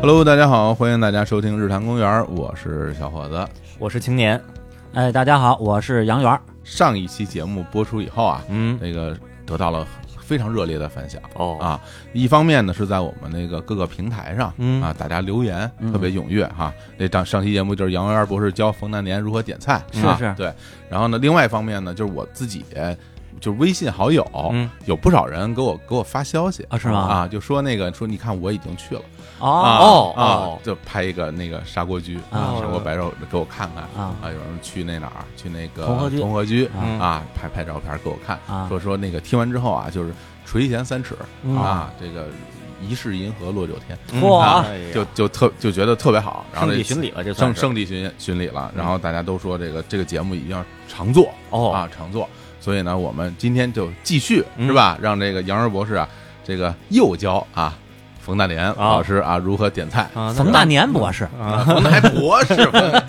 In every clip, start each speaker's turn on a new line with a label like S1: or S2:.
S1: Hello，大家好，欢迎大家收听日坛公园，我是小伙子。
S2: 我是青年，
S3: 哎，大家好，我是杨元儿。
S1: 上一期节目播出以后啊，
S2: 嗯，
S1: 这个得到了非常热烈的反响
S2: 哦
S1: 啊。一方面呢是在我们那个各个平台上，
S2: 嗯
S1: 啊，大家留言
S3: 嗯
S1: 特别踊跃哈。那上上期节目就是杨元博士教冯南年如何点菜，
S3: 是
S1: 啊
S3: 是
S1: 对。然后呢，另外一方面呢，就是我自己。就是微信好友、
S2: 嗯
S1: 有不少人给我给我发消息
S3: 啊是吗
S1: 啊，就说那个说你看我已经去了啊
S3: 哦，
S2: 哦
S1: 啊
S2: 哦，
S1: 就拍一个那个砂锅居
S3: 啊
S1: 砂锅白肉给我看看
S3: 啊
S1: 有人去那哪儿去那个
S3: 同和居
S1: 同和居
S2: 嗯
S1: 啊，拍拍照片给我看
S3: 啊，
S1: 说说那个听完之后啊，就是垂涎三尺
S3: 嗯
S1: 啊，这个一世银河落九天
S3: 嚯
S1: 啊
S2: 哎呀，
S1: 就就特就觉得特别好，然后
S2: 圣
S1: 这
S2: 地巡礼了，这
S1: 圣
S2: 算是嗯
S1: 圣地巡巡礼了，然后大家都说这个这个节目一定要常做
S2: 哦
S1: 啊，常做。所以呢，我们今天就继续
S2: 嗯
S1: 是吧？让这个杨仁博士啊，这个又教啊冯大年老师啊如何点菜。
S2: 啊，那
S3: 冯大年博士，
S2: 啊，
S1: 冯还博 士，哎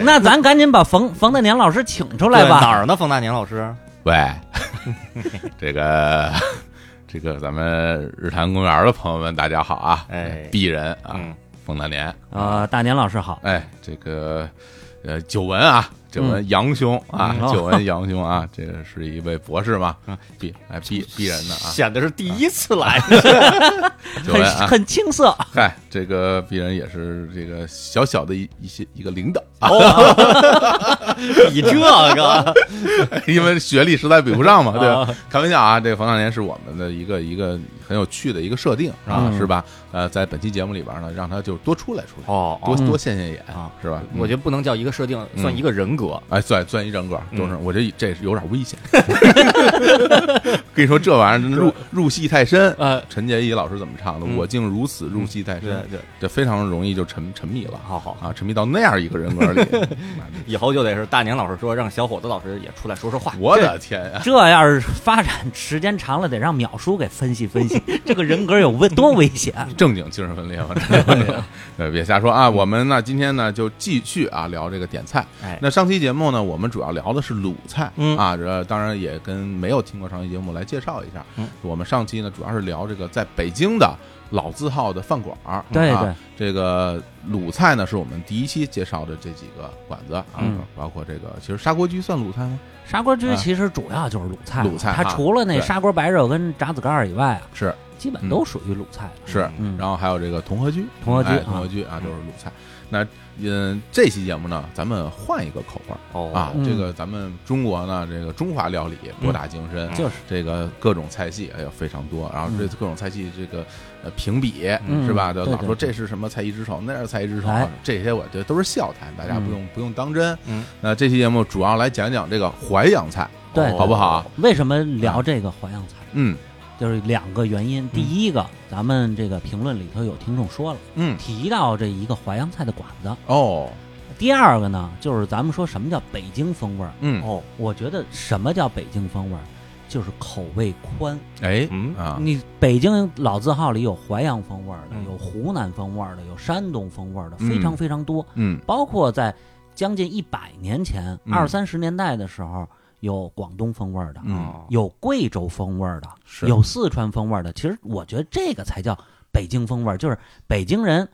S3: 那咱赶紧把冯冯大年老师请出来
S2: 对哪
S3: 吧。
S2: 儿呢？冯大年老师，
S1: 喂， 这个这个咱们日坛公园的朋友们，大家好啊！
S2: 哎
S1: 鄙人啊
S2: 嗯，
S1: 冯大年，
S3: 呃，大年老师好，
S1: 哎，这个呃，久闻啊，久闻杨兄啊
S3: 嗯，
S1: 久闻杨兄啊， 这个是一位博士嘛，必哎必必然的啊，
S2: 显得是第一次来，
S1: 久
S3: 很
S1: 闻啊，
S3: 很青涩。
S1: 嗨，这个必然也是这个小小的一一些一个领导 啊，
S2: 比这个
S1: 因为学历实在比不上嘛，对吧
S2: 啊？
S1: 开玩笑啊，这个冯大年是我们的一个一个很有趣的一个设定啊，
S3: 嗯
S1: 是吧？呃，在本期节目里边呢，让他就是多出来出来，
S2: 哦
S1: 多
S2: 哦，
S1: 多现现眼
S2: 啊，
S1: 是吧？
S2: 我觉
S1: 得。
S2: 得不能叫一个设定，
S1: 嗯
S2: 算一个人格，
S1: 哎，算算一整个，都是
S2: 嗯
S1: 我这这是有点危险。 跟你说这玩意儿入入戏太深，
S2: 呃，
S1: 陈洁仪老师怎么唱的？
S2: 嗯
S1: 我竟如此入戏太
S2: 对
S1: 深，
S2: 对，
S1: 这非常容易就沉沉迷了
S2: 好好，
S1: 啊，沉迷到那样一个人格 里。
S2: 以后就得是大年老师说，让小伙子老师也出来说说话，
S1: 我的天呀！
S3: 这要是发展时间长了，得让淼叔给分析 分析，这个人格有 危多危险。
S1: 正经精神分裂嘛，这 个呃，别瞎说啊！我们呢，今天呢就继续啊聊这个点菜。
S2: 哎
S1: 那上期节目呢，我们主要聊的是鲁菜，
S2: 嗯
S1: 啊，这当然也跟没有听过上期节目来介绍一下。
S2: 嗯
S1: 我们上期呢主要是聊这个在北京的老字号的饭馆儿，
S3: 对
S1: 啊
S3: 对，
S1: 这个鲁菜呢是我们第一期介绍的这几个馆子啊，
S3: 嗯
S1: 包括这个其实砂锅居算鲁菜吗？
S3: 砂锅居
S1: 啊
S3: 其实主要就是鲁菜，
S1: 鲁菜
S3: 它
S1: 啊
S3: 除了那
S1: 对嗯
S3: 砂锅白肉跟炸子干儿以外啊，
S1: 是
S3: 基本都属于鲁菜了。
S1: 是，
S3: 嗯
S1: 然后还有这个同和居，
S3: 同和居
S1: 哎
S3: 啊
S1: 同和居啊，就是鲁菜。那嗯，这期节目呢，咱们换一个口味儿。
S2: 哦
S1: 啊，
S3: 嗯
S1: 这个咱们中国呢，这个中华料理博大精深，
S3: 就是
S1: 这个各种菜系，哎呦非常多。然后这
S3: 嗯
S1: 各种菜系，这个呃评比
S3: 嗯
S1: 是吧？就
S3: 对
S1: 老
S3: 对
S1: 说
S3: 对
S1: 这是什么菜一之首，那是菜一之首
S3: 哎，
S1: 这些我觉得都是笑谈，大家不用不用当真。
S2: 嗯，
S1: 那这期节目主要来讲讲这个淮扬菜，
S3: 对
S1: 好不好？
S3: 为什么聊这个淮扬菜？
S1: 嗯
S3: 就是两个原因。第一个，咱们这个评论里头有听众说了，
S1: 嗯，
S3: 提到这一个淮扬菜的馆子。
S1: 哦，
S3: 第二个呢，就是咱们说什么叫北京风味儿？
S1: 嗯，
S2: 哦，
S3: 我觉得什么叫北京风味儿，就是口味宽。
S1: 哎，
S2: 嗯
S1: 啊，
S3: 你北京老字号里有淮扬风味儿的
S2: 嗯，
S3: 有湖南风味儿的，有山东风味儿的，
S1: 嗯
S3: 非常非常多。
S1: 嗯
S3: 包括在将近一百年前，
S1: 嗯
S3: 二三十年代的时候，有广东风味儿的，
S1: 嗯，
S3: 有贵州风味儿的，
S1: 是
S3: 有四川风味儿的。其实我觉得这个才叫北京风味儿，就是北京人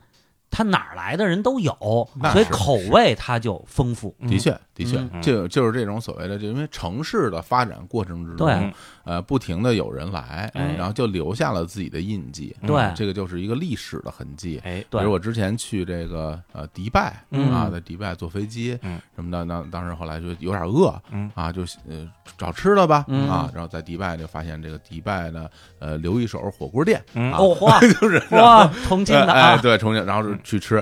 S3: 他哪儿来的人都有，
S1: 那
S3: 所以
S1: 是
S3: 口味它就丰富。
S1: 的确，的确
S3: 嗯，
S2: 嗯
S1: 就就是这种所谓的，就因为城市的发展过程之中，
S3: 对
S2: 嗯
S1: 呃，不停的有人来，
S2: 哎
S1: 然后就留下了自己的印记。
S2: 嗯
S3: 对
S1: 这个就是一个历史的痕迹。
S2: 哎，
S1: 比
S3: 对
S1: 如我之前去这个呃迪拜、
S2: 嗯
S1: 啊，在迪拜坐飞机、
S2: 嗯
S1: 什么的，那当时后来就有点饿，
S2: 嗯
S1: 啊，就呃找吃的吧、
S3: 嗯
S1: 啊，然后在迪拜就发现这个迪拜的呃留一手火锅店，
S2: 嗯
S1: 啊、
S3: 哦，嚯，
S1: 就是
S3: 嚯，重庆的
S1: 哎哎
S3: 啊，
S1: 对，重庆，然后就去吃。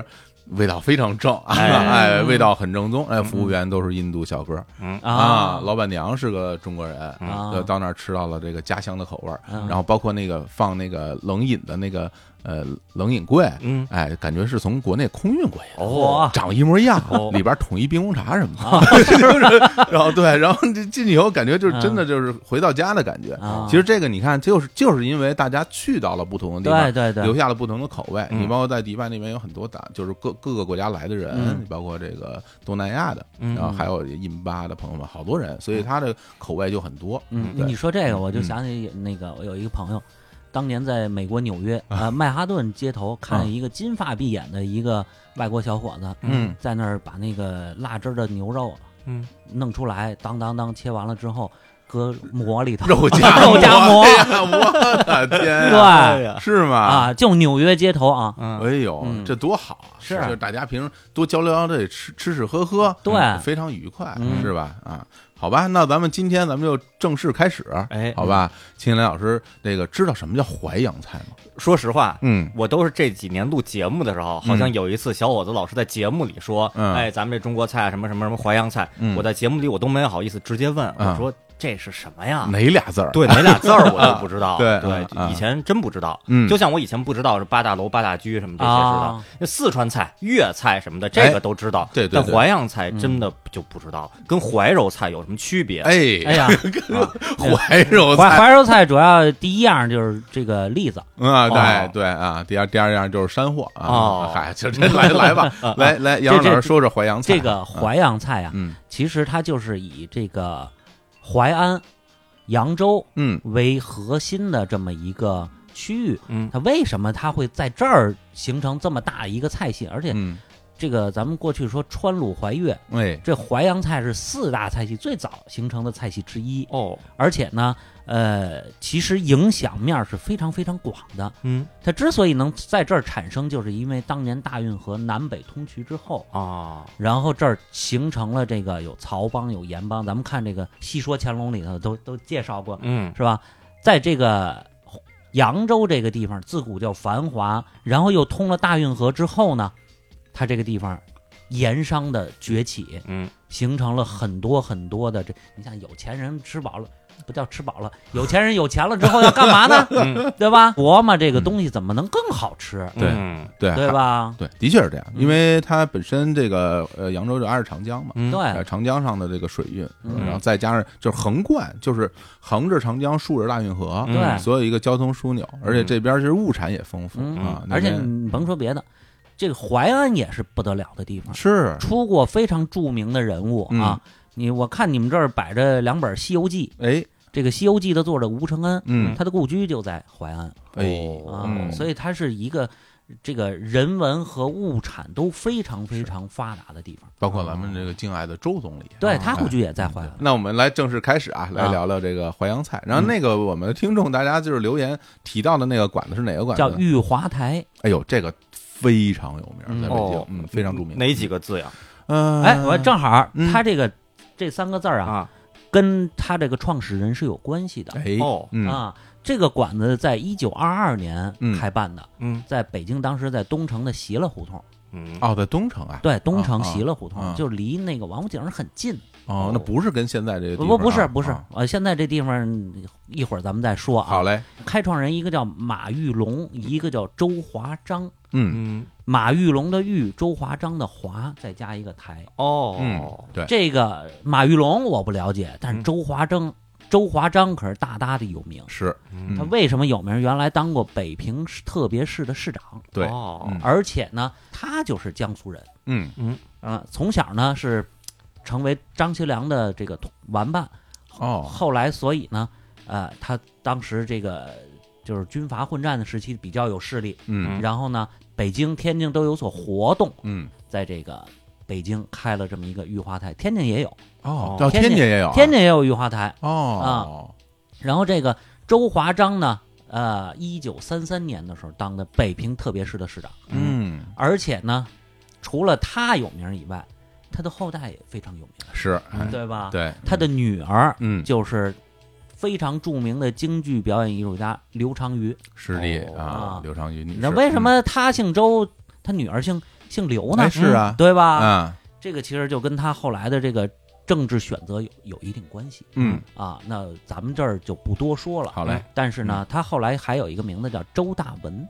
S1: 味道非常正，
S2: 哎
S1: 哎，味道很正宗，哎，服务员都是印度小哥啊，
S3: 啊
S1: 老板娘是个中国人，
S3: 啊
S1: 呃，到那儿吃到了这个家乡的口味儿，
S3: 嗯
S1: 然后包括那个放那个冷饮的那个呃冷饮柜，
S2: 嗯
S1: 哎，感觉是从国内空运过去的，
S3: 嚯
S1: 长一模一样
S2: 哦，
S1: 里边统一冰红茶什么
S3: 啊
S1: 的， 就是，然后对，然后这进去以后感觉就是真的就是回到家的感觉
S3: 嗯啊。
S1: 其实这个你看，就是就是因为大家去到了不同的地方
S3: 对，对对
S1: 留下了不同的口味。
S2: 嗯
S1: 你包括在迪拜那边有很多打，就是各各个国家来的人，
S3: 嗯
S1: 你包括这个东南亚的，
S2: 嗯
S1: 然后还有印巴的朋友们，好多人，所以他的口味就很多。
S3: 嗯，
S1: 对
S3: 你说这个，我就
S1: 嗯
S3: 想起那个，我有一个朋友，当年在美国纽约
S1: 啊
S3: 呃曼哈顿街头看
S1: 嗯
S3: 见一个金发碧眼的一个外国小伙子，
S1: 嗯，
S3: 在那儿把那个腊汁儿的牛肉
S2: 嗯，
S3: 弄出来，当当当切完了之后，搁馍里头，
S1: 肉夹
S3: 肉夹馍
S1: 馍，哎呀我的天
S3: 对
S1: 呀，
S2: 哎呀，
S1: 是吗？
S3: 啊，就纽约街头啊，
S2: 嗯，
S1: 哎呦，
S3: 嗯
S1: 这多好啊！
S3: 是
S1: 就大家平时多交流交流，这吃吃吃喝喝，
S3: 对
S1: 嗯非常愉快，
S3: 嗯
S1: 是吧？啊，好吧，那咱们今天咱们就正式开始，
S2: 哎
S1: 好吧？秦林老师，那个知道什么叫淮扬菜吗？
S2: 说实话，
S1: 嗯，
S2: 我都是这几年录节目的时候，好像有一次小伙子老师在节目里说，
S1: 嗯
S2: 哎，咱们这中国菜啊什么什么什么淮扬菜，
S1: 嗯
S2: 我在节目里我都没有好意思直接问，
S1: 嗯
S2: 我说这是什么呀？
S1: 哪俩字儿？
S2: 对，哪俩字儿我都不知 道。
S1: 对
S2: 对
S1: 嗯，
S2: 以前真不知道。
S1: 嗯
S2: 就像我以前不知道是八大楼、八大居什么这些知道
S3: 啊，
S2: 那四川菜、粤菜什么的，这个都知道。
S1: 哎对对
S2: 但
S1: 对
S2: 淮扬菜真的就不知道，跟怀柔菜有什么区别？
S3: 哎
S1: 哎，
S3: 呀，
S1: 怀柔
S3: 怀
S1: 菜
S3: 怀柔菜主要第一样就是这个栗子，
S1: 啊，
S2: 哦
S1: 对对啊，第二第二样就是山货啊
S2: 哦，
S1: 嗨，就这来 来吧，来来，杨
S3: 嗯这
S1: 老师说说淮扬菜，啊
S3: 这个淮扬菜啊，
S1: 嗯
S3: 其实它就是以这个淮安、扬州
S1: 嗯
S3: 为核心的这么一个区域。
S2: 嗯，
S3: 它为什么它会在这儿形成这么大一个菜系？而且
S1: 嗯，
S3: 这个咱们过去说川鲁淮粤，
S1: 哎，
S3: 这淮扬菜是四大菜系最早形成的菜系之一，
S2: 哦，
S3: 而且呢，呃，其实影响面儿是非常非常广的。
S2: 嗯
S3: 它之所以能在这儿产生，就是因为当年大运河南北通衢之后，
S2: 啊，
S3: 然后这儿形成了这个有曹帮有盐帮，咱们看这个《戏说乾隆》里头都都介绍过，
S2: 嗯
S3: 是吧？在这个扬州这个地方，自古就繁华，然后又通了大运河之后呢，它这个地方盐商的崛起，
S2: 嗯，
S3: 形成了很多很多的这，你像有钱人吃饱了。不叫吃饱了，有钱人有钱了之后要干嘛呢？对吧？琢磨这个东西怎么能更好吃，
S1: 对
S2: 嗯
S1: 对
S3: 对？吧？
S1: 对，的确是这样，
S3: 嗯
S1: 因为它本身这个呃，扬州就挨着长江嘛，
S2: 嗯，
S1: 呃，
S3: 对，
S1: 长江上的这个水运，
S3: 哎嗯
S1: 然后再加上就是横贯，就是横着长江，竖着大运河，
S2: 嗯
S3: 对
S1: 所有一个交通枢纽，而且这边其实物产也丰富
S3: 嗯
S1: 啊，那
S3: 而且
S1: 边
S3: 你甭说别的，这个淮安也是不得了的地方，
S1: 是
S3: 出过非常著名的人物啊。
S1: 嗯
S3: 你我看你们这儿摆着两本《西游记》，
S1: 哎，
S3: 这个《西游记》的作者吴承恩，
S1: 嗯
S3: 他的故居就在淮安
S1: 哎，
S3: 啊，
S1: 嗯
S3: 所以它是一个这个人文和物产都非常非常发达的地方。
S1: 包括咱们这个敬爱的周总理，
S3: 对
S1: 啊
S3: 他故居也在淮安。
S1: 那我们来正式开始啊，来
S3: 啊嗯
S1: 聊聊这个淮扬菜。然后那个我们的听众大家就是留言提到的那个馆子是哪个馆子？
S3: 叫玉华台，
S1: 哎呦，这个非常有名，在北京
S2: 哦，
S1: 嗯，非常著名。
S2: 哪几个字呀？
S1: 嗯，
S3: 哎，我正好
S1: 嗯，
S3: 他这个这三个字儿啊，
S2: 啊，
S3: 跟他这个创始人是有关系的
S1: 哎
S2: 哦
S1: 嗯
S3: 啊。这个馆子在一九二二年
S1: 嗯
S3: 开办的，
S2: 嗯
S3: 在北京当时在东城的席勒胡同，
S2: 嗯，
S1: 哦，在东城啊，
S3: 对，东城
S1: 啊啊
S3: 席勒胡同、
S1: 啊
S3: 就离那个王府井很近。
S1: 哦，那不是跟现在这个地
S3: 不，
S1: 方
S3: 不是，
S1: 啊
S3: 不是
S1: 啊，
S3: 呃，现在这地方一会儿咱们再说
S1: 好
S3: 啊。
S1: 嘞，
S3: 开创人一个叫马玉龙，一个叫周华章。
S1: 嗯
S2: 嗯
S3: 马玉龙的玉，周华章的华，再加一个台。
S2: 哦
S1: 嗯，，对，
S3: 这个马玉龙我不了解，但是
S2: 嗯
S3: 周华章，周华章可是大大的有名。
S1: 是
S2: 嗯
S3: 他为什么有名？原来当过北平市特别市的市长，
S1: 对，
S2: 哦
S1: 嗯
S3: 而且呢，他就是江苏人。
S1: 嗯
S3: 啊，从小呢是成为张学良的这个同玩伴，
S1: 哦
S3: 后来所以呢，呃，他当时这个就是军阀混战的时期比较有势力，
S1: 嗯
S3: 然后呢，北京、天津都有所活动，
S1: 嗯
S3: 在这个北京开了这么一个御花台，天津也有，
S1: 哦
S2: 哦，
S1: 到
S3: 天
S1: 天津
S3: 津
S1: 也有啊，
S3: 天津啊也有御花台。
S1: 哦
S3: 然后这个周华章呢，呃，一九三三年的时候当的北平特别市的市长，
S1: 嗯
S3: 而且呢，除了他有名以外，他的后代也非常有名，
S1: 是哎
S3: 对吧？
S1: 对
S3: 嗯他的女儿
S1: 嗯
S3: 就是非常著名的京剧表演艺术家刘长瑜。
S1: 师弟
S2: 哦
S1: 啊
S3: 啊
S1: 刘长瑜女士，
S3: 那为什么他姓周，他女儿姓姓刘呢？
S1: 嗯哎是啊
S3: 对
S1: 嗯
S3: 吧？
S1: 啊
S3: 这个其实就跟他后来的这个政治选择有有一定关系
S1: 嗯
S3: 啊。那咱们这儿就不多说了。
S1: 好嘞
S3: 但是
S1: 嗯
S3: 呢，他后来还有一个名字叫周大文，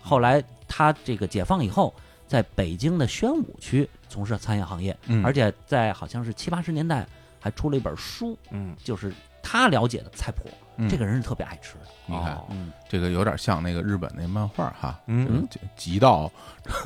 S3: 后来他这个解放以后，在北京的宣武区从事餐饮行业，
S1: 嗯
S3: 而且在好像是七八十年代还出了一本书，
S2: 嗯，
S3: 就是他了解的菜谱。
S1: 嗯
S3: 这个人是特别爱吃的，
S1: 你看
S2: 哦
S3: 嗯，
S1: 这个有点像那个日本那漫画哈，
S2: 嗯
S1: 这个极道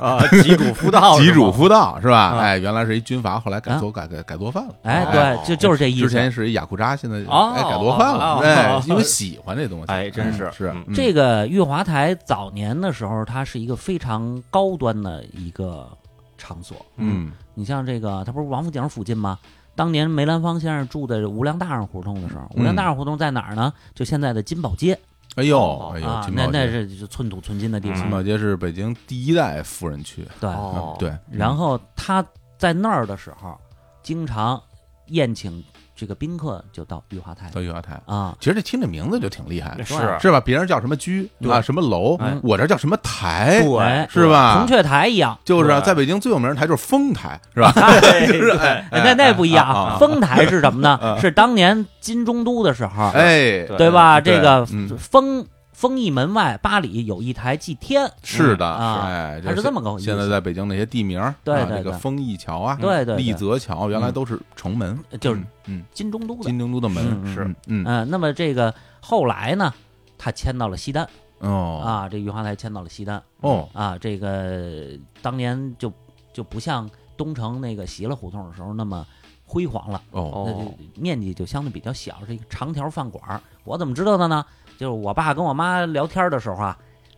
S2: 啊，吉主 夫道，
S1: 极主夫道是吧？
S2: 啊
S1: 哎，原来是一军阀，后来改做改改改做饭了。
S3: 啊哎，
S2: 哦
S3: 对，就就是这意
S1: 之
S3: 思。
S1: 前是一雅库扎，现在
S2: 哦
S1: 哎改做饭
S2: 哦
S1: 了，
S2: 哦
S1: 哎
S2: 哦，
S1: 因为喜欢这东西，
S2: 哎真是
S1: 嗯是
S2: 嗯
S3: 这
S1: 个
S3: 个月华台早年的时候，它是一个非常高端的一个场所。
S1: 嗯
S3: 你像这个，它不是王府井附近吗？当年梅兰芳先生住的无量大上胡同的时候，
S1: 嗯
S3: 无量大上胡同在哪儿呢？就现在的金宝街
S1: 哎呦
S2: 哦
S1: 哎呦，
S3: 啊，
S1: 金
S3: 那
S1: 宝
S3: 那
S1: 街，嗯
S3: 是就是寸土寸金的地
S1: 金
S3: 方。
S1: 宝街是北京第一代富人区，
S3: 对，
S2: 哦
S1: 嗯，对，
S3: 然后他在那儿的时候，经常宴请这个宾客，就到玉华台
S1: 嗯到月华台。
S3: 啊。
S1: 其实这听这名字就挺厉害，
S2: 是
S1: 是吧？别人叫什么居
S2: 对
S1: 啊，什么楼
S2: 哎，
S1: 我这叫什么台，
S3: 哎
S1: 是？啊吧？
S3: 铜雀台一样，
S1: 就是啊，
S2: 对
S1: 在北京最有名的台就是丰台，是吧？
S2: 对
S1: 就是 哎，
S3: 哎那那不一样啊。丰台是什么呢？
S1: 啊
S3: 是当年金中都的时候，
S1: 哎，
S2: 对
S3: 对吧？
S1: 对
S3: 这个
S1: 嗯
S3: 丰丰义门外八里有一台祭天，
S1: 是的，
S3: 嗯啊
S1: 哎，
S3: 它是这么个意思
S1: 现在在北京那些地名儿，
S3: 对
S1: 啊
S3: 对
S1: 这个
S3: 对
S1: 丰益桥啊，
S3: 对对对
S1: 丽泽桥，原来都是城门，
S3: 就是
S1: 嗯，
S3: 金中都
S1: 嗯，
S3: 的。
S1: 金中都的门
S3: 嗯嗯
S1: 是，嗯，
S3: 嗯，那么这个后来呢，他迁到了西单
S1: 哦
S3: 啊，这玉华台迁到了西单。
S1: 哦，
S3: 啊，这个当年就就不像东城那个席勒胡同的时候那么辉煌了，
S1: 哦
S3: 那就面积就相对比较小，是一个长条饭馆儿。我怎么知道的呢？就是我爸跟我妈聊天的时候啊，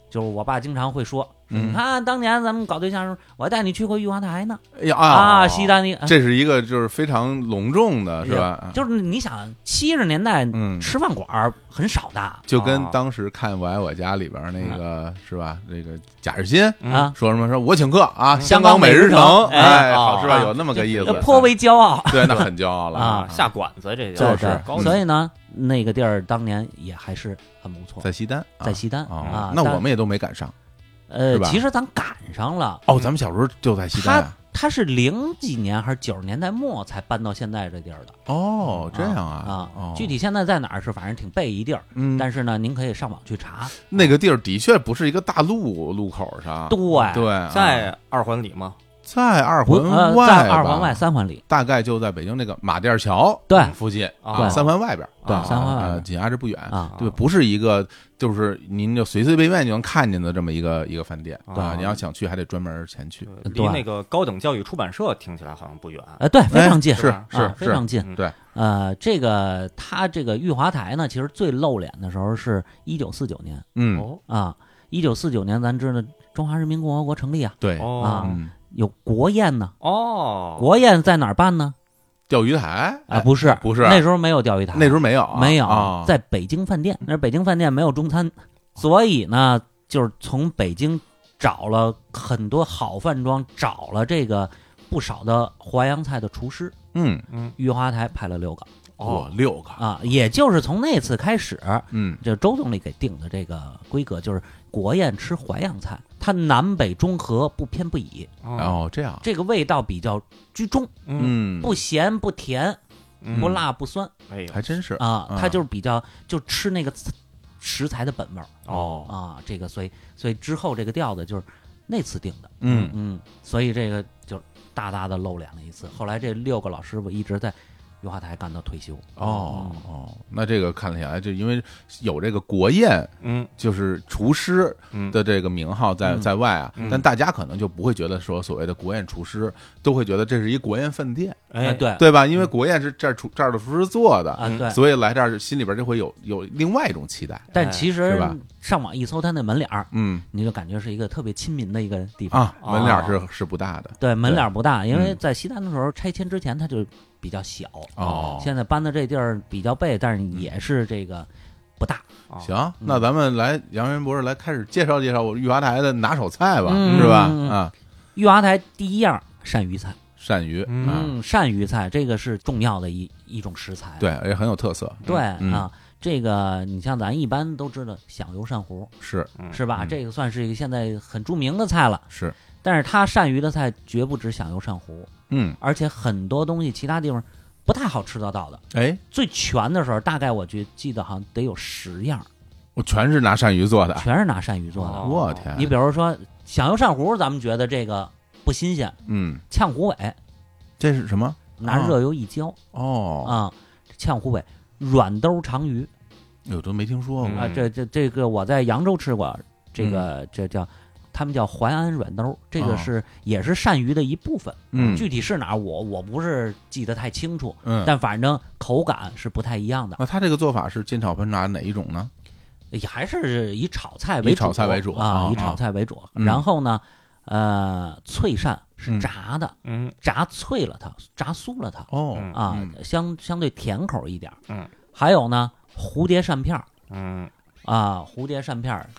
S3: 就是我爸经常会说：“
S1: 嗯
S3: 你看当年咱们搞对象的时候，我还带你去过玉华台呢
S1: 哎呀
S3: 啊，西，单那个。啊哎
S1: 这是一个就是非常隆重的，是吧？啊
S3: 就是你想七十年代
S1: 嗯
S3: 吃饭馆儿很少的、
S1: 就跟
S2: 啊
S1: 当时看《我爱我家》里边儿那个是吧？那个贾日新
S2: 嗯
S3: 啊，
S1: 说什么？说我请客啊，
S2: 嗯
S1: 香港美食
S3: 香港美食城
S1: 哎，
S2: 哎
S1: 好是吧？
S3: 啊
S1: 有那么个意思
S3: 呃，颇为骄傲。
S1: 对，那很骄傲了
S3: 啊
S2: 下馆子这
S1: 就
S2: 叫
S1: 是
S2: 高
S3: 对， 所以呢，那个地儿当年也还是很不错，
S1: 在西单，啊
S3: 在西单
S1: 哦
S3: 啊。
S1: 那
S3: 但
S1: 我们也都没赶上。
S3: 呃
S1: 是，吧
S3: 其实咱赶上了。
S1: 哦，咱们小时候就在西单啊。
S3: 嗯他是零几年还是九十年代末才搬到现在这地儿的
S1: 哦，这样
S3: 啊
S1: 啊？哦
S3: 具体现在在哪儿是反正挺背一地儿，
S1: 嗯，
S3: 但是呢，您可以上网去查。
S1: 那个地儿的确不是一个大路路口上，
S3: 对
S1: 对，啊
S2: 在二环里吗？
S1: 在二
S3: 不
S1: 环
S3: 呃，
S1: 外，
S3: 在二环外、，三环里，
S1: 大概就在北京那个马甸桥
S3: 对
S1: 附近
S2: 啊
S1: 三环外边，
S2: 对
S1: 啊
S3: 三环外
S1: 啊
S3: 边
S1: 紧挨着不远
S3: 啊
S1: 对，不是一个就是您就随随便便就能看见的这么一个一个饭店
S2: 啊
S1: 你要想去还得专门前去，
S2: 对呃离那个高等教育出版社听起来好像不远。
S3: 呃，对，非常近，
S1: 哎是
S3: 啊
S1: 是
S3: 非常近。
S2: 嗯
S1: 对，
S3: 呃，这个他这个玉华台呢，其实最露脸的时候是一九四九年
S1: 嗯，
S2: 哦
S3: 啊，一九四九年咱知道中华人民共和国成立啊，
S1: 对，
S2: 哦
S1: 嗯，
S3: 有国宴呢，
S2: 哦，
S3: 国宴在哪儿办呢？
S1: 钓鱼台
S3: 啊，，不是，
S1: 哎不是
S3: 那时候没有钓鱼台，
S1: 那时候没有啊，
S3: 没有、
S1: 啊，
S3: 在北京饭店，那是北京饭店没有中餐，所以呢，就是从北京找了很多好饭庄，找了这个不少的淮扬菜的厨师，
S1: 嗯，
S2: 嗯
S3: 御花台派了六个
S1: 哇
S2: 哦，
S1: 六个，
S3: 啊，也就是从那次开始，
S1: 嗯，
S3: 这周总理给定的这个规格就是国宴吃淮扬菜，它南北中和，不偏不倚，
S1: 然后这样，
S3: 这个味道比较居中，
S2: 哦嗯
S1: 哦嗯，
S3: 不咸不甜，
S2: 嗯
S3: 不辣不酸。
S2: 哎呦
S1: 还真是，
S3: 啊，
S1: 嗯
S3: 它就是比较就吃那个刺食材的本味儿
S2: 哦
S3: 啊，这个所以所以之后这个调子就是那次定的，
S1: 嗯，
S3: 嗯，所以这个就大大的露脸了一次。后来这六个老师傅一直在油画台干到退休，嗯
S1: 哦哦，那这个看下来，就因为有这个国宴，
S2: 嗯
S1: 就是厨师
S2: 嗯
S1: 的这个名号在
S3: 嗯
S1: 在外啊
S2: 嗯，
S1: 但大家可能就不会觉得说所谓的国宴厨师，都会觉得这是一国宴饭店，
S3: 哎
S2: 哎
S3: 对啊
S1: 对嗯吧？因为国宴是这儿厨这儿的厨师做的，
S3: 对，
S1: 所以来这儿心里边就会有有另外一种期待，
S3: 但其
S1: 是
S3: 实
S1: 吧
S3: 上网一搜他那门脸儿，
S1: 嗯
S3: 你就感觉是一个特别亲民的一个地方。
S1: 啊，门脸儿
S3: 哦
S1: 是是不大的，
S3: 对，门脸儿不大，因为
S1: 嗯
S3: 在西单的时候拆迁之前它就比较小，啊
S1: 哦嗯
S3: 现在搬到这地儿比较背，但是也是这个不大。
S1: 行，
S3: 嗯
S1: 那咱们来杨元博士来开始介绍介绍我御华台的拿手菜吧，
S3: 嗯
S1: 是吧？
S3: 嗯嗯
S1: 啊，
S3: 玉华台第一样鳝鱼菜，
S1: 鳝鱼啊，
S3: 嗯，鳝鱼菜这个是重要的一一种食材，
S1: 对，也很有特色，
S3: 对
S1: 嗯
S3: 啊，这个你像咱一般都知道响油鳝糊
S1: 是
S2: 嗯
S3: 是吧？
S1: 嗯
S3: 这个算是一个现在很著名的菜了，
S1: 是，
S3: 但是它鳝鱼的菜绝不止响油鳝糊，
S1: 嗯，
S3: 而且很多东西其他地方不太好吃得到的。
S1: 哎，
S3: 最全的时候，大概我觉记得好像得有十样，
S1: 我全是拿鳝鱼做的，
S3: 全是拿鳝鱼做的。
S2: 哦
S1: 我天，
S3: 你比如说响油鳝糊，咱们觉得这个不新鲜，
S1: 嗯，
S3: 呛虎尾
S1: 这是什么？
S3: 拿热油一浇。啊
S1: 哦，
S3: 啊，呛虎尾，软兜长鱼，
S1: 有哎都没听说过
S2: 嗯
S3: 啊，这这这个我在扬州吃过，这个这叫他们叫淮安软兜，这
S1: 嗯哦
S3: 个是也是鳝鱼的一部分。
S1: 嗯
S3: 具体是哪儿我我不是记得太清楚，
S1: 嗯，
S3: 但反正口感是不太一样的。
S1: 那他这个做法是煎炒烹炸哪一种呢？
S3: 也还是以炒菜为
S1: 以炒菜为主
S3: 啊
S1: 啊，
S3: 以炒菜为主。
S1: 嗯
S3: 然后呢，呃，脆鳝是
S1: 嗯
S3: 炸的，
S2: 嗯
S3: 炸脆了它，炸酥了它
S1: 哦，
S2: 嗯
S3: 啊
S1: 嗯，
S3: 相相对甜口一点儿。
S2: 嗯，
S3: 还有呢，蝴蝶扇片儿
S2: 嗯
S3: 啊，蝴蝶扇片儿，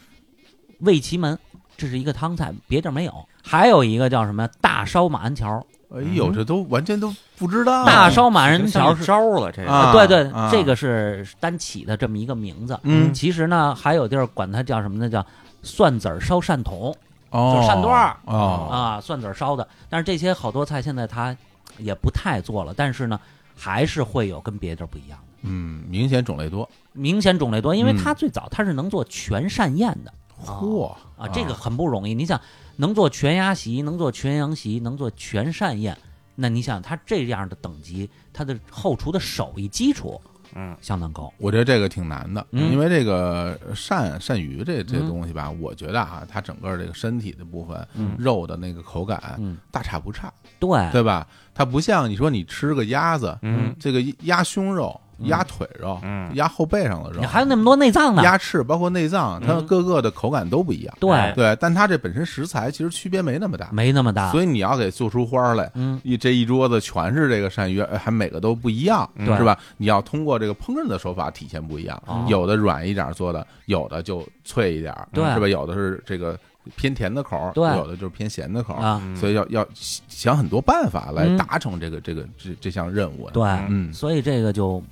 S3: 味奇门，这是一个汤菜，别地儿没有。还有一个叫什么大烧马鞍桥，
S1: 哎呦，
S2: 嗯
S1: 这都完全都不知道。
S3: 大烧马鞍
S2: 这
S3: 桥
S2: 像
S3: 是
S2: 一招了，这
S3: 啊，
S1: 啊
S2: 个
S3: 对对
S1: 啊，
S3: 这个是单起的这么一个名字。
S1: 嗯
S3: 其实呢，还有地儿管它叫什么呢？叫蒜子儿烧扇筒
S1: 哦，
S3: 就是扇段儿
S1: 哦，
S3: 啊，蒜子儿烧的。但是这些好多菜现在它也不太做了，但是呢，还是会有跟别地儿不一样的，
S1: 嗯，明显种类多。
S3: 明显种类多。因为
S1: 嗯
S3: 它最早它是能做全扇宴的
S1: 嚯
S3: 啊，这个很不容易。你想，能做全鸭席，能做全羊席，能做全扇宴，那你想它这样的等级，它的后厨的手艺基础
S2: 嗯
S3: 相当高。
S1: 我觉得这个挺难的，
S3: 嗯
S1: 因为这个鳝鳝鱼这这
S3: 嗯
S1: 东西吧，我觉得啊，它整个这个身体的部分、
S3: 嗯
S1: 肉的那个口感
S3: 嗯，
S1: 大差不差，
S3: 对，
S1: 对吧？它不像你说你吃个鸭子，
S2: 嗯
S1: 这个鸭胸肉、鸭腿肉、
S2: 嗯
S1: 鸭后背上的肉
S3: 你，还有嗯那么多内脏呢。
S1: 鸭翅包括内脏，它各个的口感都不一样。
S3: 对
S2: 哎，
S1: 对，但它这本身食材其实区别没那么大，
S3: 没那么大。
S1: 所以你要给做出花来，
S3: 嗯，
S1: 一这一桌子全是这个鳝鱼，呃还每个都不一样，
S3: 嗯对
S1: 是吧？你要通过这个烹饪的手法体现不一样，
S3: 哦
S1: 有的软一点做的，有的就脆一点，
S3: 对
S1: 是吧？有的是这个偏甜的口儿，
S3: 对
S1: 有的就是偏咸的口儿，
S3: 啊，
S2: 嗯
S1: 所以要要想很多办法来
S3: 嗯
S1: 达成这个、这个这这项任务。，
S3: 对，
S1: 嗯，
S3: 所以这个就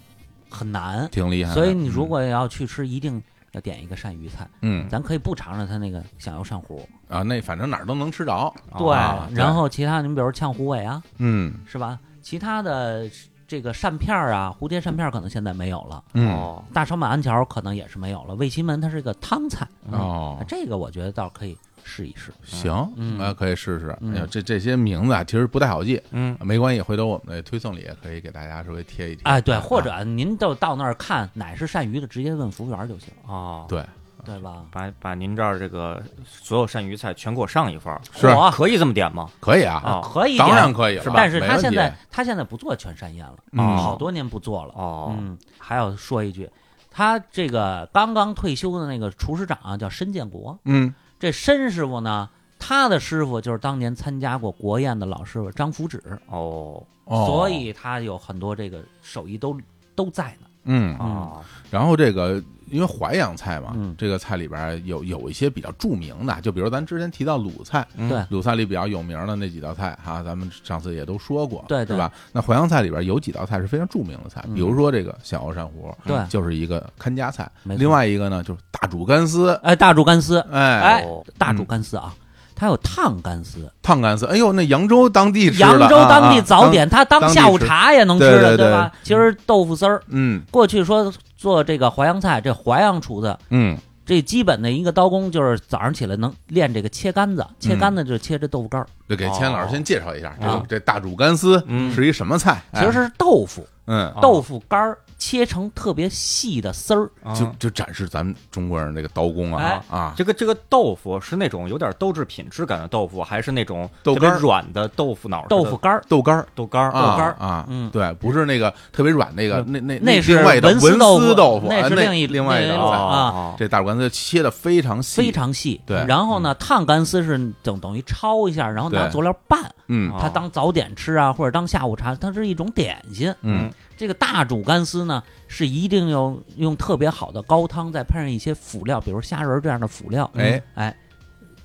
S3: 很难。
S1: 挺厉害的。
S3: 所以你如
S1: 嗯
S3: 果要去吃，一定要点一个鳝鱼菜，
S1: 嗯
S3: 咱可以不尝尝它那个响油鳝糊，
S1: 啊，那反正哪儿都能吃着，
S3: 哦
S1: 啊
S3: 对，然后其他你比如呛虎尾啊，
S1: 嗯
S3: 是吧？其他的这个扇片儿啊，蝴蝶扇片儿可能现在没有了，
S1: 嗯
S2: 哦
S3: 大烧马鞍桥可能也是没有了。味奇门它是个汤菜，嗯
S1: 哦，
S3: 这个我觉得倒可以试一试。
S1: 行，
S3: 嗯
S1: 啊，可以试试。
S3: 嗯
S1: 哎呀，这这些名字啊，其实不太好记，
S2: 嗯
S1: 没关系，回头我们的推送里也可以给大家稍微贴一贴。啊
S3: 哎，对，或者您就到那儿看哪是鳝鱼的，直接问服务员就行，
S2: 哦，
S1: 对，
S3: 对吧？
S2: 把把您这儿这个所有鳝鱼菜全给我上一份儿，
S1: 是
S3: 我
S2: 可以这么点吗？
S1: 可以啊，
S2: 啊
S3: 可以点，
S1: 当然可以了，
S2: 是吧
S3: 但是
S1: 没
S3: 他
S1: 问
S3: 现
S1: 题
S3: 在他现在不做全山宴了，
S1: 嗯
S3: 好多年不做了。
S2: 哦，
S3: 嗯，还要说一句，他这个刚刚退休的那个厨师长啊，叫申建国。
S1: 嗯
S3: 这申师傅呢，他的师傅就是当年参加过国宴的老师傅张福祉，
S2: 哦，
S1: 哦，
S3: 所以他有很多这个手艺都都在呢。
S1: 嗯，
S2: 啊，
S1: 然后这个因为淮扬菜嘛，
S3: 嗯
S1: 这个菜里边有有一些比较著名的，就比如咱之前提到鲁菜。
S2: 嗯
S3: 对，
S1: 鲁菜里比较有名的那几道菜哈、咱们上次也都说过，
S3: 对对
S1: 是吧？那淮扬菜里边有几道菜是非常著名的菜，
S3: 嗯
S1: 比如说这个小熬鳝糊，
S3: 对
S1: 就是一个看家菜；
S3: 没错
S1: 另外一个呢就是大煮干丝，
S3: 哎，大煮干丝，
S1: 哎，
S3: 哎
S2: 哦，
S3: 大煮干丝啊，他有烫干丝，
S1: 烫干丝，哎呦，那扬州当地吃
S3: 扬
S1: 的
S3: 州
S1: 啊
S3: 当
S1: 啊
S3: 地早点，他当
S1: 当地
S3: 下午
S1: 吃
S3: 茶也能吃
S1: 对
S3: 的，
S1: 对对
S3: 吧？其实豆腐丝儿，
S1: 嗯
S3: 过去说做这个淮扬菜，这淮扬厨子
S1: 嗯
S3: 这基本的一个刀工就是早上起来能练这个切杆子，切杆子
S1: 嗯
S3: 就是切这豆腐干儿，
S1: 就给千老师
S2: 哦
S1: 先介绍一下，这
S3: 啊
S1: 个这大煮干丝
S2: 嗯
S1: 是一什么菜？
S3: 其实
S1: 哎
S3: 是豆腐，
S1: 嗯，
S2: 哦
S3: 豆腐干儿切成特别细的丝儿，
S1: 就
S2: 啊
S1: 就展示咱们中国人这个刀工啊
S3: 哎
S1: 啊，
S2: 这个这个豆腐是那种有点豆制品质感的豆腐，还是那种
S1: 豆
S2: 特别
S1: 干儿
S2: 软的豆腐脑儿似的？
S3: 豆腐干儿，
S1: 豆干儿。
S2: 豆干
S1: 啊
S2: 儿，豆干儿，
S1: 啊，
S3: 嗯
S1: 对，不是那个特别软那个，那那
S3: 那是
S1: 另外一道
S3: 文
S1: 丝
S3: 丝
S1: 豆
S3: 豆
S1: 腐，
S3: 腐
S1: 啊
S3: 那是
S1: 另
S3: 另一
S1: 外一
S3: 那
S1: 道
S3: 个
S1: 菜。
S3: 啊
S2: 哦，
S1: 这大煮干丝切的非常细，
S3: 非常细。
S1: 对嗯
S3: 然后呢，烫干丝是等等于焯一下，然后拿
S1: 对
S3: 佐料拌，
S1: 嗯
S2: 啊
S3: 它当早点吃啊，或者当下午茶，它是一种点心。
S1: 嗯
S3: 这个大煮干丝呢，是一定要用特别好的高汤，再配上一些辅料，比如虾仁儿这样的辅料，
S1: 哎
S3: 哎，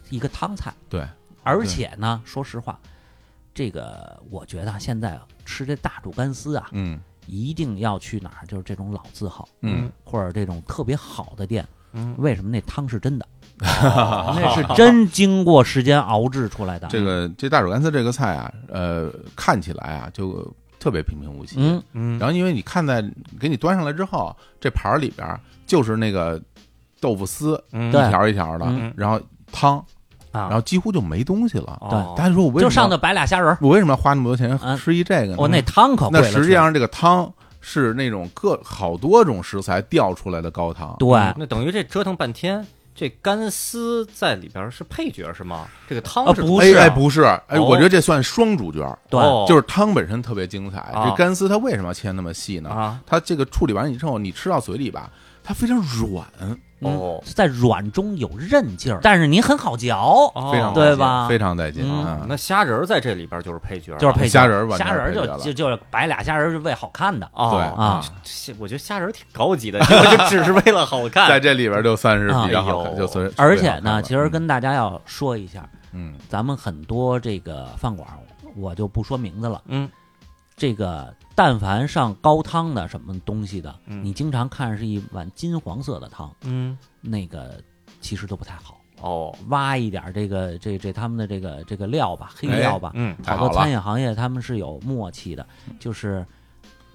S3: 一个汤菜。
S1: 对，
S3: 而且呢，说实话，这个我觉得啊现在啊吃这大煮干丝啊，
S1: 嗯
S3: 一定要去哪儿，就是这种老字号
S1: 嗯，
S3: 或者这种特别好的店。
S2: 嗯
S3: 为什么那汤是真 的？
S2: 哦
S3: 那是真经过时间熬制出来的。
S1: 这个这大煮干丝这个菜啊，呃，看起来啊就特别平平无奇，
S3: 嗯，
S2: 嗯
S1: 然后因为你看在给你端上来之后，这盘儿里边儿就是那个豆腐丝
S2: 嗯
S1: 一
S3: 对
S1: 条一条的，
S3: 嗯
S1: 然后汤，
S3: 啊
S1: 然后几乎就没东西了。
S2: 哦
S1: 大家说我为什么
S3: 就上头摆俩虾仁儿，
S1: 我为什么要花那么多钱
S3: 嗯
S1: 吃一这个呢？
S3: 我那汤可贵
S1: 那
S3: 了。
S1: 实际上这个汤是那种各好多种食材调出来的高汤。
S3: 对，
S2: 那等于这折腾半天，这干丝在里边是配角是吗？这个汤
S3: 啊
S2: 是
S3: 不
S1: 哎
S3: 是啊
S1: 哎，不是，哎，
S2: 哦
S1: 我觉得这算双主角，
S3: 对
S2: 哦
S1: 就是汤本身特别精彩。
S2: 啊
S1: 这干丝它为什么要切那么细呢？
S2: 啊
S1: 它这个处理完以后，你吃到嘴里吧，它非常软，
S3: 嗯
S2: 哦
S3: 在软中有韧劲儿，但是你很好嚼，
S2: 哦
S1: 非常
S3: 对
S1: 带劲
S3: 吧
S1: 非常带劲
S3: 嗯
S1: 啊！
S2: 那虾仁儿在这里边就是配角了，
S3: 就是配角
S1: 虾仁儿完全
S3: 虾仁儿
S1: 配角
S3: 就
S1: 了
S3: 就就是摆俩虾仁儿是为好看的
S2: 哦
S1: 对
S3: 啊，
S2: 这我觉得虾仁儿挺高级的，我就只是为了好
S1: 啊在
S2: 看。
S1: 这里边就算是比较好
S2: 哎
S1: 看，
S2: 呦
S1: 就算是
S3: 而
S1: 非常
S3: 且
S1: 好看
S3: 呢，
S1: 了
S3: 其实跟大家要说一下，
S1: 嗯
S3: 咱们很多这个饭馆儿，我就不说名字了。
S2: 嗯，
S3: 这个但凡上高汤的什么东西的，
S2: 嗯
S3: 你经常看是一碗金黄色的汤，
S2: 嗯，
S3: 那个其实都不太好，
S2: 哦，
S3: 挖一点儿这个这这他们的这个这个料吧，黑料吧，
S2: 嗯，
S1: 哎太
S3: 多
S1: 好
S3: 餐
S1: 了，嗯
S3: 饮行业他们是有默契的，就是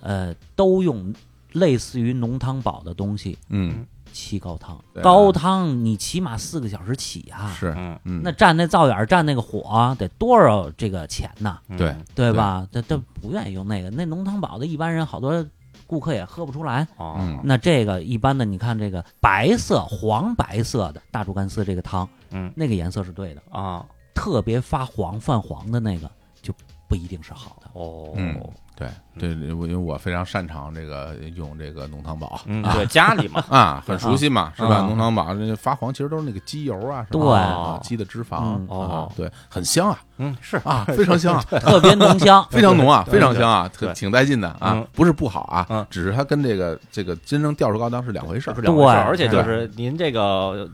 S3: 呃都用类似于浓汤宝的东西
S1: 嗯
S3: 沏高汤，
S1: 对啊
S3: 高汤你起码四个小时起啊。
S1: 是
S2: 嗯
S1: 嗯
S3: 那蘸那灶眼儿蘸那个火得多少这个钱呐，
S2: 嗯
S1: 对
S3: 对吧？他他不愿意用那个，那浓汤宝的一般人好多顾客也喝不出来。
S2: 哦，
S1: 嗯
S3: 那这个一般的，你看这个白色、黄白色的大猪干丝这个汤，
S2: 嗯
S3: 那个颜色是对的，
S2: 啊，
S3: 特别发黄、泛黄的那个就不一定是好的。
S2: 哦，
S1: 嗯对对，我因为我非常擅长这个用这个浓汤宝
S2: 嗯，
S1: 啊
S2: 对，家里嘛，
S1: 啊，很熟悉嘛，是吧？
S3: 啊
S1: 浓汤宝那发黄其实都是那个鸡油啊，是吧
S3: 对
S1: 啊鸡的脂肪
S3: 嗯
S1: 啊
S2: 哦，
S1: 对，很香啊
S2: 嗯，是
S1: 啊，非常香啊，。
S3: 特别浓香
S1: 非常浓啊，
S2: 对
S1: 非常香啊，
S2: 对
S1: 挺挺带劲的啊
S2: 嗯，
S1: 不是不好啊
S2: 嗯，
S1: 只是它跟这个这个真正调出高档是两回事儿
S2: 是。两回事儿
S3: 对
S2: 而且就是您这个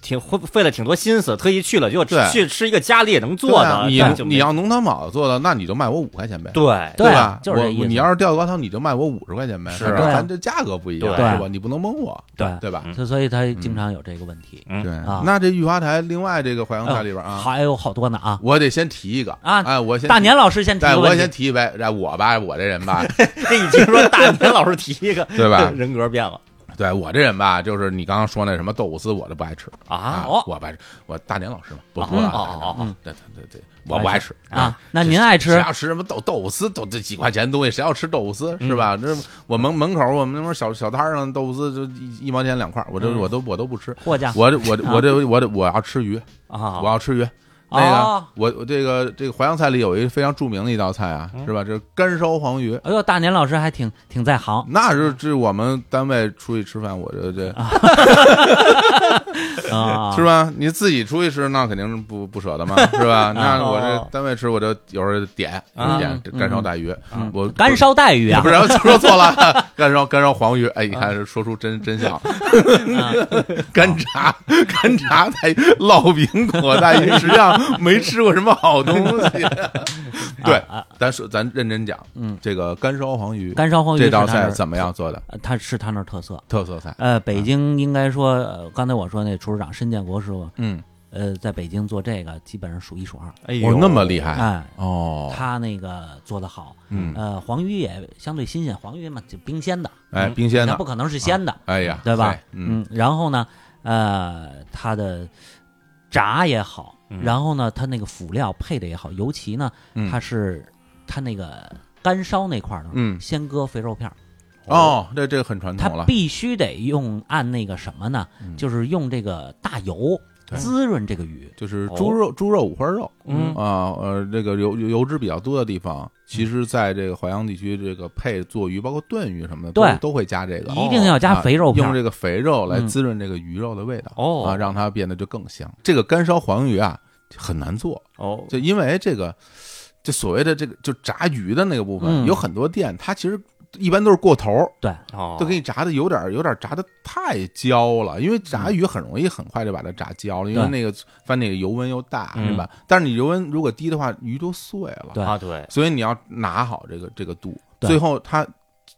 S2: 挺花费了挺多心思，特意去了，结果
S1: 对
S2: 去吃一个家里也能
S1: 对
S2: 做
S1: 啊
S2: 的，
S1: 你
S2: 这就没
S1: 你要浓汤宝做的，那你就卖我五块钱呗，
S2: 对
S3: 对
S1: 吧？
S3: 就是这
S1: 我
S3: 意思
S1: 你要是调高汤，你就卖我五十块钱呗，
S2: 是
S1: 反
S3: 对
S1: 正
S3: 啊
S1: 咱这价格不一样，
S2: 对
S1: 是吧？你不能蒙我，
S3: 对
S1: 对吧？
S2: 嗯
S3: 所所以他经常有这个问题。
S2: 嗯
S1: 对
S3: 啊，
S1: 那这御花台另外这个淮扬菜里边
S3: 呃
S1: 啊，
S3: 还有好多呢啊！
S1: 我得先提一个
S3: 啊
S1: 哎，我先
S3: 大年老师 先提
S1: 哎，
S3: 个
S1: 我
S3: 问
S1: 先
S3: 题，
S1: 提一杯，哎，我吧，我这人 吧，
S2: 这一听说大年老师提一个，
S1: 对吧
S2: 人格变了
S1: 对我这人吧，就是你刚刚说那什么豆腐丝，我就不爱吃啊
S2: 啊，
S3: 哦
S1: 我不爱吃，我大年老师嘛，不
S2: 哦
S1: 不爱吃
S2: 哦哦
S3: 哦，
S1: 对对对对，我不爱吃
S3: 啊。那您爱吃
S1: 谁要吃什么豆豆腐丝，都这几块钱的东西，谁要吃豆腐丝是
S3: 嗯
S1: 吧？这我门门口我们那边小小摊儿上豆腐丝就一一毛钱两块儿，我这
S2: 嗯
S1: 我都我都不吃。
S3: 货架？
S1: 我这我这
S3: 啊
S1: 我这我这我要吃鱼，我
S2: 啊，
S1: 要吃鱼。那
S3: 哦
S1: 个我我这个这个淮扬菜里有一非常著名的一道菜啊，
S3: 嗯
S1: 是吧？这干烧黄鱼，
S3: 哎呦，大年老师还挺挺在 行，
S1: 那是这我们单位出去吃饭，我这这
S3: 啊，
S1: 是吧？你自己出去吃，那肯定是不不舍得嘛，是 吧？
S3: 啊
S1: 那我
S3: 哦
S1: 这单位吃，我就有时候点
S2: 啊
S1: 点干烧带鱼，我
S3: 嗯啊干烧带鱼啊
S1: 不，是说错了， 干烧干烧黄鱼，哎，你看是说出真真相，
S3: 啊
S1: 干炸干炸带鱼烙饼果带鱼，实际上没吃过什么好东西。对，咱说咱认真讲，
S3: 啊嗯，
S1: 这个干烧黄鱼，
S3: 干烧黄鱼
S1: 这
S3: 是
S1: 道
S3: 他那
S1: 菜
S3: 儿
S1: 怎么样做的？
S3: 呃它是他那儿特色。
S1: 特色菜，
S3: 呃，北京应该说，呃刚才我说那厨师长申建国师傅，
S1: 嗯，
S3: 呃，在北京做这个基本上数一数二。
S2: 哎
S1: 哦
S2: 呦，，
S1: 那么厉害，
S3: 哎，
S1: 哦，
S3: 他那个做的好，
S1: 嗯，
S3: 呃，黄鱼也相对新鲜，黄鱼嘛就冰鲜的，
S1: 哎，冰鲜
S3: 嗯那
S1: 的
S3: 不，可能是鲜的，
S1: 哎呀，
S3: 对吧
S1: 哎？嗯，
S3: 嗯，然后呢，呃，它的炸也好，
S2: 嗯
S3: 然后呢，它那个辅料配的也好，尤其呢，
S1: 嗯
S3: 它是它那个干烧那块儿呢，
S1: 嗯
S3: 先搁肥肉片儿，
S1: 哦，这这个很传
S3: 它
S1: 统了，嗯
S3: 必须得用按那个什么呢，就是用这个大油
S1: 对
S3: 滋润这个鱼，
S1: 就是猪肉猪肉五花肉，
S2: 嗯
S1: 啊，呃，这个油油油脂比较多的地方，
S3: 嗯
S1: 其实在这个淮扬地区，这个配做鱼，包括炖鱼什么的，都
S3: 对
S1: 都会加这个。哦啊
S3: 一定要加肥肉片
S1: 用
S3: 儿，
S1: 这个肥肉来
S3: 嗯
S1: 滋润这个鱼肉的味道，
S2: 哦
S1: 啊，让它变得就更香。这个干烧黄鱼啊很难做，
S2: 哦，
S1: 就因为这个，就所谓的这个就炸鱼的那个部分，
S3: 嗯
S1: 有很多店它其实一般都是过头，
S3: 对，
S2: 哦
S1: 都给你炸的有点有点炸的太焦了，因为炸鱼很容易很快就把它炸焦了，因为
S3: 嗯对
S1: 那个翻那个油温又大，
S2: 嗯
S1: 是吧？但是你油温如果低的话，鱼都碎了，
S3: 对
S2: 啊，对，
S1: 所以你要拿好这个这个度，
S3: 对
S1: 最后它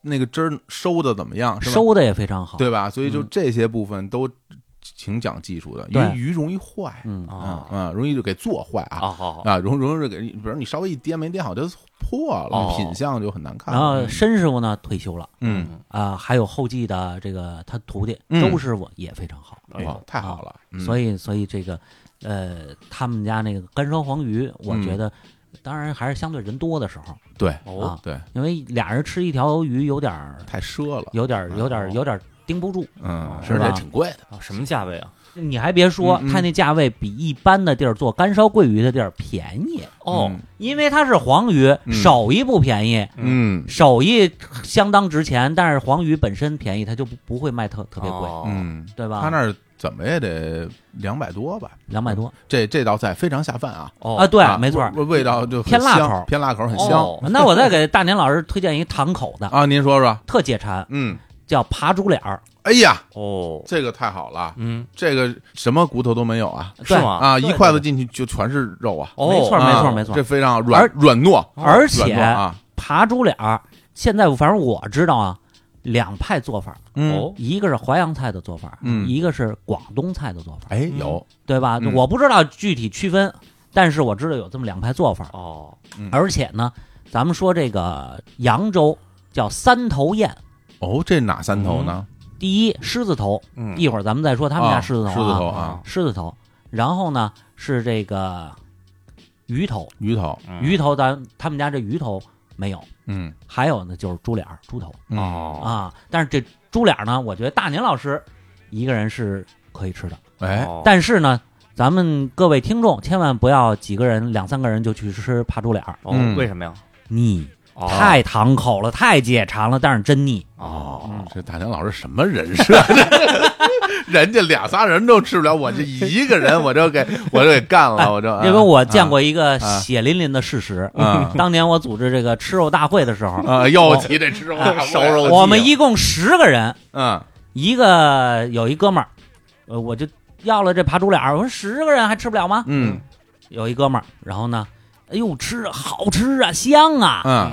S1: 那个汁儿收的怎么样，是吧？
S3: 收的也非常好，
S1: 对吧？所以就
S3: 嗯
S1: 这些部分都挺讲技术的，因
S3: 对
S1: 为鱼容易坏，
S3: 嗯，哦
S1: 啊
S2: 啊
S1: 啊，容易就给做坏
S2: 啊，
S1: 啊
S2: 好好，
S1: 啊，容容易就给，比如你稍微一颠没颠好，它就破了
S2: 哦，
S1: 品相就很难看
S3: 然后
S1: 了。
S3: 申师傅呢退休了。
S1: 嗯，，
S3: 啊、还有后继的这个他徒弟
S1: 嗯
S3: 周师傅也非常好，
S2: 哎
S1: 哇
S2: 呦，，
S1: 太好了！
S3: 嗯哦所
S1: 以
S3: 以所以这个，呃，他们家那个干烧黄鱼，我
S1: 嗯
S3: 觉得当然还是相对人多的时候，
S1: 对
S2: 哦
S3: 啊，
S1: 对，
S3: 因为俩人吃一条鱼有点儿
S1: 太奢了，
S3: 有点儿有点儿
S2: 哦
S3: 有点儿盯不住。
S1: 嗯，
S3: 是
S1: 而
S3: 吧
S1: 且挺贵的，
S2: 啊，什么价位啊？
S3: 你还别说，
S1: 嗯嗯
S3: 它那价位比一般的地儿做干烧桂鱼的地儿便宜，
S2: 哦，
S1: 嗯
S3: 因为它是黄鱼，
S1: 嗯
S3: 手艺不便宜，
S1: 嗯
S3: 手艺相当值钱，但是黄鱼本身便宜，它就不不会卖特特别贵，
S2: 哦，
S1: 嗯，
S3: 对吧？
S1: 他那儿怎么也得两百多吧？
S3: 两百多
S1: 这这道菜非常下饭啊，
S2: 哦
S3: 啊，对
S1: 啊，
S3: 没错儿。
S1: 味味道就很
S3: 偏辣
S1: 香
S3: 口
S1: 偏辣口很香
S2: 哦
S3: 那我再给大年老师推荐一堂口 的，
S1: 啊。您说说，
S3: 特解馋，
S1: 嗯，
S3: 叫扒猪脸儿，
S1: 哎呀，
S2: 哦，
S1: 这个太好了，
S2: 嗯，
S1: 这个什么骨头都没有啊
S2: 是
S3: 对
S2: 吗？
S1: 啊，一
S3: 对
S1: 筷子进去就全是肉啊，
S2: 哦，
S3: 没错
S1: 啊
S3: 没错没错
S1: 这非常软
S3: 而
S1: 软糯，
S3: 而
S1: 软
S3: 且
S1: 糯啊，
S3: 扒猪脸儿现在反正我知道啊，两派做法，
S1: 嗯，
S2: 哦，
S3: 一个是淮扬菜的做法，
S1: 嗯
S3: 一个是广东菜的做法，
S1: 哎，有，
S3: 对吧？
S1: 嗯
S3: 我不知道具体区分，但是我知道有这么两派做法。
S2: 哦，
S3: 而且呢，咱们说这个扬州叫三头宴，
S1: 哦，这哪三头呢？
S3: 第一狮子头，
S2: 嗯
S3: 一会儿咱们再嗯说他们
S1: 啊
S3: 家狮子头啊，
S1: 狮子头啊，
S3: 狮子头然后呢是这个鱼头，
S1: 鱼头，
S2: 嗯
S3: 鱼头咱他们家这鱼头没有，
S1: 嗯，
S3: 还有呢就是猪脸儿、猪头
S1: 嗯，
S2: 哦，
S3: 啊。但是这猪脸儿呢，我觉得大年老师一个人是可以吃的。
S1: 哎，
S2: 哦，
S3: 但是呢，咱们各位听众千万不要几个人、两三个人就去吃扒猪脸儿，
S2: 哦
S1: 嗯
S2: 为什么呀？
S3: 腻，
S2: 哦
S3: 太堂口了，太解馋了，但是真腻。
S2: 哦，
S1: 这大强老师什么人设？ 人家俩仨人都吃不了，我这一个人我就给我就给干了，我就
S3: 因为我见
S1: 啊
S3: 过一个
S1: 啊
S3: 血淋淋的事实，
S1: 啊
S3: 当年我组织这个吃肉大会的时候，
S1: 啊，又提这吃肉大会
S2: 烧肉啊
S1: 了
S3: 我们一共十个人，
S1: 嗯
S3: 一个有一哥们儿，呃，我就要了这扒猪脸儿，我说十个人还吃不了吗？
S1: 嗯
S3: 有一哥们儿，然后呢，哎呦，吃好吃啊，香啊，
S1: 嗯，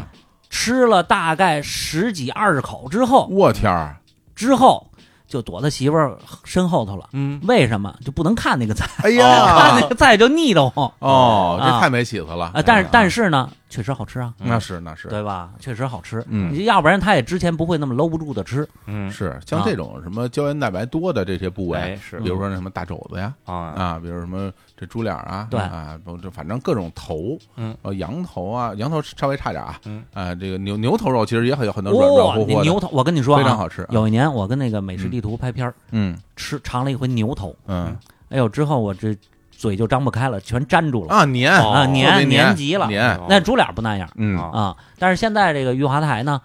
S3: 吃了大概十几二十口之后，
S1: 我嗯天儿，
S3: 之后就躲他媳妇儿身后头了。
S2: 嗯，
S3: 为什么就不能看那个菜？
S1: 哎
S3: 看
S1: 呀
S3: 哦 那，个菜就腻得慌
S1: 哦，这
S3: 啊
S1: 太没起子了
S3: 啊！但是但
S1: 是
S3: 是呢，确实好吃啊，
S1: 那是那是
S3: 对吧？确实好吃，
S1: 嗯
S3: 你要不然他也之前不会那么搂不住的吃。
S2: 嗯，
S1: 是像这种什么胶原蛋白多的这些部
S2: 哎
S1: 位，
S2: 是
S1: 比如说那什么大肘子呀，
S2: 啊，
S1: 嗯啊，比如什么这猪脸儿啊，
S3: 对
S1: 啊，不这反正各种头，
S2: 嗯，
S1: 呃，羊头啊，羊头稍微差点啊，
S2: 嗯，
S1: 啊，这个牛牛头肉其实也很有很多软软
S3: 哇，
S1: 乎
S3: 那
S1: 乎
S3: 牛
S1: 的，
S3: 头，我跟你说
S1: 非常
S3: 啊，
S1: 好吃，
S3: 有一年我跟那个美食地图拍片儿，
S1: 嗯
S3: 吃尝了一回牛头，
S1: 嗯
S3: 哎呦，之后我这嘴就张不开了，全粘住了
S1: 啊，黏
S2: 哦
S3: 啊，
S1: 特别
S3: 粘
S1: 黏
S3: 粘急了。
S1: 黏，
S2: 哦
S3: 那 猪脸不那样
S1: 嗯
S2: 啊
S3: 啊，但是现在这个裕华台呢，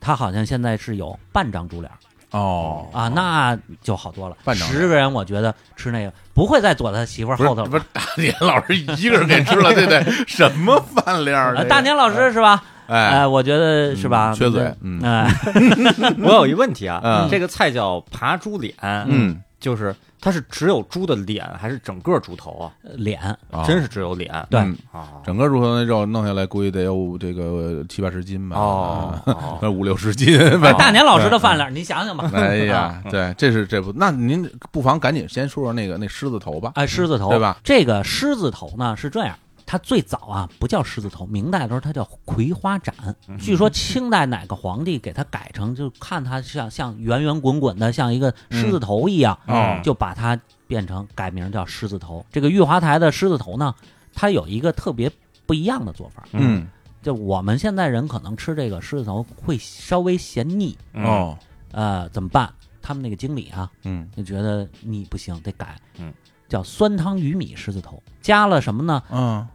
S3: 它好像现在是有半张猪脸。
S1: 哦，
S3: 啊，那就好多了。
S1: 半张
S3: 十个人，我觉得吃那个不会再躲他媳妇儿
S1: 不是
S3: 后头
S1: 不是，大年老师一个人给吃了，这得什么饭量儿？
S3: 呃
S1: 这
S3: 大年老师是吧？
S1: 哎
S3: 哎，，我觉得是吧？
S1: 嗯缺嘴
S3: 呃，
S1: 嗯
S3: 哎，
S2: 我有一问题啊
S1: 嗯，
S2: 这个菜叫扒猪脸，
S1: 嗯，
S2: 就是它是只有猪的脸，还是整个猪头啊？
S3: 脸
S1: 啊
S2: 真是只有脸
S3: 对
S1: 嗯
S2: 啊？
S1: 整个猪头那肉弄下来，估计得有这个七八十斤吧，
S2: 哦
S1: 啊，
S2: 哦
S1: 那五六十斤，
S3: 哎
S1: 反正
S3: 大年老师的饭量，你想想 吧。
S1: 哎呀，对，这是这不，那您不妨赶紧先说说那个那狮子头吧。
S3: 哎，狮子头
S1: 对吧？
S3: 这个狮子头呢是这样，它最早啊不叫狮子头，明代的时候它叫葵花斩。
S1: 嗯
S3: 据说清代哪个皇帝给它改成，就看它像像圆圆滚滚的，像一个狮子头一样，
S1: 哦
S3: 就把它变成改名叫狮子头。这个玉华台的狮子头呢，它有一个特别不一样的做法。
S1: 嗯，
S3: 就我们现在人可能吃这个狮子头会稍微嫌腻，
S2: 哦，
S1: 哦，
S3: 呃，怎么办？他们那个经理啊，
S1: 嗯
S3: 就觉得腻不行，得改，
S2: 嗯，
S3: 叫酸汤鱼米狮子头，加了什么呢？
S1: 嗯，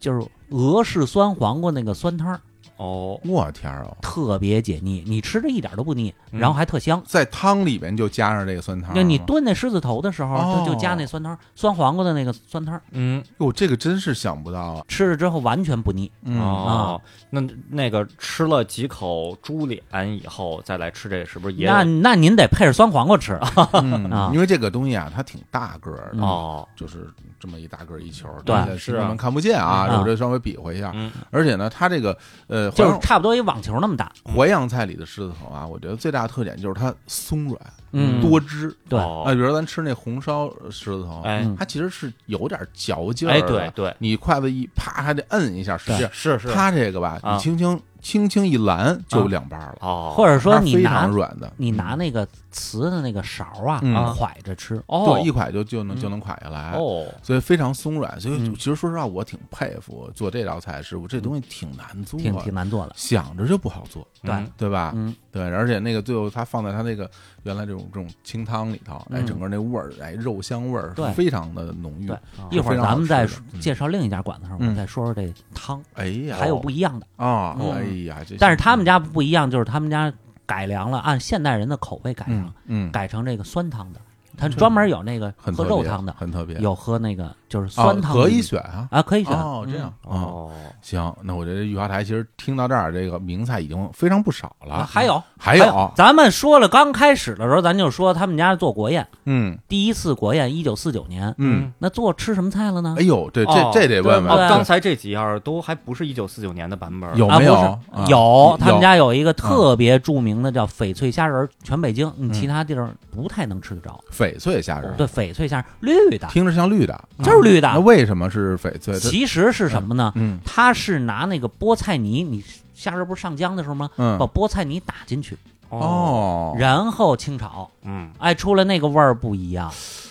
S3: 就是俄式酸黄瓜那个酸汤儿，
S2: 哦，
S1: 我天儿哦，
S3: 特别解腻，你吃着一点都不腻，
S2: 嗯
S3: 然后还特香。
S1: 在汤里边就加上这个酸汤儿吗，
S3: 就你炖那狮子头的时候，
S1: 啊哦
S3: 它就加那酸汤儿，酸黄瓜的那个酸汤儿，
S2: 嗯
S1: 哟，这个真是想不到啊。
S3: 吃了之后完全不腻。
S1: 嗯，
S2: 哦，那那个吃了几口猪脸以后再来吃这个，是不是也
S3: 那
S2: 有
S3: 那您得配着酸黄瓜吃，啊
S1: 嗯因为这个东西啊，它挺大个儿的，
S2: 哦？
S1: 就是这么一大个儿一球儿，
S3: 对
S1: 大家
S2: 是啊
S1: 听众们看不见啊，
S3: 嗯
S1: 我这稍微比划一下。
S2: 嗯
S1: 而且呢，它这个呃，
S3: 就
S1: 淮
S3: 是差不多一网球那么大。
S1: 淮扬菜里的狮子头啊，我觉得最大的特点就是它松软，
S3: 嗯
S1: 多汁。
S3: 对
S1: 啊、
S2: 哦
S1: 比如说咱吃那红烧狮子头，
S2: 哎
S3: 嗯
S1: 它其实是有点嚼劲儿
S2: 哎，
S1: 的
S2: 对，对，
S1: 你筷子一啪还得摁一下使劲儿。
S2: 是是，
S1: 它这个吧，
S2: 啊
S1: 你轻轻轻轻一拦就
S2: 啊
S1: 两半了，
S2: 哦，
S3: 或者说
S1: 它
S3: 你
S1: 非
S3: 拿
S1: 常软的，
S3: 你拿那个瓷的那个勺啊，
S1: 嗯
S3: 蒯着吃。
S2: 哦
S1: 对，一蒯就就能就能蒯下来。
S2: 哦，
S1: 所以非常松软，所以
S3: 嗯
S1: 其实说实话，我挺佩服做这道菜的师傅，这东西挺难做
S3: 挺
S1: 的，
S3: 挺难做的。
S1: 想着就不好做，
S3: 对
S2: 嗯
S1: 对吧？
S3: 嗯，
S1: 对，而且那个最后它放在它那个原来这种这种清汤里头，哎，
S3: 嗯
S1: 整个那味儿，哎，肉香味儿
S3: 对
S1: 非常的浓郁
S3: 对。
S2: 啊
S3: 一会儿咱们再说
S1: 非常好吃的嗯
S3: 介绍另一家馆子时候，
S1: 嗯
S3: 我再说说这汤，
S1: 哎呀，
S3: 还有不一样的。
S1: 啊，
S3: 嗯
S1: 哎呀，这
S3: 但是他们家不一样，就是他们家改良了，按现代人的口味改良
S1: 嗯
S3: 了，
S1: 嗯，
S3: 改成这个酸汤的。他专门有那个
S1: 很
S3: 喝
S1: 特
S3: 肉
S1: 别
S3: 汤的，
S1: 很特别，
S3: 有喝那个就是酸
S1: 啊
S3: 汤的
S1: 可以选啊，
S3: 啊，可以选。
S1: 哦，这样啊，
S2: 哦，
S1: 行，那我觉得御花台其实听到这儿，这个名菜已经非常不少
S3: 啊
S1: 了，嗯
S3: 还有
S1: 还有，啊
S3: 咱们说了，刚开始的时候咱就说他们家做国宴，
S1: 嗯
S3: 第一次国宴，一九四九年。
S1: 嗯，
S3: 那做吃什么菜了呢
S1: 哎？呦，这
S2: 哦
S1: 这这得问
S3: 对
S1: 问
S2: 哦，
S3: 对
S2: 刚才这几样都还不是一九四九年的版本，
S1: 有
S3: 啊，
S1: 没有啊
S3: 不是有，他们家有一个
S1: 嗯
S3: 特别著名的叫翡翠虾仁儿，全北京你其他地儿不太能吃得着。
S1: 翡翠虾仁儿，
S3: 对，翡翠虾仁儿绿的，
S1: 听着像绿的，啊
S3: 就是绿
S1: 那
S3: 的。
S1: 为什么是翡翠？它
S3: 其实是什么呢？
S1: 嗯
S3: 它是拿那个菠菜泥，你虾仁儿不是上浆的时候吗？
S1: 嗯
S3: 把菠菜泥打进去，
S2: 哦，
S1: 哦，
S3: 然后清炒，
S2: 嗯
S3: 哎，出来那个味儿不一样，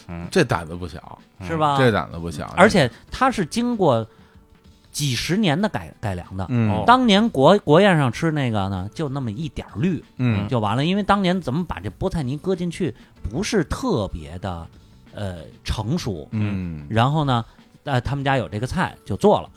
S2: 嗯，
S1: 这胆子不小，
S3: 是吧？
S1: 嗯这胆子不小，
S3: 啊而且它是经过几十年的改改良的。
S1: 嗯
S2: 哦
S3: 当年国国宴上吃那个呢，就那么一点儿绿
S1: 嗯
S3: 就完了，因为当年怎么把这菠菜泥搁进去，不是特别的呃成熟。
S1: 嗯
S3: 然后呢，呃，他们家有这个菜就做了。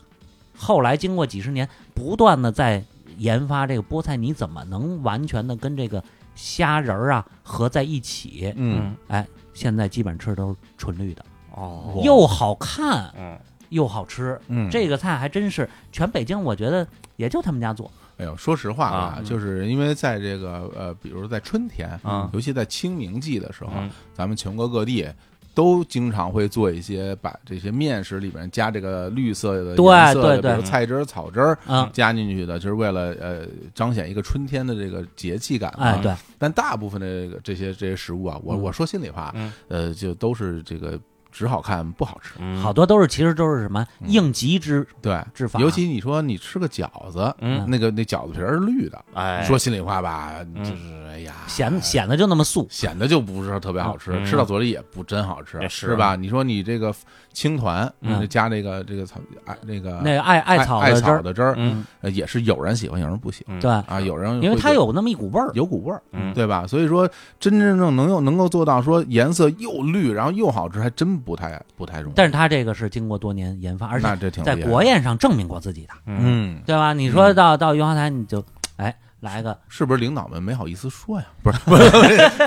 S3: 后来经过几十年，不断的在研发这个菠菜泥怎么能完全的跟这个虾仁儿啊合在一起。
S1: 嗯，
S2: 嗯，
S3: 哎，现在基本吃的都是纯绿的，
S2: 哦，
S3: 又好看
S2: 嗯，
S3: 又好吃。
S1: 嗯
S3: 这个菜还真是全北京，我觉得也就他们家做。
S1: 哎呦，说实话
S2: 啊
S1: 啊，
S3: 嗯
S1: 就是因为在这个呃，比如在春天
S2: 啊
S1: 尤其在清明季的时候，
S2: 嗯
S1: 咱们全国各地。都经常会做一些把这些面食里边加这个绿色的
S3: 对
S1: 颜色的
S3: 对对
S1: 比如菜汁儿、草汁儿
S3: 嗯，
S1: 加进去的，就是为了呃彰显一个春天的这个节气感嘛。啊
S3: 哎，对，
S1: 但大部分的这个这些这些食物啊，我
S3: 嗯
S1: 我说心里话，
S2: 嗯
S1: 呃，就都是这个只好看不好吃。
S2: 嗯
S3: 好，多都是其实都是什么应急之
S1: 对，
S3: 之法，
S1: 嗯
S3: 啊
S1: 尤其你说你吃个饺子，
S2: 嗯，
S1: 那个那饺子皮儿是绿的，
S2: 哎，
S1: 说心里话吧，
S3: 嗯
S1: 就是哎呀，
S3: 显显得就那么素。
S1: 显得就不是特别好吃，
S2: 嗯
S1: 吃到嘴里也不真好吃，
S3: 哎
S2: 也是
S3: 啊
S1: 是吧？你说你这个青团，
S2: 嗯
S1: 你加这个这个草哎那个
S3: 那个艾艾
S1: 艾
S3: 草
S1: 艾
S3: 的汁
S1: 草
S3: 儿，
S1: 的汁儿，
S2: 嗯
S1: 呃也是有人喜欢，有人不喜欢
S2: 嗯
S3: 对，
S1: 啊，有人
S3: 因为
S1: 会
S3: 它
S1: 觉得
S3: 有那么一股味儿。
S1: 有股味儿，
S2: 嗯
S1: 对吧？所以说，真真正正能用能够做到说颜色又绿，然后又好吃，还真不太不太容易。
S3: 但是它这个是经过多年研发，而
S1: 那
S3: 且
S1: 这挺
S3: 在
S1: 厉害
S3: 国
S1: 的，
S3: 宴上证明过自己的，
S2: 嗯，
S1: 嗯，
S3: 对吧？你说到到云华台，你就哎来个
S1: 是不是领导们没好意思说呀？不是，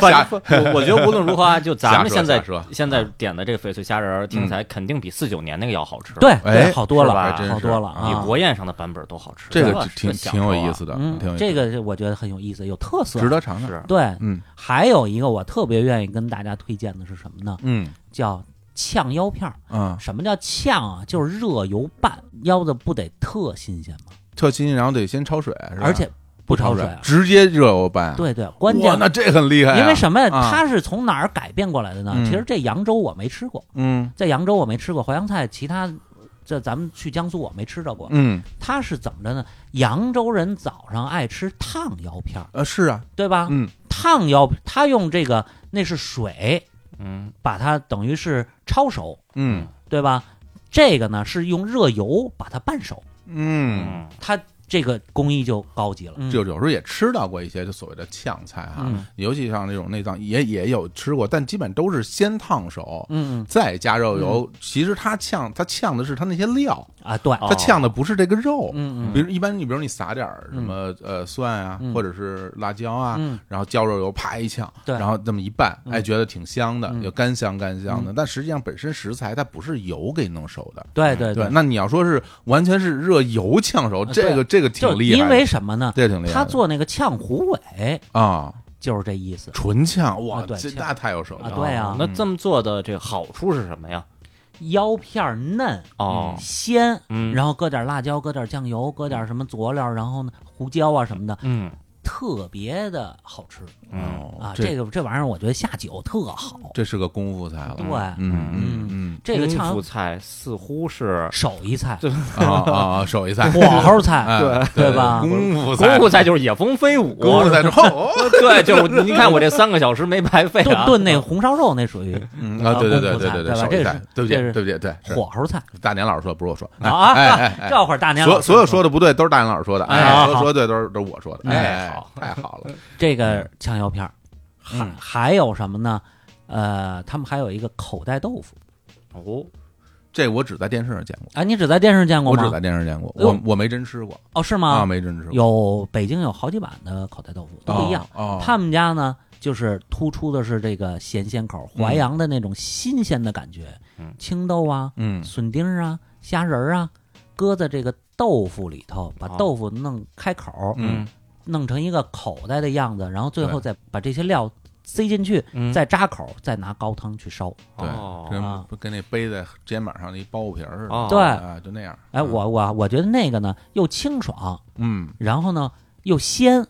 S2: 反正我我觉得无论如何啊，就咱们
S1: 瞎说
S2: 现在
S1: 瞎说
S2: 现在点的这个翡翠虾仁儿听起来肯定比四九年那个要好吃，
S3: 对对
S1: 哎
S3: 好多
S2: 是吧
S3: 了，
S1: 还真
S3: 好
S1: 是
S3: 多了
S1: 啊
S2: 比
S3: 啊。
S2: 国宴上的版本都好吃，
S1: 这个
S2: 吧
S1: 挺
S2: 是
S1: 挺有意
S2: 享啊
S1: 思的，
S3: 嗯
S1: 挺有，意思
S3: 这个是我觉得很有意思，有特色，
S1: 值得尝
S2: 受啊，
S1: 尝。
S2: 是，
S3: 对，
S1: 嗯
S3: 还有一个我特别愿意跟大家推荐的是什么呢？
S1: 嗯
S3: 叫呛腰片儿。
S1: 啊，
S3: 什么叫呛啊？就是热油拌腰子，不得特新鲜吗？
S1: 特新鲜，然后得先焯水，是吧啊
S3: 而且
S1: 不
S3: 焯
S1: 水啊
S3: 啊，
S1: 直接热油拌。，
S3: 对对，关
S1: 哇，
S3: 键
S1: 那这很厉害啊。
S3: 因为什么呀？
S1: 啊
S3: 它是从哪儿改变过来的呢？
S1: 嗯
S3: 其实这扬州我没吃过，
S1: 嗯
S3: 在扬州我没吃过淮扬菜，其他这咱们去江苏我没吃着过。
S1: 嗯
S3: 它是怎么着呢？扬州人早上爱吃烫腰片儿，
S1: 呃是啊，
S3: 对吧？
S1: 嗯
S3: 烫腰，他用这个那是水
S2: 嗯
S3: 把它等于是焯熟，
S1: 嗯
S3: 对吧？这个呢是用热油把它拌熟，
S1: 嗯，
S2: 嗯
S3: 它这个工艺就高级了。
S1: 就有时候也吃到过一些就所谓的呛菜哈，
S3: 嗯
S1: 尤其像那种内脏也也有吃过，但基本都是先烫手，
S3: 嗯
S1: 再加肉油。其实它呛它呛的是它那些料，
S3: 啊，对，
S2: 哦
S1: 它呛的不是这个肉。
S3: 嗯
S1: 比如一般，你比如你撒点儿什么呃蒜啊，
S3: 嗯
S1: 或者是辣椒啊，
S3: 嗯
S1: 然后浇肉油啪一呛，
S3: 对
S1: 然后这么一拌，
S3: 嗯
S1: 哎，觉得挺香的，
S3: 嗯
S1: 有干香干香的。但实际上本身食材它不是油给弄熟的，
S3: 对对啊
S1: 对。，那你要说是完全是热油呛熟，这个这个挺
S3: 就
S1: 厉害的，
S3: 因为什么呢？
S1: 这挺厉害的。
S3: 他做那个呛虎尾
S1: 啊，
S3: 就是这意思，
S1: 纯
S3: 啊
S1: 呛哇，
S3: 对
S1: 这
S3: 呛
S1: 那太有手
S3: 啊
S1: 了。
S3: 对啊
S2: 哦
S3: 嗯
S2: 那这么做的这个好处是什么呀？
S3: 腰片儿嫩
S2: 哦，
S3: 鲜，
S2: 嗯
S3: 然后搁点辣椒，搁点酱油，搁点什么佐料，然后呢胡椒啊什么的，
S2: 嗯，
S3: 特别的好吃
S2: 嗯
S1: 哦
S3: 啊。
S1: 这
S3: 这个这玩意儿，我觉得下酒特好。
S1: 这是个功夫菜了，
S3: 对，
S1: 嗯嗯
S3: 嗯
S1: 嗯
S3: 这个
S2: 功
S3: 像
S2: 夫菜似乎是
S3: 手艺菜、
S1: 啊啊啊，手 艺菜，
S3: 火候菜，
S1: 哎
S3: 对
S1: 对
S3: 吧
S1: 功夫
S2: 功
S1: 菜
S2: 夫，菜就是野蜂飞 舞，
S1: 功夫菜之后，哦
S2: 对，就是你看我这三个小时没白
S1: 哎
S2: 费
S3: 炖
S2: 啊，
S3: 炖那红烧肉那属于
S1: 嗯啊，对对对对
S3: 功夫菜
S1: 对，
S3: 对吧
S1: 手艺
S3: 这
S1: 菜
S3: 是，
S1: 对不起
S3: 这是
S1: 对不起，对，是
S3: 火候菜
S1: 大年老师说，不是我说，哎
S3: 啊
S1: 哎哎哎
S3: 这会儿大年老
S1: 所
S3: 师
S1: 所有说的不对都是大年老师说的，
S3: 哎
S1: 哎，
S3: 好
S1: 说
S3: 好
S1: 说对都是都是我说的，
S3: 哎
S1: 哎，
S2: 好
S1: 太好了，
S3: 这个酱油片儿，还、
S1: 嗯
S3: 还有什么呢？呃，他们还有一个口袋豆腐
S2: 哦，
S1: 这我只在电视上见过，
S3: 啊，你只在电视见过
S1: 我只
S3: 吗？
S1: 在电视上见过，
S3: 哎呦
S1: 我我没真吃过
S3: 哦，是吗？
S1: 啊，没真吃过，
S3: 有北京有好几版的口袋豆腐都不一样。
S1: 哦，哦
S3: 他们家呢，就是突出的是这个咸鲜口，
S1: 嗯
S3: 淮扬的那种新鲜的感觉，
S2: 嗯
S3: 青豆啊、
S1: 嗯
S3: 笋丁儿啊、虾仁儿啊，搁在这个豆腐里头，把
S2: 哦
S3: 豆腐弄开口，
S1: 嗯
S3: 弄成一个口袋的样子，然后最后再把这些料塞进去，
S2: 嗯
S3: 再扎口，再拿高汤去烧。
S1: 对
S2: 哦，
S1: 跟不跟那背在肩膀上的一包皮儿似的，
S2: 哦
S3: 嗯对
S1: 啊，就那样，
S3: 哎，
S1: 嗯
S3: 我我我觉得那个呢又清爽，
S1: 嗯，
S3: 然后呢又鲜，
S1: 哦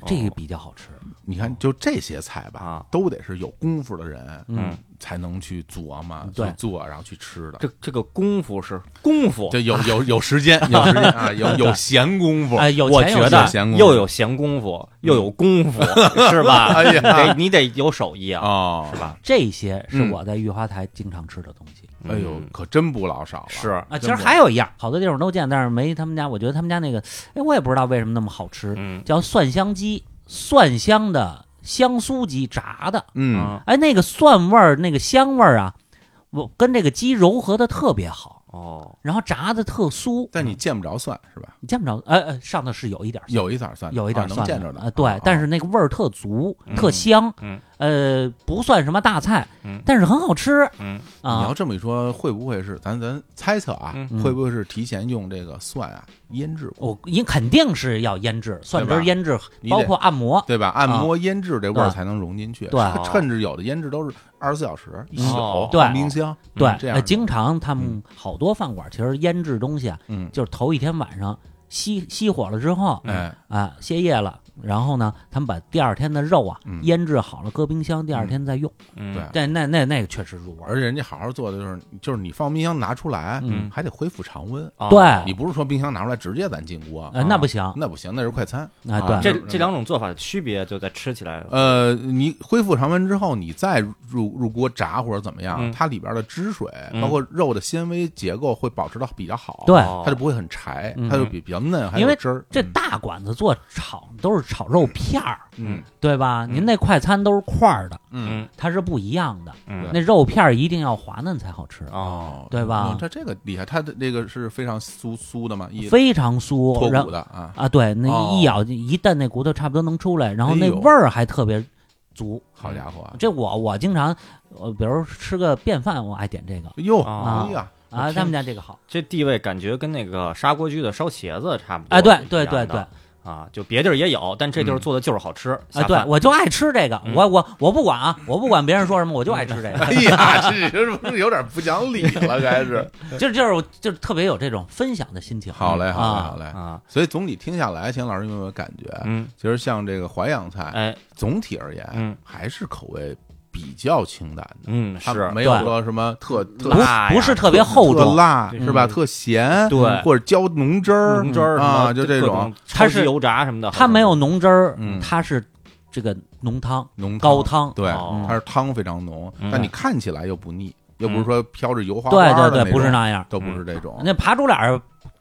S2: 哦
S3: 这个比较好吃。
S1: 你看就这些菜吧
S2: 啊，
S1: 都得是有功夫的人，
S2: 嗯，
S1: 才能去琢磨、
S3: 对
S1: 去做，然后去吃的。
S2: 这这个功夫是功夫，
S1: 这有有有时间，有时间啊，有有闲工夫。
S3: 哎，有
S2: 我
S3: 钱有
S2: 觉
S1: 闲
S2: 得
S3: 闲
S1: 闲工夫
S2: 又有闲功夫，又有功夫，是吧？
S1: 哎呀
S2: 得你得有手艺啊，
S1: 哦，
S2: 是？吧？
S3: 这些
S1: 嗯
S3: 是我在御花台经常吃的东西。
S1: 哎呦，可真不老少了。
S2: 是
S3: 啊，其
S1: 真
S3: 实
S1: 不
S3: 还有一样，好多地方都见，但是没他们家。我觉得他们家那个，哎，我也不知道为什么那么好吃，
S2: 嗯
S3: 叫蒜香鸡，蒜香的香酥鸡炸的，
S1: 嗯，
S2: 啊
S3: 哎，那个蒜味儿，那个香味儿啊，我跟这个鸡柔合的特别好，
S2: 哦，
S3: 然后炸的特酥。
S1: 但你见不着蒜是吧？
S3: 你见不着，呃呃，上头是有一点蒜，
S1: 有一点蒜，
S3: 有一点
S1: 啊
S3: 蒜
S1: 能
S3: 的
S1: 见着的
S3: 呃，对
S1: 啊，
S3: 但是那个味儿特足，
S2: 嗯
S3: 特香，
S2: 嗯
S3: 呃，不算什么大菜
S2: 嗯，
S3: 但是很好吃
S2: 嗯
S1: 你
S3: 啊
S1: 要。这么一说，会不会是咱咱猜测啊
S2: 嗯？
S3: 嗯
S1: 会不会是提前用这个蒜啊腌制过，
S3: 我你肯定是要腌制蒜汁
S1: 对
S3: 儿
S1: 吧
S3: 腌制
S1: 你，得
S3: 包括按摩，
S1: 对吧？按摩腌制这味儿
S3: 对
S1: 才能融进去。
S3: 啊对
S1: 趁趁着有的腌制都是二十四小时，一宿
S2: 哦
S3: 对
S1: 放冰箱，
S3: 对
S1: 嗯，这样
S3: 呃，
S1: 的
S3: 经常他们好多饭馆其实腌制东西啊，
S1: 嗯，
S3: 就是头一天晚上熄熄火了之后，
S1: 哎，
S3: 啊，歇业了，然后呢，他们把第二天的肉啊
S1: 嗯
S3: 腌制好了，搁冰箱，第二天再用。
S2: 嗯
S1: 对
S3: 但那那那个确实入味
S1: 而
S3: 儿，
S1: 且人家好好做的就是，就是你放冰箱拿出来，
S3: 嗯
S1: 还得恢复常温。
S2: 哦
S3: 对
S1: 你不是说冰箱拿出来直接咱进锅
S3: 哎呃，那不行啊，
S1: 那不行，那是快餐。
S3: 对，
S2: 这这两种做法的区别就在吃起来了。
S1: 呃，你恢复常温之后，你再入入锅炸或者怎么样，
S2: 嗯
S1: 它里边的汁水、
S2: 嗯
S1: 包括肉的纤维结构会保持到比较好，
S3: 对
S2: 哦
S1: 它就不会很柴，
S3: 嗯
S1: 它就比比较嫩，还
S3: 因
S1: 有
S3: 为
S1: 汁儿。
S3: 这
S1: 嗯
S3: 大馆子做炒都是炒肉片儿，
S1: 嗯
S3: 对吧？
S2: 嗯
S3: 您那快餐都是块儿的，
S1: 嗯
S3: 它是不一样的。
S2: 嗯
S3: 那肉片儿一定要滑嫩才好吃，
S1: 啊
S2: 哦，
S3: 对吧
S1: 嗯它这个厉害，它的这个是非常酥酥的嘛，一
S3: 非常
S1: 脱
S3: 酥，然
S1: 骨
S3: 后
S1: 的啊。
S3: 啊，对，那
S1: 哦
S3: 一咬一蹬那骨头差不多能出来，然后
S1: 哎
S3: 那
S1: 呦
S3: 味儿还特别足。
S1: 好家伙啊，
S3: 这我我经常，呃，比如吃个便饭，我爱点这个
S1: 哟，
S2: 啊
S1: 哎呀，我
S3: 啊，
S1: 听
S3: 他们家这个好。
S2: 这地位感觉跟那个砂锅居的烧茄子差不多
S3: 哎，对
S2: 是一
S3: 对
S2: 样
S3: 对
S2: 的
S3: 对，
S2: 啊，就别地儿也有，但这地儿
S1: 嗯
S2: 做的就是好吃
S3: 啊，
S2: 下
S3: 对
S2: 饭
S3: 我就爱吃这个，
S2: 嗯
S3: 我我我不管啊，我不管别人说什么，我就爱吃这
S1: 哎
S3: 个，
S1: 呀，这是不是有点不讲理了？开始，
S3: 就是就是就是特别有这种分享的心情。
S1: 好嘞，好嘞，
S3: 啊
S1: 好嘞。
S2: 啊，
S1: 所以总体听下来，钱老师有没有感觉？
S2: 嗯，
S1: 其实像这个淮扬菜，
S2: 哎，
S1: 总体而言，
S2: 嗯
S1: 还是口味比较清淡的，
S2: 嗯，
S1: 它
S2: 是
S1: 没有
S3: 对
S1: 说什么特特
S2: 辣呀
S3: 不不是特别厚
S1: 特
S3: 重，
S1: 辣
S2: 对
S1: 是吧？
S2: 嗯
S1: 特咸，
S2: 对嗯
S1: 或者浇浓汁儿，
S2: 浓汁儿什么
S1: 啊，就这
S2: 各
S1: 种
S2: 种
S3: 它
S2: 超级
S3: 是
S2: 油炸什么的，
S3: 它没有浓汁儿
S1: 嗯，
S3: 它是这个浓汤
S1: 浓
S3: 高，汤。
S1: 对，
S2: 哦
S1: 它是汤非常浓，
S2: 嗯
S1: 但你看起来又不腻，又不是
S2: 嗯
S1: 说飘着油花花
S3: 对
S1: 的
S3: 对对，不是
S1: 种，
S3: 那嗯样。
S1: 都不是这种，
S3: 那扒猪脸儿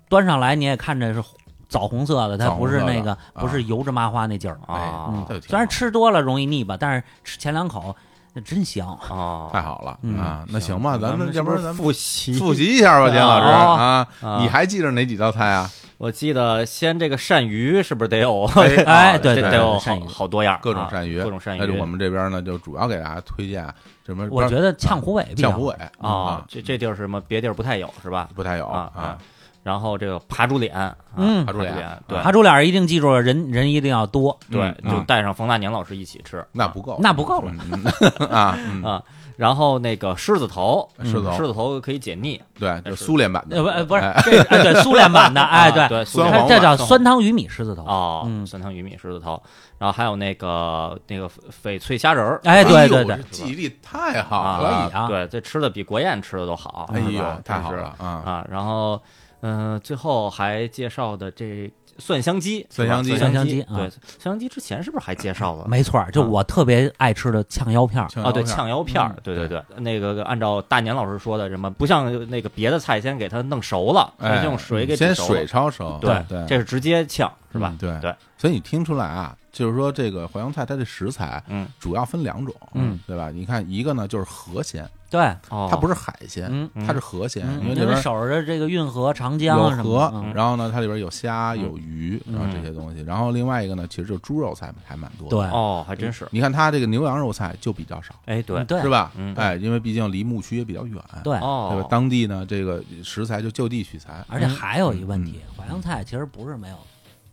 S3: 端上来，你也看着是枣红色的，它
S1: 枣红
S3: 不是
S1: 色
S3: 那
S1: 的啊
S3: 个不是油芝麻花那劲儿。
S2: 啊
S1: 这就挺
S3: 虽然
S1: 好
S3: 吃多了容易腻吧，但是吃前两口那真香。
S2: 啊，
S1: 太好了
S3: 嗯
S1: 啊，那行吧，咱们要
S2: 这
S1: 不然咱们
S2: 复习
S1: 复？习一下吧，钱老师
S2: 哦
S1: 啊，
S2: 啊
S1: 你还记着哪几道菜啊？
S2: 我记得先这个鳝鱼是不是得有？
S1: 哎
S3: 哎对
S2: 这
S3: 对
S2: 得
S3: 鳝
S2: 有好
S3: 鱼
S2: 好多样儿啊，
S1: 各种鳝鱼，
S2: 各种鳝
S1: 但是
S2: 鱼。
S1: 我们这边呢，就主要给大家推荐什么？
S3: 我觉得呛虎尾比较
S1: 像
S3: 好
S1: 虎尾
S2: 啊，这这地儿是什么别地儿不太有是吧？
S1: 不太有
S2: 啊啊，然后这个扒猪脸，啊
S3: 嗯
S2: 扒猪脸，对
S3: 扒猪脸儿一定记住，人人一定要多。
S2: 对
S1: 嗯，
S2: 就
S1: 嗯
S2: 带上冯大年老师一起吃，
S1: 那不够，
S3: 那不够了
S1: 嗯嗯啊，嗯
S2: 啊，然后那个狮子头，
S1: 狮子头
S2: 狮子头可以解腻，
S1: 对，就是苏联版的，
S3: 呃不 呃不是
S1: 哎，
S3: 这哎对苏联 版的，哎
S2: 啊对
S3: 对，
S1: 酸黄啊
S3: 它
S1: 版
S3: 这叫酸汤鱼米狮子头，
S2: 哦，
S3: 嗯
S2: 酸汤鱼米狮子头，然后还有那个那个翡翠虾仁儿，
S3: 哎对
S1: 呦
S3: 对对
S1: 这，记忆力太好
S3: 可
S1: 了
S3: 以，啊，
S2: 对，这吃的比国宴吃的都好，
S1: 哎
S2: 是吧
S1: 呦，太好
S2: 真是
S1: 了啊！
S2: 啊！然后，嗯，最后还介绍的这蒜香鸡，
S1: 蒜香鸡
S2: 是吧蒜香
S3: 蒜香鸡啊
S2: 对，蒜香鸡之前是不是还介绍了？
S3: 没错儿，就
S1: 啊
S3: 我特别爱吃的呛腰片儿，
S1: 青
S2: 啊，对，
S1: 椒片儿
S2: 呛腰片儿，对对对，那个按照大年老师说的，什么不像那个别的菜，先给它弄熟了，
S1: 哎
S2: 先用水给煮
S1: 先
S2: 熟
S1: 水
S2: 了
S1: 焯熟，
S2: 对
S1: 对，
S2: 这是直接呛，是吧
S1: 嗯？对
S2: 对，
S1: 所以你听出来啊，就是说这个淮扬菜它这食材，
S2: 嗯，
S1: 主要分两种，
S3: 嗯，
S1: 对吧？你看一个呢就是河鲜，
S3: 对，
S2: 哦，
S1: 它不是海鲜，
S3: 嗯
S1: 它是河鲜，
S3: 嗯
S1: 因为
S3: 因
S1: 那
S3: 为
S1: 边。
S3: 守着这个运河、长江
S1: 有
S3: 啊什么
S1: 河
S3: 的，嗯，嗯
S1: 然后呢，它里边有虾、有鱼，然后这些东西。然后另外一个呢，其实就是猪肉菜还蛮多。
S3: 对，，
S2: 哦，还真是，
S1: 你看它这个牛羊肉菜就比较少，
S2: 哎，对
S3: 嗯对
S1: 是吧啊
S2: 嗯？
S1: 哎，因为毕竟离牧区也比较远，
S3: 对，
S1: 对吧
S2: 哦？，
S1: 嗯当地呢，这个食材就就地取材，
S3: 而且还有一个问题，淮扬菜其实不是没有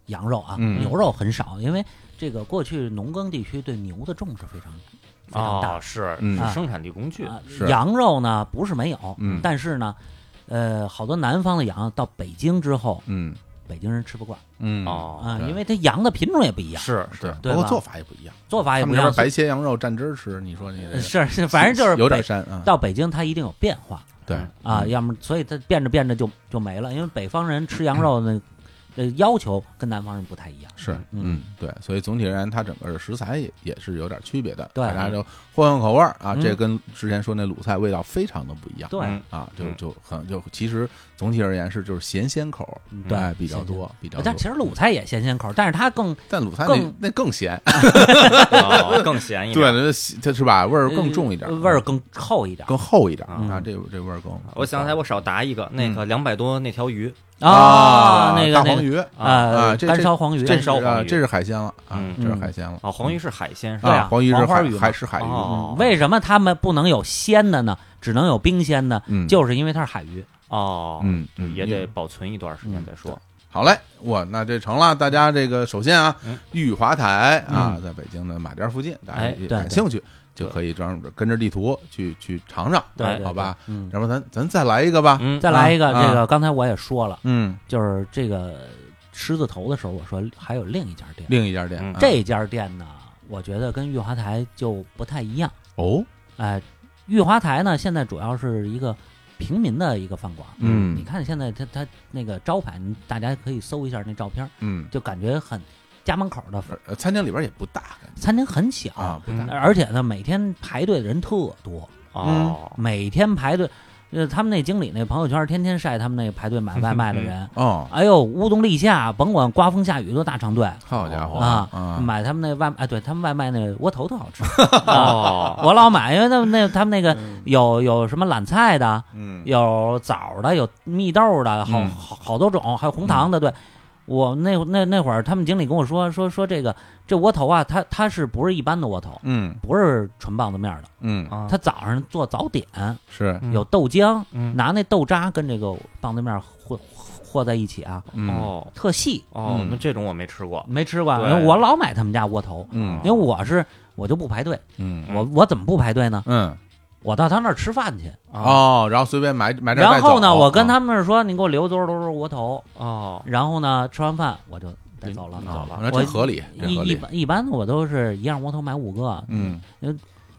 S3: 羊肉啊，
S1: 嗯
S3: 牛肉很少，因为这个过去农耕地区对牛的重视非常非常大
S2: 哦，是
S1: 嗯
S2: 是生产力工具，
S3: 啊
S1: 是
S3: 羊肉呢不是没有，
S1: 嗯
S3: 但是呢，呃，好多南方的羊到北京之后，
S1: 嗯
S3: 北京人吃不惯
S1: 嗯
S2: 哦，
S3: 啊，
S1: 对
S3: 因为它羊的品种也不一样，
S2: 是
S1: 对
S2: 是，，
S3: 对
S1: 包括
S3: 吧
S1: 做法也不一样。
S3: 做法也
S1: 他
S3: 不
S1: 们
S3: 一
S1: 那
S3: 样
S1: 边，白切羊肉蘸汁儿吃，你说你这
S3: 呃
S1: 个
S3: 是是，反正就是
S1: 有点
S3: 北
S1: 膻啊。
S3: 到北京它一定有变化
S1: 对嗯
S3: 啊，要么所以它变着变着就就没了，因为北方人吃羊肉呢，呃，要求跟南方人不太一样，
S1: 是，
S3: 嗯
S1: 嗯，对，所以总体而言，它整个的食材也也是有点区别的，
S3: 对
S1: 大家就换换口味儿啊，
S3: 嗯
S1: 这跟之前说那鲁菜味道非常的不一样，
S3: 对
S2: 嗯
S1: 啊，就
S2: 嗯
S1: 就很就其实总体而言是就是咸鲜口，
S3: 嗯对
S1: 哎比较
S3: 咸鲜哦
S1: 多，比较多
S3: 但，其实鲁菜也咸鲜口，但是它更
S1: 但鲁菜那
S3: 更嗯
S1: 那更咸，
S2: 哦更咸一点，
S1: 对，那咸它是吧，味儿更重一点
S3: 呃，味儿更厚一点
S1: 更厚一点
S2: 嗯
S1: 啊，这这味儿更，
S2: 我想起来，我少答一个，
S1: 嗯
S2: 那个两百多那条鱼
S1: 啊，
S3: 那个
S1: 大
S3: 那
S1: 黄
S3: 个
S1: 鱼，啊
S3: 啊，
S1: 这
S3: 干
S1: 这
S3: 烧黄鱼，
S1: 这
S2: 干
S1: 是
S2: 烧黄
S1: 啊
S2: 鱼
S1: 这是海鲜了啊
S2: 嗯，
S1: 这是海鲜了
S2: 啊，黄鱼是海鲜是
S3: 对
S2: 吧？
S1: 啊，
S3: 啊
S1: 黄鱼是
S3: 黄花
S1: 海
S3: 鱼嘛
S1: 还是海鱼，
S2: 哦
S3: 嗯，为什么他们不能有鲜的呢？只能有冰鲜的，
S1: 嗯
S3: 就是因为它是海鱼。
S2: 哦，
S1: 嗯嗯
S2: 也
S1: 因为
S2: 得保存一段时间再说。
S1: 好嘞，我那这成了。大家这个首先啊
S2: 嗯，
S1: 裕华台啊，在北京的马甸附近，大家
S2: 哎
S1: 也
S3: 嗯对
S1: 感
S3: 对
S1: 兴趣就可以专门跟着地图去去尝尝，
S3: 对对对
S1: 哎好吧？
S3: 嗯，
S1: 要不咱咱再来一个吧，
S2: 嗯，
S3: 再来一个，
S1: 啊
S3: 这个刚才我也说了，
S1: 嗯，
S3: 就是这个狮子头的时候，我说还有另一家店，
S1: 另一家店
S2: 嗯
S1: 啊
S3: 这家店呢，我觉得跟玉华台就不太一样。
S1: 哦，
S3: 哎，玉华台呢，现在主要是一个平民的一个饭馆。
S1: 嗯
S3: 你看现在它它那个招牌，你大家可以搜一下那照片，
S1: 嗯，
S3: 就感觉很家门口的
S1: 呃餐厅里边也不大感
S3: 餐厅很小
S1: 觉啊，不
S2: 嗯
S1: 大，
S3: 而且呢，每天排队的人特多，
S1: 嗯
S2: 哦，
S3: 每天排队，呃，他们那经理那朋友圈天天晒他们那排队买外卖的人，
S1: 哦，
S3: 哎呦，乌冬立夏，甭管刮风下雨都大长队
S1: 好家伙
S3: 啊！
S1: 啊，
S3: 买他们那外卖，哎，对他们外卖那窝头特好吃，
S2: 哦，
S3: 我老买，因为他们那他们那个有有什么榄菜的，
S1: 嗯，
S3: 有枣的，有蜜豆的，好
S1: 嗯
S3: 好好多种，还有红糖的，对。我那那那会儿，他们经理跟我说说说这个这窝头啊，它它是不是一般的窝头，
S1: 嗯
S3: 不是纯棒子面的，
S1: 嗯，
S2: 啊
S3: 他早上做早点，
S1: 是，
S2: 嗯
S3: 有豆浆，
S2: 嗯
S3: 拿那豆渣跟这个棒子面和和在一起啊，
S1: 嗯
S2: 哦
S3: 特细。
S2: 哦
S1: 嗯，
S2: 那这种哦我没吃过。
S3: 没吃过，
S2: 对
S3: 因为我老买他们家窝头，
S1: 嗯
S3: 因为我是我就不排队，
S1: 嗯
S3: 我我怎么不排队呢？
S1: 嗯，
S3: 我到他那儿吃饭去，
S1: 哦，然后随便买买点带
S3: 然
S1: 走，
S3: 后呢，我跟
S1: 啊
S3: 他们说你给我留多少多少窝头，
S2: 哦，
S3: 然后呢吃完饭我就带走了
S2: 嗯。
S1: 啊
S2: 走了
S1: 那这
S3: 我
S1: 合理，这
S3: 一
S1: 合
S3: 一
S1: 理，
S3: 般一般的我都是一样窝头买五个，
S1: 嗯。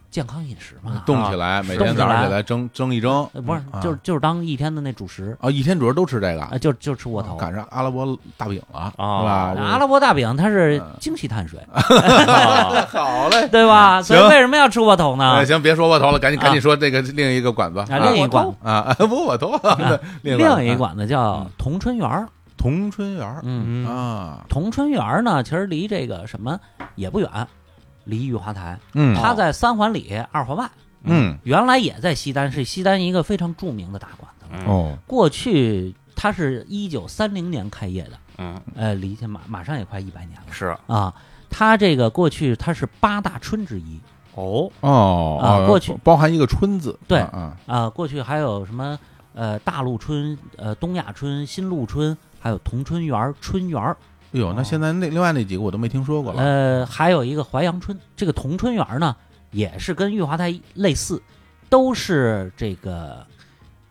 S3: 健康饮食嘛，
S1: 动起来，每
S3: 啊
S1: 天
S3: 动起
S1: 早上
S3: 来
S1: 起来蒸蒸一蒸，
S3: 呃不是
S1: 啊
S3: 就是就是当一天的那主食
S1: 啊，一天主要都吃这个
S3: 啊，，就就吃窝头。
S1: 赶上阿拉伯大饼了，是
S2: 哦
S1: 吧？
S3: 阿拉伯大饼它是
S1: 嗯
S3: 精细碳水，
S1: 啊
S2: 哦
S1: 好嘞，
S3: 对吧？所以
S1: 啊行
S3: 为什么要吃窝头呢
S1: 哎，？行，别说窝头了，赶紧赶紧
S3: 啊
S1: 说这个另一个馆子
S3: 啊，另一馆
S1: 啊，窝窝头，对另嗯
S3: 另一
S1: 馆
S3: 馆子叫同春园儿，
S1: 子同春园儿
S3: 嗯，
S2: 嗯
S1: 啊，
S3: 同春园儿呢，其实离这个什么也不远，离玉华台，
S1: 嗯
S3: 它在三环里二环外。
S1: 嗯
S3: 原来也在西单，是西单一个非常著名的大馆子。
S2: 嗯
S1: 哦，
S3: 过去它是一九三零年开业的，
S2: 嗯
S3: 呃，离现马马上也快一百年了
S2: 是
S3: 啊。它这个过去它是八大春之一
S2: 哦
S1: 哦
S3: 啊
S1: 哦
S3: 过去
S1: 包含一个春字，
S3: 对
S1: 啊啊，
S3: 啊，过去还有什么呃大陆春、呃东亚春、新陆春，还有同春园儿、春园儿，呃
S1: 哎呦，那现在那另外那几个我都没听说过了，
S3: 呃，还有一个淮阳春，这个同春园呢，也是跟玉华台类似，都是这个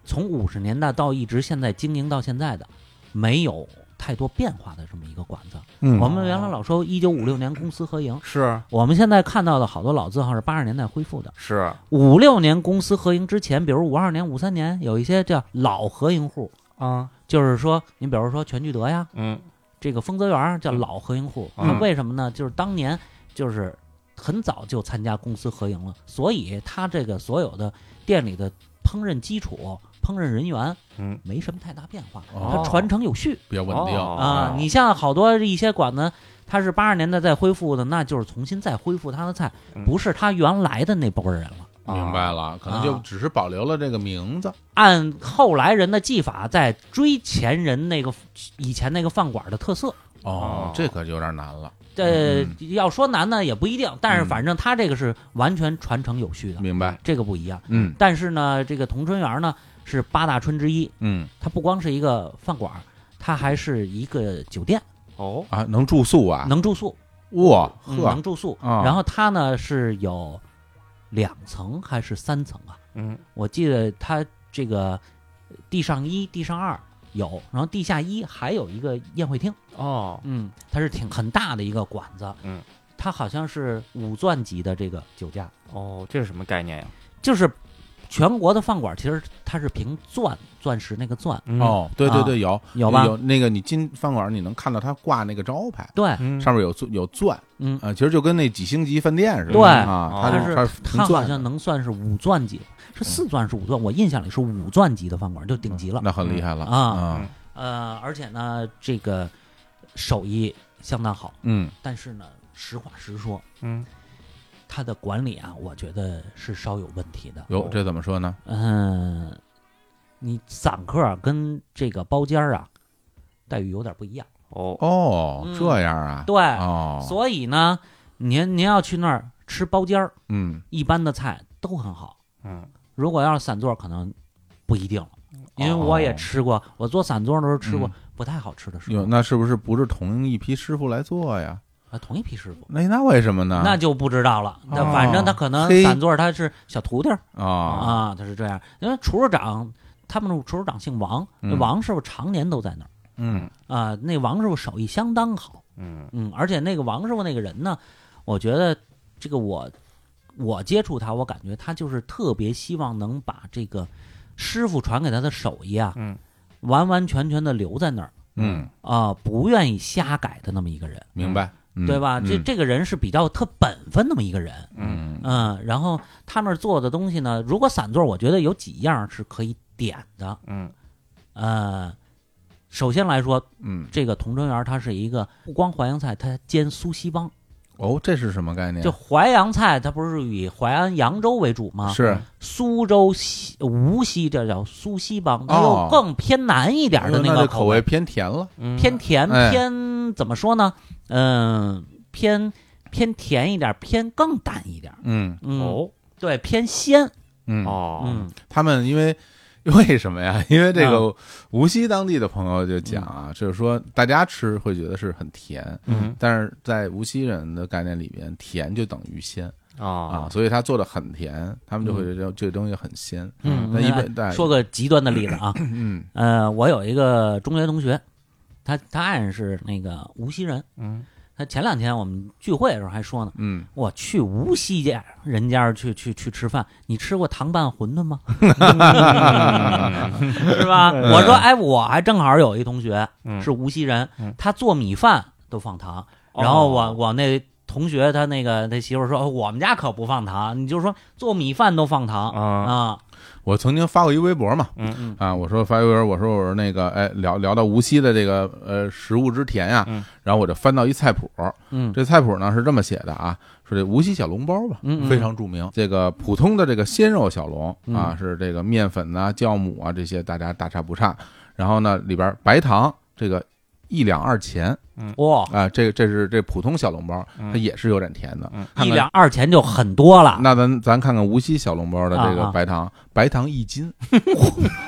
S3: 从五十年代到一直现在经营到现在的，没有太多变化的这么一个馆子。
S1: 嗯
S3: 我们原来老说一九五六年公私合营，
S1: 是
S3: 我们现在看到的好多老字号是八十年代恢复的。
S1: 是
S3: 五六年公私合营之前，比如五二年、五三年，有一些叫老合营户，
S1: 啊，
S3: 就是说，你比如说全聚德呀，
S2: 嗯
S3: 这个丰泽园儿叫老合营户，
S2: 嗯
S3: 那为什么呢？就是当年就是很早就参加公私合营了，所以他这个所有的店里的烹饪基础、烹饪人员
S2: 嗯，
S3: 没什么太大变化，
S1: 哦
S3: 它传承有序
S1: 比较稳定
S2: 哦
S3: 啊。你像好多一些馆子，它是八十年代再恢复的，那就是重新再恢复它的菜
S2: 嗯，
S3: 不是他原来的那波人了。
S1: 啊明
S2: 啊
S1: 白了，可
S3: 啊
S1: 能就只是保留了这个名字，
S3: 按后来人的技法，在追前人那个以前那个饭馆的特色，
S1: 哦，这可就有点难了，
S3: 这
S1: 嗯
S3: 要说难呢也不一定，但是
S1: 嗯
S3: 反正它这个是完全传承有序的，
S1: 明白？
S3: 这个不一样。
S1: 嗯
S3: 但是呢，这个同春园呢是八大春之一，
S1: 嗯
S3: 它不光是一个饭馆，它还是一个酒店，
S2: 哦，
S1: 啊，能住宿啊？
S3: 能住宿，
S1: 哇
S3: 嗯
S1: 呵
S3: 能，住宿。
S1: 啊
S3: 然后它呢是有两层还是三层啊？
S2: 嗯
S3: 我记得它这个地上一、地上二有，然后地下一还有一个宴会厅。
S2: 哦，
S3: 嗯，它是挺很大的一个馆子，
S2: 嗯，
S3: 它好像是五钻级的这个酒架，
S2: 哦，这是什么概念呀？
S3: 就是全国的饭馆其实它是凭钻钻石那个钻
S2: 嗯，
S1: 哦，对对对，有
S3: 啊有吧？
S1: 有那个你进饭馆，你能看到他挂那个招牌，
S3: 对，
S2: 嗯
S1: 上面有钻有钻
S3: 嗯，
S1: 啊，其实就跟那几星级饭店似的，
S3: 对
S1: 啊，它
S3: 它
S1: 是
S3: 是
S1: 它是
S3: 它好
S1: 钻
S3: 像
S1: 的，
S3: 能算是五钻级，是四钻是五钻，我印象里是五钻级的饭馆就顶级了，
S1: 那很厉害了
S3: 啊
S1: 啊，
S3: 呃，而且呢，这个手艺相当好，
S1: 嗯
S3: 但是呢，实话实说，
S2: 嗯
S3: 它的管理啊，我觉得是稍有问题的，
S1: 哟，这怎么说呢？
S3: 嗯，你散客儿跟这个包间儿啊，待遇有点不一样。
S2: 哦
S1: 哦，
S3: 嗯
S1: 这样啊，
S3: 对，
S1: 哦，
S3: 所以呢，您您要去那儿吃包间儿，
S1: 嗯，
S3: 一般的菜都很好。
S2: 嗯
S3: 如果要是散座，可能不一定了，因为我也吃过，我做散座的时候吃过、
S1: 哦嗯
S3: 不太好吃的师
S1: 有
S3: 傅，
S1: 那是不是不是同一批师傅来做呀？
S3: 啊，同一批师傅。
S1: 那那为什么呢？
S3: 那就不知道了，那
S1: 啊哦
S3: 反正他可能
S1: 嘿
S3: 散座他是小徒弟儿
S1: 啊
S3: 啊，他是这样。因为厨师长，他们的厨师长姓王，那
S1: 嗯
S3: 王师傅常年都在那儿
S1: 嗯
S3: 啊、那王师傅手艺相当好，
S2: 嗯
S3: 嗯，而且那个王师傅那个人呢，我觉得这个我我接触他，我感觉他就是特别希望能把这个师傅传给他的手艺啊，
S2: 嗯，
S3: 完完全全的留在那儿
S1: 嗯，
S3: 啊、不愿意瞎改的那么一个人，
S1: 明白，嗯
S3: 对吧？这
S1: 嗯
S3: 这个人是比较特本分那么一个人，
S1: 嗯
S3: 嗯，然后他那儿做的东西呢，如果散座，我觉得有几样是可以点的，
S2: 嗯
S3: 呃。首先来说，
S1: 嗯
S3: 这个同春园它是一个不光淮扬菜，它兼苏锡帮，
S1: 哦，这是什么概念？
S3: 就淮扬菜，它不是以淮安、扬州为主吗？
S1: 是
S3: 苏州西、无锡，这叫苏锡帮，它
S1: 哦
S3: 又更偏南一点
S1: 哎
S3: 的
S1: 呦那
S3: 个
S1: 这口
S3: 味，
S1: 味偏甜了，
S2: 嗯，
S3: 偏甜，
S1: 哎
S3: 偏怎么说呢？嗯、偏偏甜一点，偏更淡一点。
S1: 嗯
S3: 嗯，
S2: 哦
S3: 对，偏鲜。
S1: 嗯
S2: 哦，
S3: 嗯，
S1: 他们因为。 为什么呀？ 因为这个无锡当地的朋友就讲啊，就是说大家吃会觉得是很甜，
S2: 嗯
S1: 但是在无锡人的概念里边，甜就等于鲜啊，
S2: 啊
S1: 所以他做的很甜，他们就会觉得这个东西很鲜。
S3: 嗯
S1: 那一
S3: 那
S1: 般
S3: 说个极端的例子啊，
S1: 嗯
S3: 呃，我有一个中学同学，他他爱人是那个无锡人，
S2: 嗯
S3: 他前两天我们聚会的时候还说呢。
S1: 嗯，
S3: 我去无锡家人家去去去吃饭，你吃过糖拌馄 饨吗？是吧？
S1: 嗯
S3: 我说，哎，我还正好有一同学
S2: 嗯
S3: 是无锡人
S2: 嗯，
S3: 他做米饭都放糖。
S1: 哦
S3: 然后我我那同学他那个他媳妇说，哦我们家可不放糖，你就说做米饭都放糖
S1: 哦
S2: 啊
S3: 啊，
S1: 我曾经发过一微博嘛，
S2: 嗯
S3: 嗯
S1: 啊，我说发微博，我说我说那个，哎，聊聊到无锡的这个呃食物之甜呀、
S2: 嗯
S1: 然后我就翻到一菜谱，
S3: 嗯
S1: 这菜谱呢是这么写的啊，说这无锡小笼包吧，
S3: 嗯嗯
S1: 非常著名。这个普通的这个鲜肉小笼啊，
S3: 嗯
S1: 是这个面粉呐、酵母啊这些大家大差不差。然后呢，里边白糖这个一两二钱
S3: 哇，
S1: 啊，这这是这普通小笼包，它
S2: 嗯
S1: 也是有点甜的
S2: 嗯。
S1: 看
S3: 一
S1: 看
S3: 两二钱就很多了，
S1: 那咱咱看看无锡小笼包的这
S3: 啊
S1: 个
S3: 啊
S1: 白糖，白糖一斤，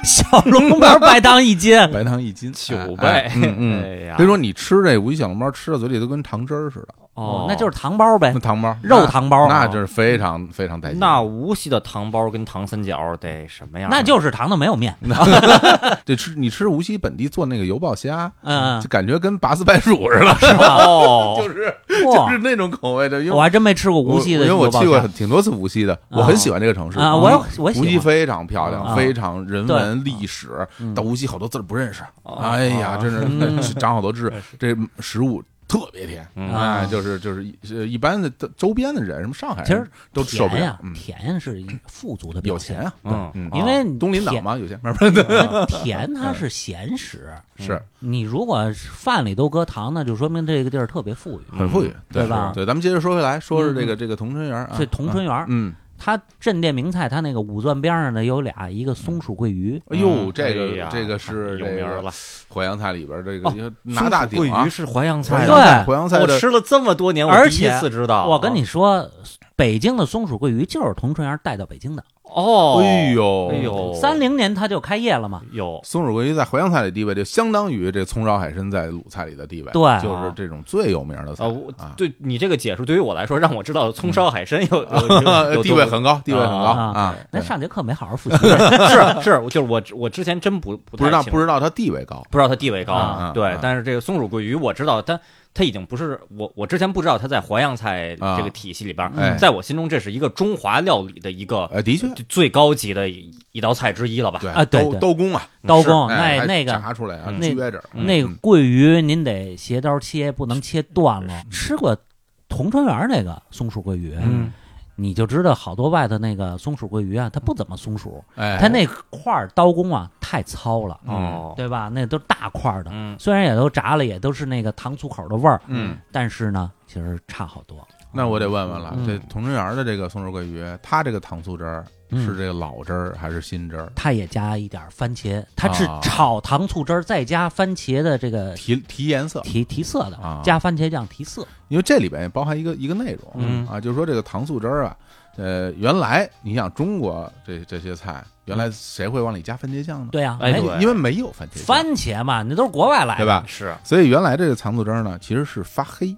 S3: 小笼包白糖一 斤，哦
S1: 白糖一斤，
S2: 九
S1: 哎
S2: 倍
S1: 哎，嗯嗯。
S2: 哎呀，
S1: 所以说你吃这无锡小笼包吃到嘴里都跟糖汁儿似的，
S2: 哦，
S3: 那就是糖包呗
S1: 那，糖包
S3: 哎
S1: 啊
S3: 肉糖包，啊
S1: 那就是非常非常带劲。
S2: 那无锡的糖包跟糖三角得什么样？
S3: 哦
S2: 啊
S3: 那就是糖的没有面，
S1: 对吃你吃无锡本地做那个油爆虾，
S3: 嗯
S1: 就，感觉跟拔丝白薯似的，
S3: 是吧？
S2: 哦，
S1: 就是 就
S3: 哇
S1: 是那种口味的。因为
S3: 我还真没吃过无锡的
S1: 因为我
S3: 油爆
S1: 去过
S3: 虾
S1: 挺多次无锡的，我很喜欢这个城市
S3: 啊，
S1: 无
S3: 我也我也
S1: 无
S3: 喜
S1: 锡
S3: 欢。
S1: 非常漂亮，
S3: 啊
S1: 非常人
S3: 对
S1: 文历史。
S3: 嗯
S1: 到无锡好多字儿不认识，
S2: 哦
S1: 哎呀，
S2: 啊
S1: 真
S3: 嗯
S1: 是长好多痣。这食物特别甜，
S2: 嗯
S1: 哎，就是就是一呃一般的都周边的人，什么上海人
S3: 啊其实
S1: 都受不
S3: 甜
S1: 了
S3: 呀。，
S1: 嗯，
S3: 甜呀是一富足的表
S1: 有
S3: 现
S1: 钱，啊，
S2: 嗯
S1: 嗯
S3: 因为你
S1: 东林党
S3: 甜
S1: 嘛，有 钱，慢慢
S3: 嗯
S1: 的
S3: 甜它是咸食，
S1: 是
S3: 你如果饭里都搁糖，那就说明这个地儿特别富裕。
S1: 很富裕，
S3: 对吧
S1: 嗯对，咱们接着说回来，说是这个
S3: 嗯
S1: 这个同春园啊，
S3: 这同春园儿，
S1: 嗯，
S3: 它镇店名菜，它那个五钻边上呢有俩，一个松鼠桂鱼，
S1: 哎呦，
S2: 嗯
S1: 这
S2: 哎
S1: 个
S2: 呀
S1: 这个是
S2: 有
S1: 这
S2: 名儿
S1: 个
S2: 了。
S1: 淮扬菜里边这个
S2: 哦
S1: 拿大
S2: 松鼠
S1: 顶
S2: 桂
S1: 啊
S2: 鱼，是淮扬菜
S1: 淮
S2: 的，
S1: 扬菜
S3: 对
S1: 淮扬菜
S2: 我
S1: 的
S2: 吃了这么多年，我
S3: 而
S2: 第一
S3: 且
S2: 次知道。
S3: 我
S1: 啊
S3: 跟你说，北京的松鼠桂鱼就是同春园带到北京的。
S2: 哦，
S1: 哎呦啊
S2: 哎呦，
S3: 三零年它就开业了嘛，
S2: 有
S1: 松鼠桂鱼在淮扬菜里地位，就相当于这葱烧海参在鲁菜里的地位，
S3: 对啊哦
S1: 就是这种最有名的菜
S2: 啊，我
S1: 啊，
S2: 对你这个解释对于我来说，让我知道葱烧海参有有有有
S1: 嗯呃 地位
S2: 多
S1: 很高，地位很高
S3: 啊
S1: 啊，
S3: 那
S1: 对
S3: 上节课没好好复习。
S2: 是是，我就是我我之前真不
S1: 不
S2: 不太
S1: 知道
S2: 清
S1: 不知道它地位高，
S2: 不知道它地位高，
S1: 啊啊
S2: 对
S1: 啊，
S2: 但是这个松鼠桂鱼我知道，但它已经不是我我之前不知道它在淮扬菜
S1: 啊
S2: 这个体系里边，
S1: 哎
S2: 在我心中这是一个中华料理的一个
S1: 呃，的确，
S2: 就最高级的一一道菜之一了吧？
S1: 对
S3: 啊对
S1: 刀
S3: 对
S1: 刀工啊，
S3: 刀工
S1: 哎
S3: 那
S1: 还
S3: 那个
S1: 炸出来啊，
S2: 嗯
S1: 撅着
S2: 嗯
S3: 那个桂鱼，您得斜刀切，不能切断了。吃过同春园那个松鼠桂鱼，
S2: 嗯，
S3: 你就知道好多外头那个松鼠桂鱼啊，它不怎么松鼠，
S1: 哎，
S3: 它那块儿刀工啊太糙了，
S1: 嗯
S2: 哦，
S3: 对吧？那都是大块儿的，
S2: 嗯
S3: 虽然也都炸了，也都是那个糖醋口的味儿，
S1: 嗯，
S3: 但是呢，其实差好多。
S1: 那我得问问了，
S3: 嗯
S1: 这同春园的这个松鼠桂鱼，它这个糖醋汁儿
S3: 嗯
S1: 是这个老汁儿还是新汁儿？
S3: 它也加一点番茄，它是
S1: 啊
S3: 炒糖醋汁儿，再加番茄的这个
S1: 提提颜色，
S3: 提提色的，
S1: 啊
S3: 加番茄酱提色。
S1: 因为这里边也包含一个一个内容，
S2: 嗯
S1: 啊，就是说这个糖醋汁儿啊，呃，原来你想中国这这些菜，原来谁会往里加番茄酱呢？
S3: 对呀、
S2: 哎
S3: 没
S2: 对
S1: 因为没有番茄酱，
S3: 番茄嘛，那都是国外来
S1: 对
S3: 的，
S1: 吧？
S2: 啊是
S1: 所以原来这个糖醋汁儿呢，其实是发黑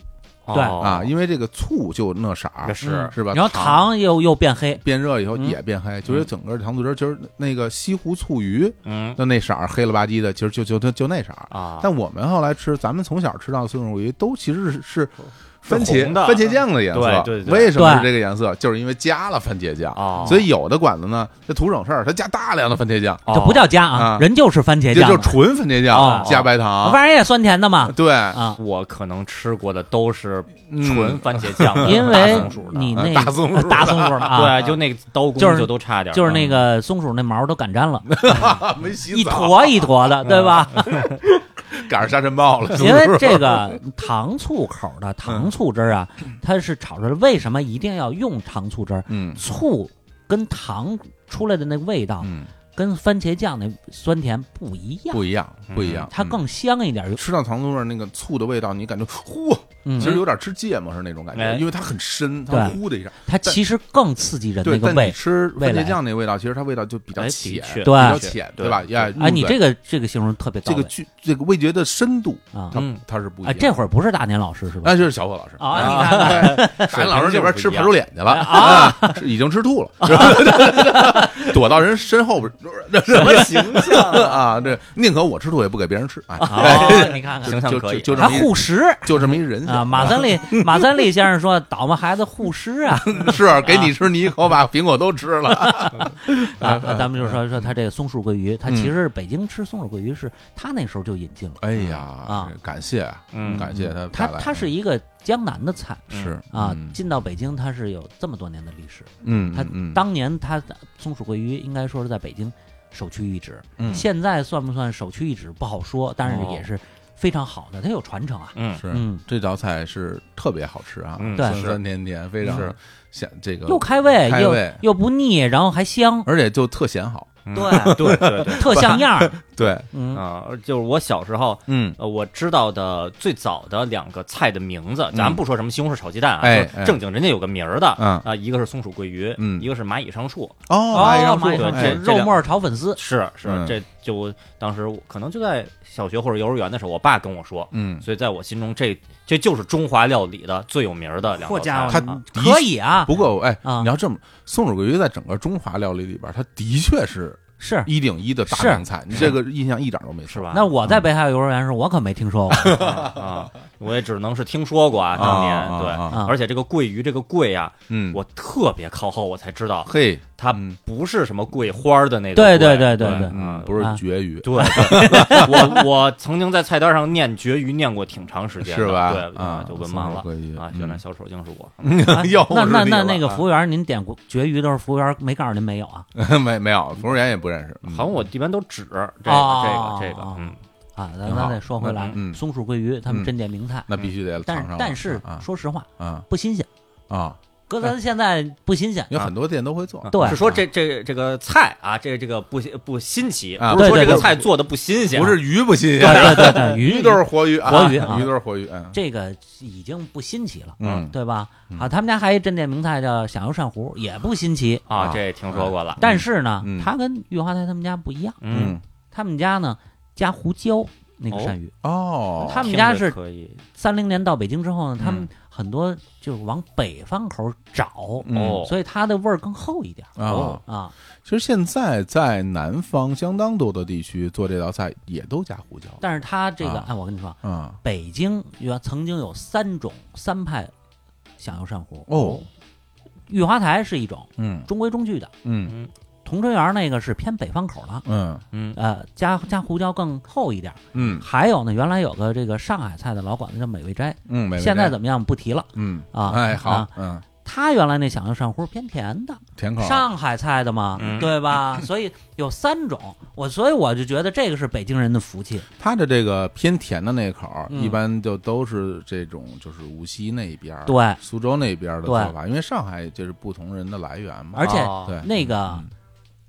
S3: 对
S2: 哦
S1: 啊，因为这个醋就那色儿
S2: 也，是
S3: 嗯
S1: 是吧？
S3: 然后糖又又变黑，
S1: 变热以后
S3: 嗯
S1: 也变黑，就是整个糖醋汁儿，就是那个西湖醋鱼
S2: 嗯
S1: 的那色儿黑了吧唧的，其实就就就就那色儿。
S2: 啊，
S1: 但我们后来吃，咱们从小吃到的松鼠鱼都其实是是番
S2: 是
S1: 茄
S2: 红的
S1: 番茄酱的颜色。
S2: 对对对
S1: 为什么是
S3: 对啊
S1: 这个颜色？就是因为加了番茄酱。
S2: 哦
S1: 所以有的馆子呢，这图省事儿，它加大量的番茄酱，
S2: 哦
S3: 这不叫加啊，
S1: 啊
S3: 人就是番茄
S1: 这
S3: 酱
S1: 就
S3: 的，
S1: 是纯番茄酱、
S3: 哦
S1: 加白糖。
S3: 反正也酸甜的嘛。
S1: 对，
S3: 啊，
S2: 我可能吃过的都是
S1: 嗯
S2: 纯番茄酱的，
S3: 啊因
S2: 大
S3: 为
S2: 松鼠的
S3: 你
S1: 啊
S3: 那
S1: 大松鼠的
S3: 大松鼠的啊，
S2: 对，就那个刀工
S3: 就是
S2: 就都差点儿，
S3: 就是那个松鼠那毛都擀 粘了，
S1: 没洗澡，
S3: 一坨一坨的，对吧？
S1: 啊赶上沙尘暴了。是 不
S3: 因
S1: 是
S3: 为这个糖醋口的糖醋汁儿啊，它是炒出来。为什么一定要用糖醋汁儿？
S1: 嗯
S3: 醋跟糖出来的那个味道，
S1: 嗯
S3: 跟番茄酱那酸甜不一样，
S1: 不一样，不一样，
S3: 它
S1: 嗯
S3: 更香一点儿。
S1: 吃到糖醋味儿那个醋的味道，你感觉呼，
S3: 嗯
S1: 其，实有点吃芥末是那种感觉，
S2: 哎
S1: 因为它很深，它
S3: 对
S1: 呼的一下。
S3: 它其实更刺激人
S1: 对，
S3: 那个
S1: 但你
S3: 味。
S1: 吃番
S3: 味
S1: 茄
S3: 蕾
S1: 酱那味道，其实它味道就比较
S2: 哎
S1: 浅，
S2: 的确
S1: 比较
S3: 对
S1: 浅，
S2: 对
S1: 对吧？哎，
S3: 哎，你
S1: 入
S3: 这
S1: 嘴
S3: 个这个形容特别到
S1: 这个
S3: 位
S1: 剧这个味觉的深度，
S3: 啊
S1: 它
S2: 嗯
S1: 它是不一
S3: 啊！
S1: 样的。
S3: 这会儿不是大年老师是吧？
S1: 那就是小伙老师
S3: 啊你 看
S1: 看，大老师这边吃排骨脸去了啊，是已经吃 吐了，躲到人身后边
S2: 什么形象啊？
S1: 啊，这宁可我吃吐也不给别人吃， 哎，
S3: 哦，你看看
S2: 行，形象
S1: 就
S2: 可以
S1: 就就这
S3: 还
S1: 么一嗯
S3: 护食
S1: 就这么一人
S3: 啊！
S1: 性，
S3: 马三 立马三立先生说：“倒霉孩子护食啊
S1: 是给你吃，你一口把苹果都吃了，！”
S3: 啊，咱们就说说他这个松鼠桂鱼，他
S1: 嗯
S3: 其实北京吃松鼠桂鱼是他那时候就引进了。
S1: 哎
S3: 啊
S1: 呀，感谢啊
S2: 嗯
S1: 感谢他
S3: 它
S1: 带来
S3: 它是一个江南的菜
S1: 是
S3: 啊
S1: 嗯，
S3: 进到北京它是有这么多年的历史。
S1: 嗯，
S3: 它
S1: 嗯
S3: 当年它松鼠桂鱼应该说是在北京首屈一指，
S1: 嗯
S3: 现在算不算首屈一指不好说，但是
S2: 哦
S3: 也是非常好的，它有传承啊。
S2: 嗯
S1: 是
S3: 嗯，
S1: 这道菜是特别好吃啊，
S2: 嗯
S3: 对
S1: 酸酸甜甜，非常
S2: 是
S1: 咸这个
S3: 又开胃
S1: 哦开
S3: 又
S1: 胃
S3: 又不腻，然后还香，
S1: 而且就特显好，
S2: 嗯
S3: 对
S2: 对对对，
S3: 特像样儿。
S1: 对，
S3: 嗯
S2: 啊、就是我小时候，
S1: 嗯，
S2: 呃，我知道的最早的两个菜的名字，咱不说什么西红柿炒鸡蛋啊，
S1: 哎
S2: 就是正经人家有个名儿的，
S1: 嗯
S2: 啊、一个是松鼠桂鱼，
S1: 嗯
S2: 一个是蚂蚁上树，
S1: 哦，蚂蚁上树
S3: 蚂蚁上
S2: 树
S1: 哎
S2: 这
S3: 肉末炒粉丝，
S2: 是是，
S1: 嗯
S2: 这就当时我可能就在小学或者幼儿园的时候，我爸跟我说，
S1: 嗯，
S2: 所以在我心中这这就是中华料理的最有名儿的两
S3: 好
S2: 道
S3: 家
S2: 菜，
S3: 伙，
S1: 它
S3: 嗯
S1: 的
S3: 可以啊，
S1: 不过哎，
S3: 啊
S1: 你要这么，松鼠桂鱼在整个中华料理里边，它的确是
S3: 是。
S1: 一顶一的大
S3: 是
S1: 名菜，你这个印象一点都没错
S2: 是吧？
S3: 那我在北海幼儿园时，我可没听说 过
S2: 啊，我也只能是听说过啊，当年
S1: 啊
S2: 对。
S1: 啊啊
S3: 啊
S2: 而且这个桂鱼，这个桂啊，
S1: 嗯，
S2: 我特别靠后我才知道，
S1: 嘿，
S2: 它
S1: 嗯
S2: 不是什么桂花儿的那个
S3: 对
S2: 桂。
S3: 对对对对
S1: 嗯
S2: 啊，
S1: 不
S3: 啊
S1: 是绝鱼，
S2: 对，对我我曾经在菜单上念绝鱼念过挺长时间的，
S1: 是吧？
S2: 对
S1: 啊，嗯
S2: 就文盲了
S1: 松鼠桂鱼嗯
S2: 啊，原来小丑竟是我。
S3: 啊
S1: 又哦是
S3: 那那
S1: 你
S3: 那
S1: 了啊
S3: 那个服务员，您点过绝鱼的时候，服务员没告诉您没有啊？
S1: 嗯 没没有，服务员也不认识，嗯
S2: 好像我一般都指这个这
S3: 哦
S2: 个这个，嗯，
S3: 啊，咱
S1: 挺好
S3: 咱再说回来
S1: 嗯嗯，
S3: 松鼠桂鱼他们真点名菜，
S1: 那必须得
S3: 嗯但
S1: 尝
S3: 是
S1: 尝。
S3: 但是
S1: 啊
S3: 说实话
S1: 啊
S3: 不新鲜，
S1: 啊，
S3: 搁咱现在不新鲜。
S1: 有很多店都会做，
S3: 啊对
S2: 啊是说这这这个菜啊，这这个不新不新奇，
S1: 啊
S2: 不是说
S3: 对对
S2: 这个
S3: 对
S2: 菜做的不新鲜，啊
S1: 不是鱼不新
S3: 对
S1: 鲜，
S3: 对对 对，鱼
S1: 鱼都是活鱼，啊
S3: 活鱼啊
S1: 鱼都是活鱼，嗯
S3: 这个已经不新奇了，
S1: 嗯
S3: 对吧？啊，他们家还一镇店名菜叫响油鳝糊，也不新奇，
S2: 啊，这听说过了，
S3: 但是呢
S1: 嗯，
S3: 它跟玉华台他们家不一样，
S2: 嗯，
S3: 他们家呢加胡椒那个鳝鱼。
S1: 哦，
S3: 他们家
S2: 听着
S3: 是
S2: 可以
S3: 三零年到北京之后呢，他们
S1: 嗯
S3: 很多就是往北方口找，
S1: 嗯
S2: 哦，
S3: 所以它的味儿更厚一点
S1: 哦
S3: 啊。
S1: 其实现在在南方相当多的地区做这道菜也都加胡椒
S3: 但是它这个，
S1: 啊
S3: 哎，我跟你说，
S1: 啊，
S3: 北京原曾经有三种三派响油鳝糊，
S1: 哦，
S3: 玉华台是一种
S1: 嗯
S3: 中规中矩的，
S1: 嗯
S2: 嗯
S3: 同春园那个是偏北方口了。
S1: 嗯
S2: 嗯
S3: 呃，加加胡椒更厚一点。
S1: 嗯
S3: 还有呢，原来有个这个上海菜的老馆子叫美味斋，
S1: 嗯，没问题
S3: 现在怎么样？不提了
S1: 嗯
S3: 啊。
S1: 哎好
S3: 啊，
S1: 嗯，
S3: 他原来那响油鳝糊偏甜的，
S1: 甜口
S3: 上海菜的嘛，
S2: 嗯
S3: 对吧？ 所以有三种，我所以我就觉得这个是北京人的福气。
S1: 它的这个偏甜的那口儿，
S3: 嗯
S1: 一般就都是这种，就是无锡那边儿、
S3: 对
S1: 苏州那边儿
S3: 对
S1: 的做法，因为上海就是不同人的来源嘛。
S3: 而且
S2: 哦
S1: 对
S3: 那个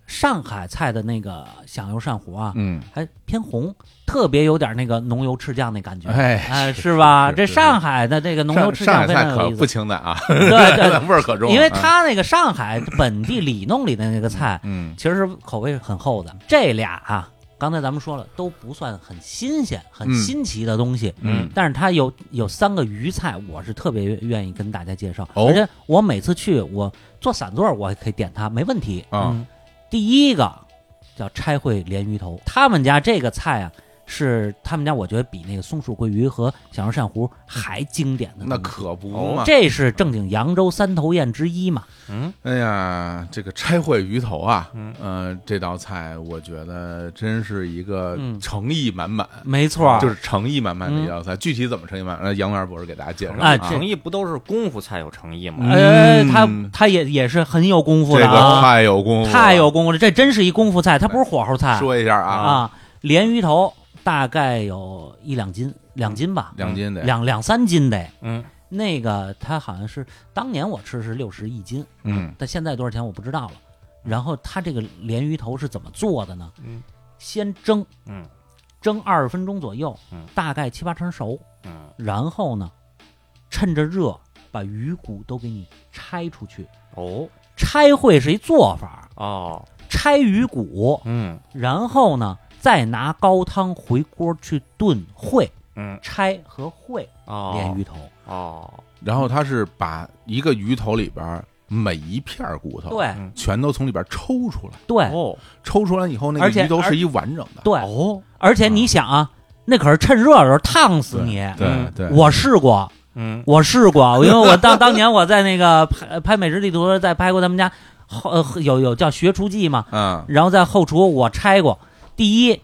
S3: 上海菜的那个响油鳝糊啊，
S1: 嗯，
S3: 还偏红，特别有点那个浓油赤酱那感觉。
S1: 哎
S3: 是吧？
S1: 是
S3: 这
S1: 是
S3: 上海的这个浓油
S1: 上
S3: 赤
S1: 上
S3: 酱
S1: 海
S3: 非
S1: 菜
S3: 常
S1: 可
S3: 有意
S1: 不
S3: 思，
S1: 清 淡啊，
S3: 对 对，
S1: 味儿可重，
S3: 因为
S1: 啊
S3: 它那个上海本地里弄里的那个菜，
S1: 嗯
S3: 其实口味很厚的。这俩啊，刚才咱们说了，都不算很新鲜、很
S1: 嗯
S3: 新奇的东西。
S1: 嗯
S3: 但是它有有三个鱼菜，我是特别愿意跟大家介绍，
S1: 哦
S3: 而且我每次去我做散座，我也可以点它，没问题。
S1: 啊
S3: 嗯第一个叫拆烩鲢鱼头，他们家这个菜啊，是他们家我觉得比那个松鼠桂鱼和响油鳝糊还经典的东西
S1: 那可不嘛。
S3: 嗯这是正经扬州三头宴之一嘛？
S2: 嗯
S1: 哎呀，这个拆烩鱼头啊，
S2: 嗯
S1: 呃，这道菜我觉得真是一个
S3: 嗯
S1: 诚意满满，
S3: 没错，
S1: 哎就是诚意满满的一道菜。具体怎么诚意满满，呃杨元博士给大家介绍
S3: 哎
S1: 啊
S3: 这
S2: 诚意不都是功夫才有诚意吗？
S3: 呃，
S1: 嗯
S3: 他他也也是很有功夫
S1: 这
S3: 的
S1: 个
S3: 啊，
S1: 太有功夫了，
S3: 太有功夫了，这真是一功夫菜，它不是火候菜
S1: 说一下啊，
S3: 啊。鲢鱼头大概有一两斤，两斤吧，
S1: 两斤得，
S3: 两两三斤得。
S2: 嗯，
S3: 那个它好像是当年我吃是六十一斤，
S1: 嗯
S3: 但现在多少钱我不知道了。然后它这个鲢鱼头是怎么做的呢？
S2: 嗯，
S3: 先蒸，
S2: 嗯，
S3: 蒸二十分钟左右，
S2: 嗯
S3: 大概七八成熟，
S2: 嗯
S3: 然后呢，趁着热把鱼骨都给你拆出去。
S2: 哦
S3: 拆烩是一做法，
S2: 哦
S3: 拆鱼骨，
S2: 嗯
S3: 然后呢再拿高汤回锅去炖烩，
S2: 嗯
S3: 拆和烩
S2: 哦
S3: 鲢鱼头。
S2: 哦
S1: 然后他是把一个鱼头里边儿每一片儿骨头，
S3: 对
S2: 嗯
S1: 全都从里边儿抽出来，
S3: 对
S2: 哦
S1: 抽出来以后，那
S3: 而
S1: 个
S3: 且
S1: 鱼头是一完整的。
S3: 对，
S2: 哦
S3: 而且你想啊，那可是趁热的时候烫死你。
S1: 对
S2: 嗯
S1: 对，
S3: 我试过，
S2: 嗯
S3: 我试过，因为我当当年我在那个拍呃拍美食地图，在拍过他们家后呃有有叫学厨记嘛，
S1: 嗯
S3: 然后在后厨我拆过。第一，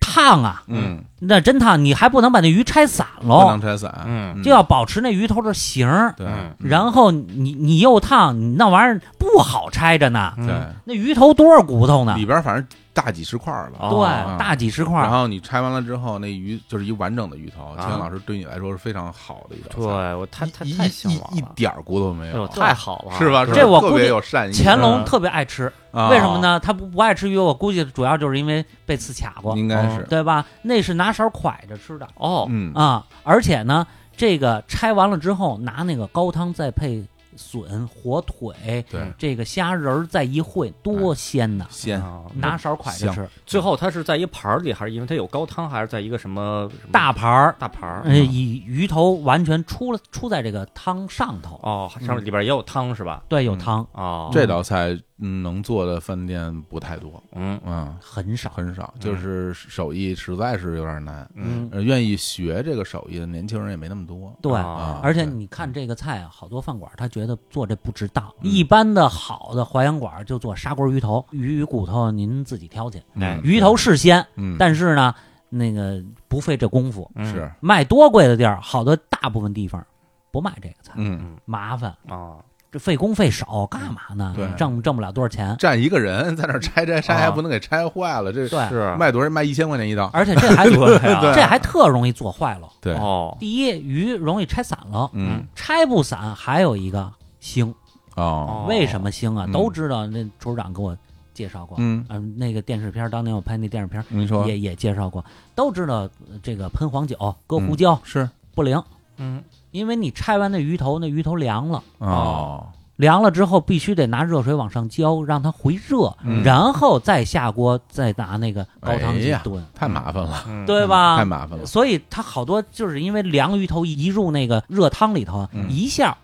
S3: 烫啊，
S1: 嗯，
S3: 那真烫，你还不能把那鱼拆散
S1: 不
S3: 喽
S1: 能，拆散，
S2: 嗯
S3: 哦就要保持那鱼头的形儿。
S1: 对，
S2: 嗯
S3: 然后你你又烫，你那玩意儿不好拆着呢。
S1: 对
S2: 嗯
S3: 那鱼头多少骨头呢
S1: 里？边儿反正大几十块儿了。
S2: 哦
S3: 对，大几十块
S1: 嗯然
S3: 儿，
S1: 后你拆完了之后，那鱼就是一完整的鱼头。
S2: 啊
S1: 青阳老师对你来说是非常好的一道
S2: 对
S1: 菜，
S2: 我太太
S1: 一
S2: 太向往
S1: 一一
S2: 了，
S1: 点儿骨头没
S2: 哎呦
S1: 有，
S2: 太好了，
S1: 是吧？
S2: 对
S1: 是
S3: 这
S1: 吧
S3: 我
S1: 特
S3: 估
S1: 别
S3: 计
S1: 有善意。
S3: 乾隆
S2: 嗯
S3: 特别爱吃，
S1: 啊
S3: 为什么呢？他不不爱吃鱼，我估计主要就是因为被刺卡过，
S1: 应该是
S2: 嗯
S3: 对吧？那是拿勺蒯着吃的
S2: 哦，
S1: 嗯
S3: 啊，而且呢，这个拆完了之后，拿那个高汤再配笋、火腿，
S1: 对
S3: 这个虾仁儿再一烩，多鲜呐！
S1: 鲜
S2: 啊
S3: 拿勺蒯着吃，
S2: 最后它是在一盘儿里，还是因为它有高汤，还是在一个什么什么
S3: 大盘儿，
S2: 大盘儿？
S1: 嗯
S3: 呃，以鱼头完全出了出在这个汤上头，
S2: 哦，上面里边也有汤是吧？
S3: 对，有
S1: 嗯
S3: 汤
S2: 哦，
S1: 这道菜嗯能做的饭店不太多，
S2: 嗯
S1: 嗯，
S3: 很少，
S1: 很少，就是手艺实在是有点难。
S2: 嗯，
S1: 呃愿意学这个手艺的年轻人也没那么多。
S3: 对。
S2: 啊
S3: 而且
S1: 对
S3: 你看这个菜啊，好多饭馆他觉得做这不值当。
S1: 嗯
S3: 一般的好的淮扬馆就做砂锅鱼头，鱼与骨头您自己挑去。
S1: 嗯
S2: 哎
S3: 鱼头是鲜，
S1: 嗯，
S3: 但是呢，那个不费这功夫。
S2: 嗯
S1: 是
S3: 卖多贵的地儿，好多大部分地方不卖这个菜，
S1: 嗯，
S3: 麻烦，
S2: 啊，
S3: 这费工费少，干嘛呢？
S1: 对
S3: 挣挣不了多少钱。
S1: 站一个人在那儿拆拆拆，
S2: 啊
S1: 还不能给拆坏了，这
S3: 对，
S2: 是
S1: 卖多少？卖一千块钱一道。
S3: 而且这 还
S2: 对啊
S3: 这还特容易做坏了。
S1: 对，
S2: 哦，
S3: 第一，鱼容易拆散了，
S1: 嗯
S3: 拆不散，还有一个腥。
S1: 哦，
S3: 为什么腥啊？
S1: 嗯
S3: 都知道，那厨师长给我介绍过，
S1: 嗯，
S3: 嗯、那个电视片儿，当年我拍那电视片儿
S1: 你说
S3: 也也介绍过，都知道呃这个喷黄酒、搁
S1: 嗯
S3: 胡椒、
S1: 是
S3: 不灵，
S2: 嗯
S3: 因为你拆完那鱼头，那鱼头凉了。
S1: 哦，
S3: 凉了之后，必须得拿热水往上浇，让它回热，
S1: 嗯
S3: 然后再下锅，再拿那个高汤
S1: 哎
S3: 去
S1: 呀
S3: 炖，
S1: 太麻烦了，
S2: 嗯
S3: 对吧？
S1: 太麻烦了。
S3: 所以它好多就是因为凉鱼头一入那个热汤里头啊，
S1: 嗯
S3: 一下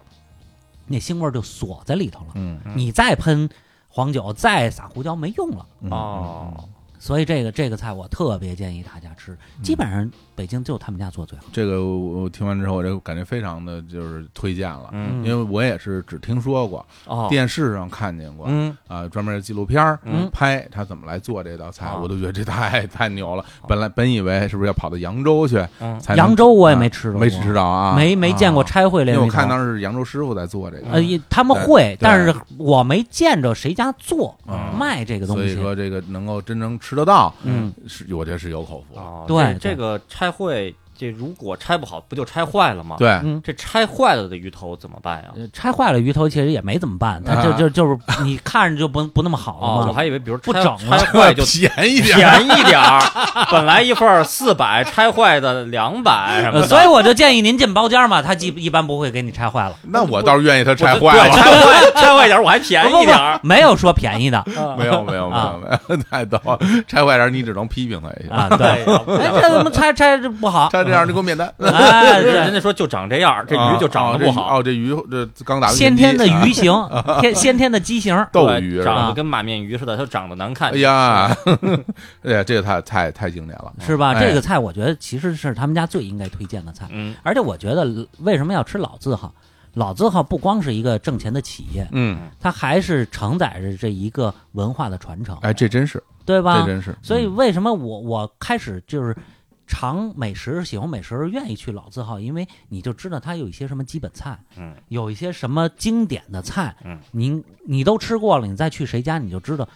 S3: 那腥味儿就锁在里头了。
S1: 嗯
S2: 嗯
S3: 你再喷黄酒，再撒胡椒没用了。
S1: 嗯
S2: 哦，
S3: 所以这个这个菜我特别建议大家吃，
S1: 嗯
S3: 基本上北京就他们家做最好。
S1: 这个我我听完之后，我这感觉非常的就是推荐了，
S2: 嗯
S1: 因为我也是只听说过，
S2: 哦，
S1: 电视上看见过，
S2: 嗯
S1: 啊，专门的纪录片儿
S2: 嗯
S1: 拍他怎么来做这道菜，
S3: 嗯
S2: 啊
S1: 我都觉得这太太牛了。本来本以为是不是要跑到扬州去
S2: 嗯
S1: 才能
S3: 扬州我也没
S1: 啊
S3: 吃到过
S1: 没吃到啊，
S3: 没没见过
S1: 啊
S3: 拆会
S1: 因
S3: 连
S1: 为
S3: 鱼
S1: 我
S3: 头。
S1: 看当时是扬州师傅在做这个，
S3: 呃，也他们
S1: 嗯对
S3: 会
S1: 对，
S3: 但是我没见着谁家做
S1: 嗯
S3: 卖这个东
S1: 所以
S3: 西。
S1: 说这个能够真正吃得到，
S3: 嗯，
S1: 是我觉得是有口福。
S2: 哦，
S3: 对
S2: 这这个拆会，这如果拆不好，不就拆坏了吗？，
S1: 对，
S3: 嗯，
S2: 这拆坏了的鱼头怎么办呀？
S3: 呃拆坏了鱼头其实也没怎么办，它就
S1: 啊
S3: 就就是你看着就不不那么好
S2: 哦，
S3: 了
S2: 我
S3: 嘛。
S2: 还以为比如拆
S3: 不整了
S2: 拆坏就
S1: 便宜 点儿，
S2: 便宜点儿， 本来一份儿四百，拆坏的两百什么
S3: 呃
S2: 的，
S3: 所以我就建议您进包间嘛，他一一般不会给你拆坏了。
S1: 那我倒是愿意他
S2: 我就
S1: 拆坏
S2: 对
S1: 了。
S2: 拆坏拆坏点儿我还便
S3: 不
S2: 宜
S3: 不
S2: 点儿
S3: 不，没有说便 宜的
S1: 没有没有没有没有， 太逗了！拆坏点儿你只能批评他一下，
S3: 啊。对，哎，这怎么拆拆这不好？
S1: 拆这样就给我免单。
S3: 哎，
S2: 人
S3: 对，
S2: 家说就长这样儿，这鱼就长得不好，
S1: 哦，这鱼这刚打
S3: 先天的
S1: 啊
S3: 鱼形， 天先天的畸形。
S1: 斗
S2: 对
S1: 鱼是
S2: 长
S1: 吧？
S2: 得跟马面鱼似的，它长得难看
S1: 哎。呀， 哎呀，这个太太太经典了，
S3: 是吧？
S1: 哎
S3: 这个菜我觉得其实是他们家最应该推荐的菜，
S2: 嗯
S3: 而且我觉得为什么要吃老字号？老字号不光是一个挣钱的企业，
S1: 嗯，
S3: 它还是承载着这一个文化的传承，
S1: 哎，嗯这真是，
S3: 对吧
S1: 这？真是，
S3: 所以为什么我我开始就是尝美食、喜欢美食，愿意去老字号，因为你就知道它有一些什么基本菜，
S2: 嗯，
S3: 有一些什么经典的菜，
S2: 嗯，
S3: 您你都吃过了，你再去谁家你就知道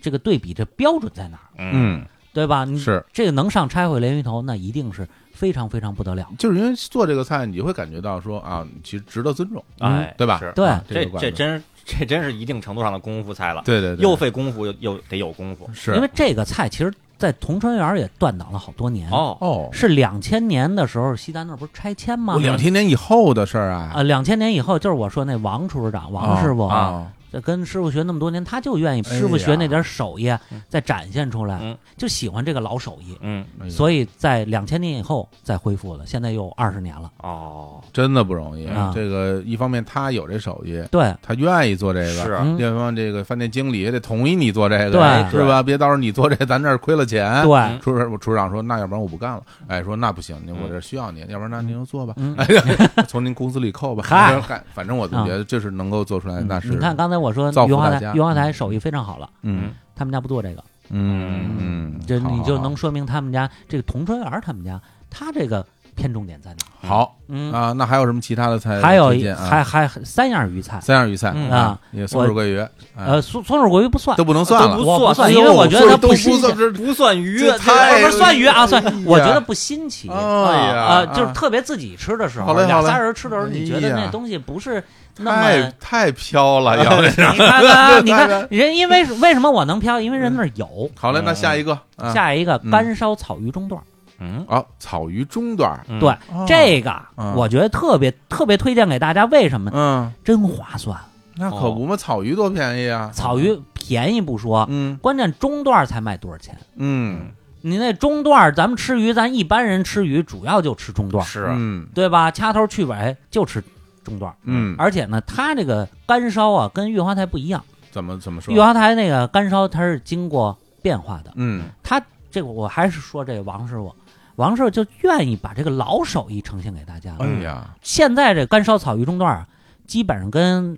S3: 这个对比这标准在哪儿，
S2: 嗯
S1: 嗯，
S3: 对吧？
S1: 嗯
S3: 你
S1: 是，
S3: 这个能上拆毁连鱼头，那一定是非常非常不得了。
S1: 就是因为做这个菜，你会感觉到说啊，其实值得尊重，
S2: 哎，
S1: 对吧
S2: 是？
S3: 对
S1: 啊
S2: 这
S1: 个馆
S2: 这
S1: 子
S2: 真是这真是一定程度上的功夫菜了，
S1: 对对对，
S2: 又费功夫又又得有功夫。
S1: 是
S3: 因为这个菜其实，在同春园也断档了好多年，
S2: 哦，
S1: 哦，
S3: 是两千年的时候，西单那儿不是拆迁吗？
S1: 我哦两千年以后的事儿啊，
S3: 啊，两千年以后，就是我说那王厨师长王师傅
S1: 哦，哦
S3: 这跟师傅学那么多年，他就愿意
S1: 哎呀嗯
S3: 师傅学那点手艺再展现出来
S2: 嗯，
S3: 就喜欢这个老手艺，
S2: 嗯，
S1: 哎呀
S3: 所以在两千年以后再恢复了，现在又二十年了。
S2: 哦，
S1: 真的不容易
S3: 啊。
S1: 这个一方面他有这手艺，
S3: 对，
S1: 他愿意做这个，
S2: 是
S3: 嗯
S1: 另一方面这个饭店经理也得同意你做这个，
S3: 对
S1: 是吧？别到时候你做这个咱这儿亏了钱，
S3: 对，
S1: 厨师厨师长说：“那要不然我不干了。”哎，说那不行，我这需要您，要不然那您就做吧，
S3: 嗯
S1: 哎呀，从您工资里扣吧。
S3: 嗨
S1: 嗨，反正我就觉得这是能够做出来，那是
S3: 你看刚才我说
S1: 造福
S3: 云华
S1: 大
S3: 台，
S1: 家
S3: 云华台手艺非常好了，
S1: 嗯
S3: 他们家不做这个，
S1: 嗯嗯，
S3: 这
S1: 好
S3: 你就
S1: 好
S3: 能说明他们家这个同春园儿他们家他这个。偏重点在哪儿。
S1: 好
S3: 嗯，
S1: 啊，那还有什么其他的菜？
S3: 还有
S1: 推
S3: 一
S1: 荐啊
S3: 还还三样鱼菜，
S1: 三样鱼菜
S2: 嗯
S3: 啊，
S1: 也松鼠桂鱼，哎
S3: 呃，松松鼠桂鱼不算
S1: 都，不能算
S2: 都
S1: 了，哎
S3: 我
S2: 不
S3: 不
S2: 算
S3: 因为
S2: 因为
S3: 我
S2: 我
S3: 觉得它
S1: 都
S3: 不新
S1: 算
S3: 鲜，
S1: 这
S2: 不算鱼，
S1: 这太
S2: 这
S3: 不是算鱼啊，算我觉得不新奇。
S1: 哎呀，
S3: 啊，就是
S1: 啊
S3: 特别自己吃的时
S1: 好
S3: 候，
S1: 嘞好
S3: 俩
S1: 嘞
S3: 仨人吃的时候，你觉得
S1: 哎呀
S3: 那东西不是那
S1: 太
S3: 么。
S1: 太飘了， 要不然
S3: 你看看，你看人，因为为什么我能飘？因为人那儿有。
S1: 好嘞，那下一个，嗯啊
S3: 下一个
S1: 嗯
S3: 干烧草鱼中段儿，
S2: 嗯，
S1: 啊，草鱼中段儿，
S2: 嗯
S3: 对
S1: 哦
S3: 这个
S1: 嗯
S3: 我觉得特别特别推荐给大家。为什么呢？
S1: 嗯，
S3: 真划算，
S1: 那可不嘛，草鱼多便宜啊，
S3: 草，鱼便宜不说，
S1: 嗯
S3: 关键中段儿才卖多少钱？
S1: 嗯
S3: 你那中段儿，咱们吃鱼，咱一般人吃鱼主要就吃中段儿，
S2: 是
S1: 嗯
S3: 对吧？掐头去尾就吃中段儿。
S1: 嗯，
S3: 而且呢，它这个干烧啊，跟月华台不一样。
S1: 怎么怎么说
S3: 月？华台那个干烧，它是经过变化的。
S1: 嗯
S3: 它这个我还是说这个王师傅，王师傅就愿意把这个老手艺呈现给大家。
S1: 哎呀，
S3: 现在这干烧草鱼中段啊，基本上跟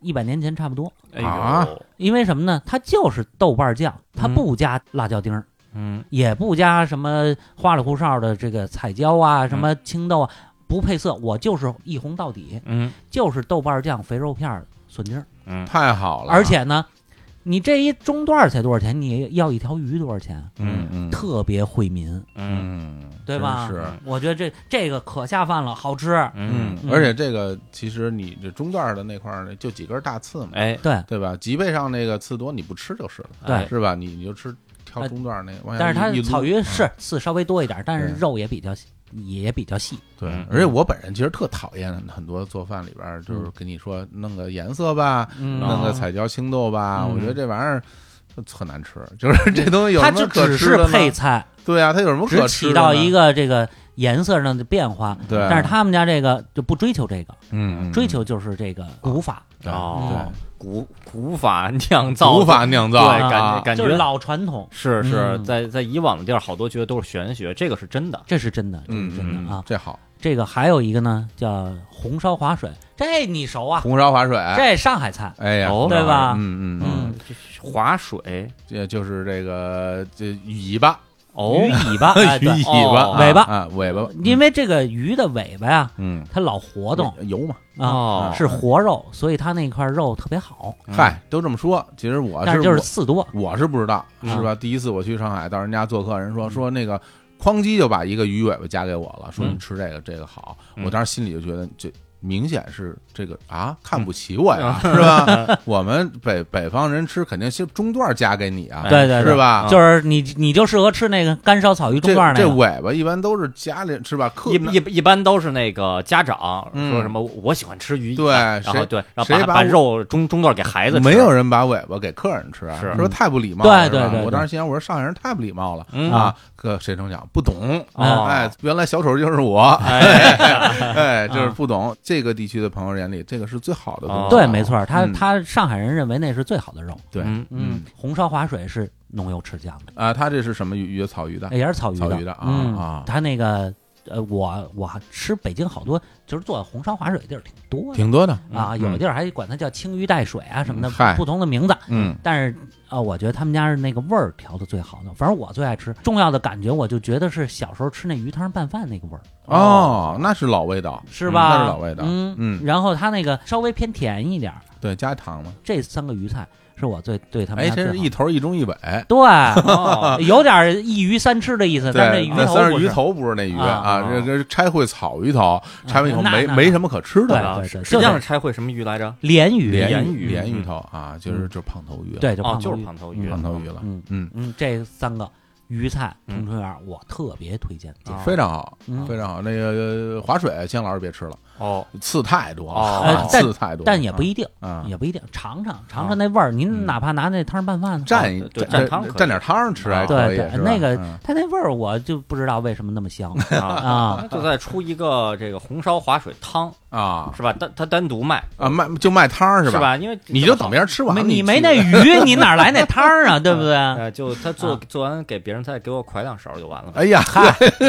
S3: 一百年前差不多。
S2: 哎呦
S1: 啊
S3: 因为什么呢？它就是豆瓣酱，它
S2: 嗯
S3: 不加辣椒丁儿，
S2: 嗯，
S3: 也不加什么花里胡哨的这个彩椒
S1: 嗯
S3: 啊，什么青豆啊，不配色，我就是一红到底，
S2: 嗯
S3: 就是豆瓣酱、肥肉片儿、笋丁儿。
S2: 嗯
S1: 太好了，
S3: 而且呢，你这一中段儿才多少钱？你要一条鱼多少钱？
S1: 嗯嗯
S3: 特别惠民，
S2: 嗯
S1: 嗯，
S3: 对吧？
S1: 真是。
S3: 我觉得这这个可下饭了，好吃。
S2: 嗯，
S1: 嗯，而且这个其实你这中段的那块儿呢，就几根大刺嘛，
S2: 哎，
S3: 对，
S1: 对吧？脊背上那个刺多，你不吃就是了，
S3: 对呃
S2: 哎
S1: 是吧？你你就吃挑中段那个，往下
S3: 但是它
S1: 一一撸
S3: 草鱼
S1: 嗯
S3: 是刺稍微多一点，但是
S1: 对
S3: 肉也比较细也比较细。
S1: 对
S2: 嗯，
S1: 而且我本人其实特讨厌很多做饭里边儿就是跟你说弄个颜色吧，
S3: 嗯
S1: 弄个彩椒青豆吧，
S3: 嗯
S1: 我觉得这玩意儿特难吃， 就是这东西有
S3: 它
S1: 什
S3: 就
S1: 么可
S3: 只
S1: 吃
S3: 是
S1: 的呢
S3: 配菜，
S1: 对啊，它有什么
S3: 只
S1: 可吃
S3: 起
S1: 的呢？
S3: 到一个这个颜色上的变化。
S1: 对，
S3: 但是他们家这个就不追求这个，
S1: 嗯嗯
S3: 追求就是这个古法，
S1: 对
S2: 哦
S1: 对，
S2: 古古法酿造的，
S1: 古法酿造，
S2: 对，
S1: 啊
S2: 感感
S3: 就是
S2: 觉
S3: 老传统，
S2: 是是
S3: 嗯
S2: 在在以往的地儿，好多觉得都是玄学，这个是真的。
S3: 这是真的，这
S1: 嗯
S3: 是真
S2: 嗯
S3: 的啊。
S1: 这好，
S3: 这个还有一个呢，叫红烧划水，这你熟啊？
S1: 红烧划水，
S3: 这上海菜，
S1: 哎呀，
S2: 哦
S1: 红烧划水
S3: 对吧
S1: 嗯嗯嗯，
S3: 嗯，
S2: 划水
S1: 这就是这个这鱼尾巴，
S2: 哦，
S3: 鱼尾 巴，哎，
S1: 鱼尾
S3: 对，
S1: 巴
S2: 哦
S1: 啊，
S3: 尾巴
S1: 啊，尾巴，
S3: 因为这个鱼的尾巴呀，
S1: 嗯，
S3: 它老活动
S1: 油嘛，
S3: 啊，
S2: 哦，
S3: 是活肉，所以它那块肉特别好，
S2: 嗯
S1: 嗨，都这么说，其实我
S3: 但是
S1: 啊是
S3: 就是
S1: 我
S3: 刺多，
S1: 我是不知道，
S3: 嗯
S1: 是吧？第一次我去上海到人家做客，人说说那个哐叽就把一个鱼尾巴夹给我了，说
S2: 嗯
S1: 你吃这个这个好，
S2: 嗯
S1: 我当时心里就觉得这。明显是这个啊，看不起我呀，
S3: 嗯
S1: 是吧？我们北北方人吃肯定先中段夹给你啊，
S2: 哎
S3: 对对对
S1: 是吧？
S3: 就是你你就适合吃那个干烧草鱼中
S1: 这
S3: 段那
S1: 这
S3: 个，
S1: 尾巴一般都是家里是吧？客
S2: 一一一般都是那个家长
S1: 嗯
S2: 说什么我喜欢吃鱼，
S1: 对
S2: 然
S1: 谁
S2: 后对，然后
S1: 谁
S2: 把
S1: 把
S2: 把
S1: 我
S2: 肉中中段给孩子吃，
S1: 没有人把尾巴给客人吃，啊
S2: 是
S1: 说太不礼貌了。
S3: 对对
S1: 是吧
S3: 对对
S1: 我当时心想，我说上海人太不礼貌了
S2: 嗯
S1: 啊！可谁成想不懂，
S2: 哦
S1: 哎，原来小丑就是我，哎，就是不懂这个地区的朋友眼里，这个是最好的东西。
S2: 啊哦
S3: 对，没错，他
S1: 嗯
S3: 他上海人认为那是最好的肉，
S1: 对，
S2: 嗯
S1: 嗯，
S3: 红烧划水是浓油赤酱的，
S1: 啊，他这是什么鱼？鱼草鱼的
S3: 也是哎草鱼的，
S1: 草鱼的啊
S3: 嗯
S1: 啊
S3: 他那个呃，我我还吃北京好多就是做红烧划水地儿挺多的
S1: 挺多的
S3: 啊，有的地儿还管它叫青鱼带水啊什么的，
S1: 嗯嗨
S3: 不同的名字。
S1: 嗯
S3: 但是啊、呃我觉得他们家是那个味儿调的最好的，反正我最爱吃。重要的感觉，我就觉得是小时候吃那鱼汤拌饭那个味儿，
S1: 哦，那是老味道，
S3: 是
S1: 嗯
S3: 吧？
S1: 那是老味道。
S3: 嗯
S1: 嗯
S3: 然后它那个稍微偏甜一点儿，
S1: 对，加糖嘛。
S3: 这三个鱼菜是我最对他们
S1: 哎，
S3: 家最
S1: 这
S3: 好
S1: 是
S3: 的。
S1: 一头一中一尾。
S3: 对，
S2: 哦
S3: 有点儿一鱼三吃的意思，但是
S1: 对，
S3: 鱼
S1: 那
S3: 头
S1: 虽然
S3: 不
S1: 鱼
S3: 是
S1: 头不是那鱼
S3: 啊嗯
S1: 啊，这这拆会草鱼头，拆完以后
S3: 那
S1: 没
S3: 那
S1: 没什么可吃的
S3: 对
S1: 了。
S2: 啊
S3: 对
S2: 实
S3: 对
S2: 实际
S3: 就
S2: 上
S3: 是
S2: 是拆会什么鱼来着？
S3: 鲢鱼，
S1: 鲢
S2: 鱼
S1: 鲢鱼
S2: 嗯
S1: 头啊，就是就是胖头鱼，，
S3: 对，就
S2: 哦
S3: 胖，头
S2: 就是
S3: 鱼
S2: 胖头鱼，
S1: 胖头鱼了，
S3: 嗯
S1: 嗯，
S3: 嗯，这三个鱼菜同春园我特别推荐。
S2: 啊
S1: 非常好，
S3: 嗯
S1: 非常好。那个划水，姜老师别吃了，
S2: 哦，
S1: 刺太多
S2: 哦
S1: 了，啊
S3: 呃但
S1: 刺太多了，
S3: 但也不一定，
S1: 啊，
S3: 也不一定，尝尝尝
S1: 嗯
S3: 尝那味儿，您哪怕拿那汤拌饭呢，
S1: 蘸一
S2: 哦对
S1: 蘸
S2: 蘸汤可以啊
S1: 蘸点汤吃还可
S3: 对，
S1: 以
S3: 对
S1: 是吧
S3: 那个
S1: 嗯
S3: 它那味儿我就不知道为什么那么 香
S2: 啊，
S3: 啊。
S2: 就再出一个这个红烧划水汤
S1: 啊
S2: 是吧？单它单独卖
S1: 啊卖就卖汤
S2: 是
S1: 是？
S2: 吧？因为
S1: 你就等别人吃完
S3: 没
S1: 了，
S3: 你
S1: 你
S3: 没
S1: 去
S3: 那鱼，你哪来那汤儿啊？对不对？
S2: 呃，就他做
S3: 啊
S2: 做完给别人再给我蒯两勺就完了呗。
S1: 哎呀，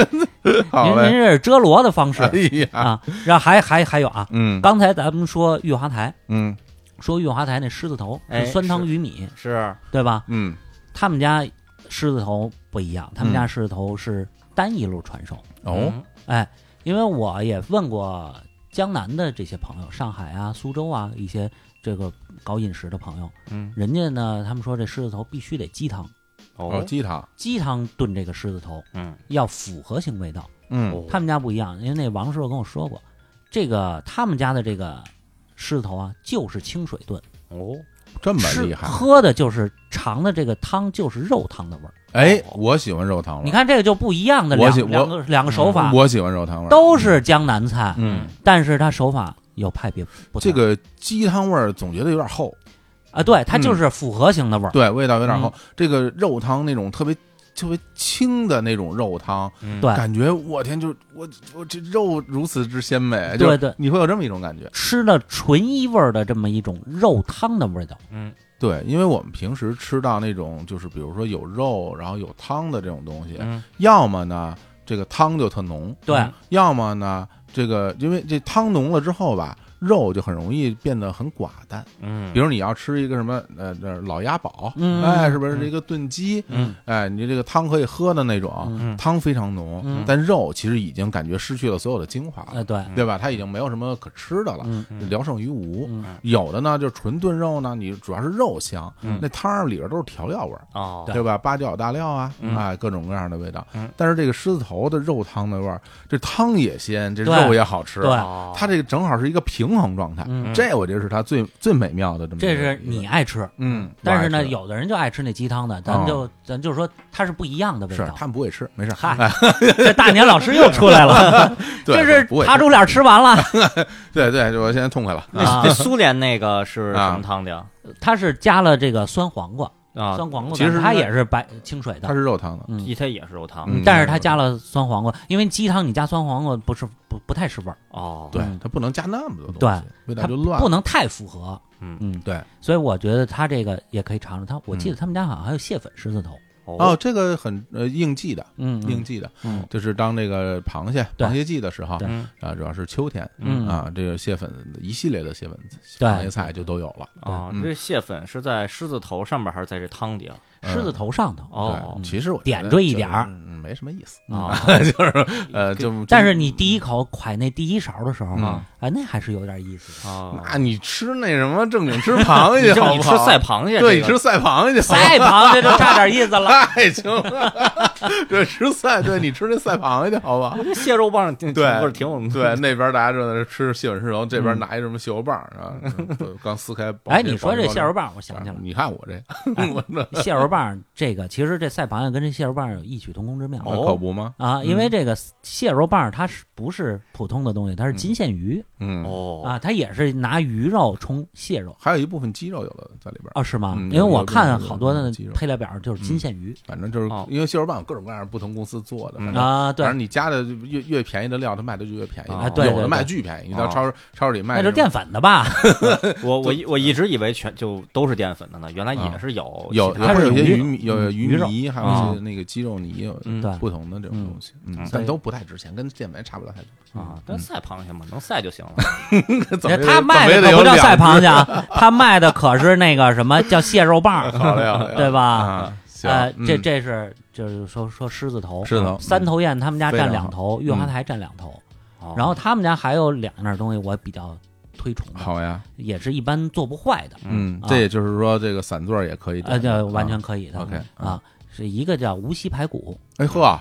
S1: 好
S3: 您您
S1: 嘞，
S3: 这是遮罗的方式
S1: 哎呀，
S3: 啊。然后还还还有啊，
S1: 嗯
S3: 刚才咱们说月华台，
S1: 嗯
S3: 说月华台那狮子头
S2: 哎
S3: 是酸汤
S2: 是
S3: 鱼米，
S2: 是
S3: 对吧？
S1: 嗯，
S3: 他们家狮子头不一样，他们
S1: 嗯
S3: 家狮子头是单一路传授。
S1: 哦，
S2: 嗯
S3: 哎，因为我也问过江南的这些朋友，上海啊、苏州啊一些这个搞饮食的朋友，
S2: 嗯，
S3: 人家呢，他们说这狮子头必须得鸡汤，
S1: 哦，
S2: 哦，
S1: 鸡汤，
S3: 鸡汤炖这个狮子头
S2: 嗯，哦
S3: 要符合性味道。
S1: 嗯
S3: 他们家不一样，因为那王师傅跟我说过，这个他们家的这个狮子头啊，就是清水炖，
S2: 哦，
S1: 这么
S3: 吃
S1: 厉害，
S3: 喝的就是尝的这个汤就是肉汤的味儿。
S1: 哎，我喜欢肉汤味儿，
S3: 你看这个就不一样的
S1: 我
S3: 两
S1: 喜
S3: 两个两个手法，
S1: 我喜欢肉汤味儿，
S3: 都是江南菜，
S1: 嗯，
S3: 但是它手法有派别不同。
S1: 这个鸡汤味儿总觉得有点厚，
S3: 啊，对，它就是复合型的味儿。
S1: 嗯对，味道有点厚。嗯这个肉汤那种特别特别轻的那种肉汤，
S2: 嗯
S3: 对
S1: 感觉我天，就我我这肉如此之鲜美，
S3: 对
S1: 就
S3: 对
S1: 你会有这么一种感觉。
S3: 吃了纯一味儿的这么一种肉汤的味道，
S2: 嗯，
S1: 对，因为我们平时吃到那种就是比如说有肉然后有汤的这种东西，
S2: 嗯
S1: 要么呢这个汤就特浓，
S3: 对
S2: 嗯
S1: 要么呢这个因为这汤浓了之后吧。肉就很容易变得很寡淡，
S2: 嗯，
S1: 比如你要吃一个什么呃呃老鸭煲，
S3: 嗯
S1: 哎，是不是一个炖鸡？
S2: 嗯
S1: 哎，你这个汤可以喝的那种，
S2: 嗯
S1: 汤非常浓，
S3: 嗯
S1: 但肉其实已经感觉失去了所有的精华
S3: 呃，
S1: 了，
S3: 对，
S1: 对吧？它已经没有什么可吃的了，
S3: 嗯
S2: 嗯
S1: 聊胜于无。
S3: 嗯
S1: 有的呢，就是纯炖肉呢，你主要是肉香，
S2: 嗯
S1: 那汤儿里边都是调料味儿，
S2: 哦，
S1: 对吧？八角、大料啊，
S2: 嗯
S1: 哎，各种各样的味道。
S2: 嗯
S1: 但是这个狮子头的肉汤的味儿，这汤也鲜，这
S3: 对
S1: 肉也好吃，
S3: 对
S2: 哦
S1: 它这个正好是一个平衡状态。
S3: 嗯，
S1: 这我觉得是它最最美妙的这么一个
S3: 这是你爱吃，
S1: 嗯，
S3: 但是
S1: 我爱
S3: 呢，
S1: 吃哦
S3: 有的人就爱吃那鸡汤的，咱就咱就说它是不一样的味
S1: 是
S3: 道
S1: 他。们不会吃，没事儿，
S3: 嗨，
S1: 哎
S3: 这大年老师又出来了，
S1: 对
S3: 这是
S1: 不会吃嗯
S3: 爬猪脸吃完了，
S1: 对对，我现在痛快了。
S2: 那
S3: 啊
S2: 那苏联那个是
S1: 啊
S2: 什么汤的啊呀？
S3: 它是加了这个酸黄瓜，
S2: 啊，
S3: 酸黄瓜
S1: 其实
S3: 它
S1: 是
S3: 也是白清水
S1: 它
S3: 的，
S1: 是肉汤的，
S3: 嗯，
S2: 它也是肉汤
S1: 嗯
S3: 但是它加了酸黄瓜，因为鸡汤你加酸黄瓜不是不不太是味儿，
S2: 哦，
S1: 对
S3: 嗯，
S1: 它不能加那么多东西，
S3: 对，
S1: 味道
S3: 它
S1: 就乱
S3: 不
S1: 了。
S3: 能太复合，
S2: 嗯
S3: 嗯，
S1: 对，嗯
S3: 所以我觉得它这个也可以尝尝。它我记得他们家好像还有蟹粉狮子头，
S1: 哦，，这个很呃应季的，
S3: 嗯
S1: 应季的，
S3: 嗯
S1: 就是当这个螃蟹
S3: 对
S1: 螃蟹季的时候
S3: 对
S2: 嗯
S1: 啊，主要是秋天
S3: 嗯
S1: 啊，这个蟹粉一系列的蟹粉
S3: 对
S1: 螃蟹菜就都有了。
S2: 啊，
S1: 嗯
S2: 这蟹粉是在狮子头上面还是在这汤底啊？
S1: 嗯
S3: 狮子头上头。
S2: 哦
S1: 对，其实我觉得
S3: 点缀一
S1: 就是
S3: 点儿嗯
S1: 嗯没什么意思，
S2: 啊，
S1: 就是呃，就
S3: 但是你第一口㧟那第一勺的时候
S1: 嗯，
S3: 哎，那还是有点意 思的。
S2: 哦
S1: 那啊你吃那什么正经吃 螃
S2: 你
S1: 蟹
S2: 这
S1: 好
S2: 你
S1: 不
S2: 吃
S1: 好？啊
S2: 赛螃蟹，
S1: 对，你
S2: 这个
S1: 吃赛螃蟹好不好，
S3: 赛螃 蟹就差点意思了，
S1: 太轻了，对，吃赛，对你吃那赛螃蟹去好吧？
S2: 这蟹肉棒挺，
S1: 对
S2: 不是挺我们
S1: 对，那边大家正在那吃蟹粉狮头，这边拿一什么蟹肉棒啊，嗯刚撕开。
S3: 嗯哎，你说这蟹肉
S1: 棒，
S3: 棒，我想 起来
S1: 你看我这，
S3: 哎
S1: 我这
S3: 了，蟹肉棒这个其实这赛螃蟹跟这蟹肉棒有异曲同工之妙
S1: 那可不吗？
S3: 啊，因
S1: 嗯
S3: 为这个蟹肉棒它是不是普通的东西，它是金线鱼
S1: 嗯，
S2: 哦
S3: 啊，它也是拿鱼肉冲蟹肉
S1: 还有一部分鸡肉有的在里边，
S3: 哦，是吗？
S1: 嗯
S3: 因为我
S1: 有有
S3: 看
S1: 有
S3: 好多的
S1: 有鸡肉嗯
S3: 配料表就是金线鱼
S1: 反正就是
S2: 哦
S1: 因为蟹肉棒有各种各样不同公司做的，
S2: 嗯
S1: 反正
S3: 啊，
S1: 反
S3: 对，
S1: 正你加的越越便宜的料，它卖的就越便宜，
S2: 啊
S3: 对
S1: 有
S3: 对
S1: 的
S3: 对
S1: 卖巨便宜，你到
S2: 哦
S1: 超市超市里卖
S3: 那就是
S1: 种
S3: 淀粉的吧？
S2: 我我一我一直以为全就都是淀粉的呢，原来也是有
S1: 啊有
S2: 其
S1: 有
S2: 他
S3: 它
S1: 会
S3: 是
S1: 有些
S3: 有
S1: 鱼
S3: 鱼
S1: 米有
S3: 鱼
S1: 鱼
S3: 肉
S1: 泥，还有
S2: 啊
S1: 一些那个鸡肉泥，有
S2: 嗯
S3: 对
S1: 不同的这种
S3: 嗯
S1: 东西，嗯
S2: 嗯，
S1: 但
S3: 对
S1: 都不太值钱，跟淀粉也差不了太 多。
S2: 啊，但赛螃蟹嘛，能赛就行 了。
S1: 怎么也得
S3: 他卖的
S1: 怎么也得
S3: 可
S1: 有
S3: 不叫
S1: 两
S3: 赛
S1: 只
S3: 螃蟹啊，他卖的可是那个什么叫蟹肉棒
S1: 好嘞，好嘞，
S3: 儿，对吧？
S1: 啊，行
S3: 呃，这
S1: 嗯
S3: 这是就是说说狮子头，
S1: 狮子头
S3: 三头雁他们家
S1: 非常嗯
S3: 占两头，月华台占两头，
S2: 哦
S3: 然后他们家还有两样东西我比较推崇的，
S1: 嗯好呀，
S3: 也是一般做不坏的，
S1: 嗯，
S3: 啊
S1: 这也就是说这个散座也可以点
S3: 呃，这
S1: 啊
S3: 完全可以的。
S1: OK，嗯
S3: 啊，是一个叫无锡排骨，
S1: 哎呵，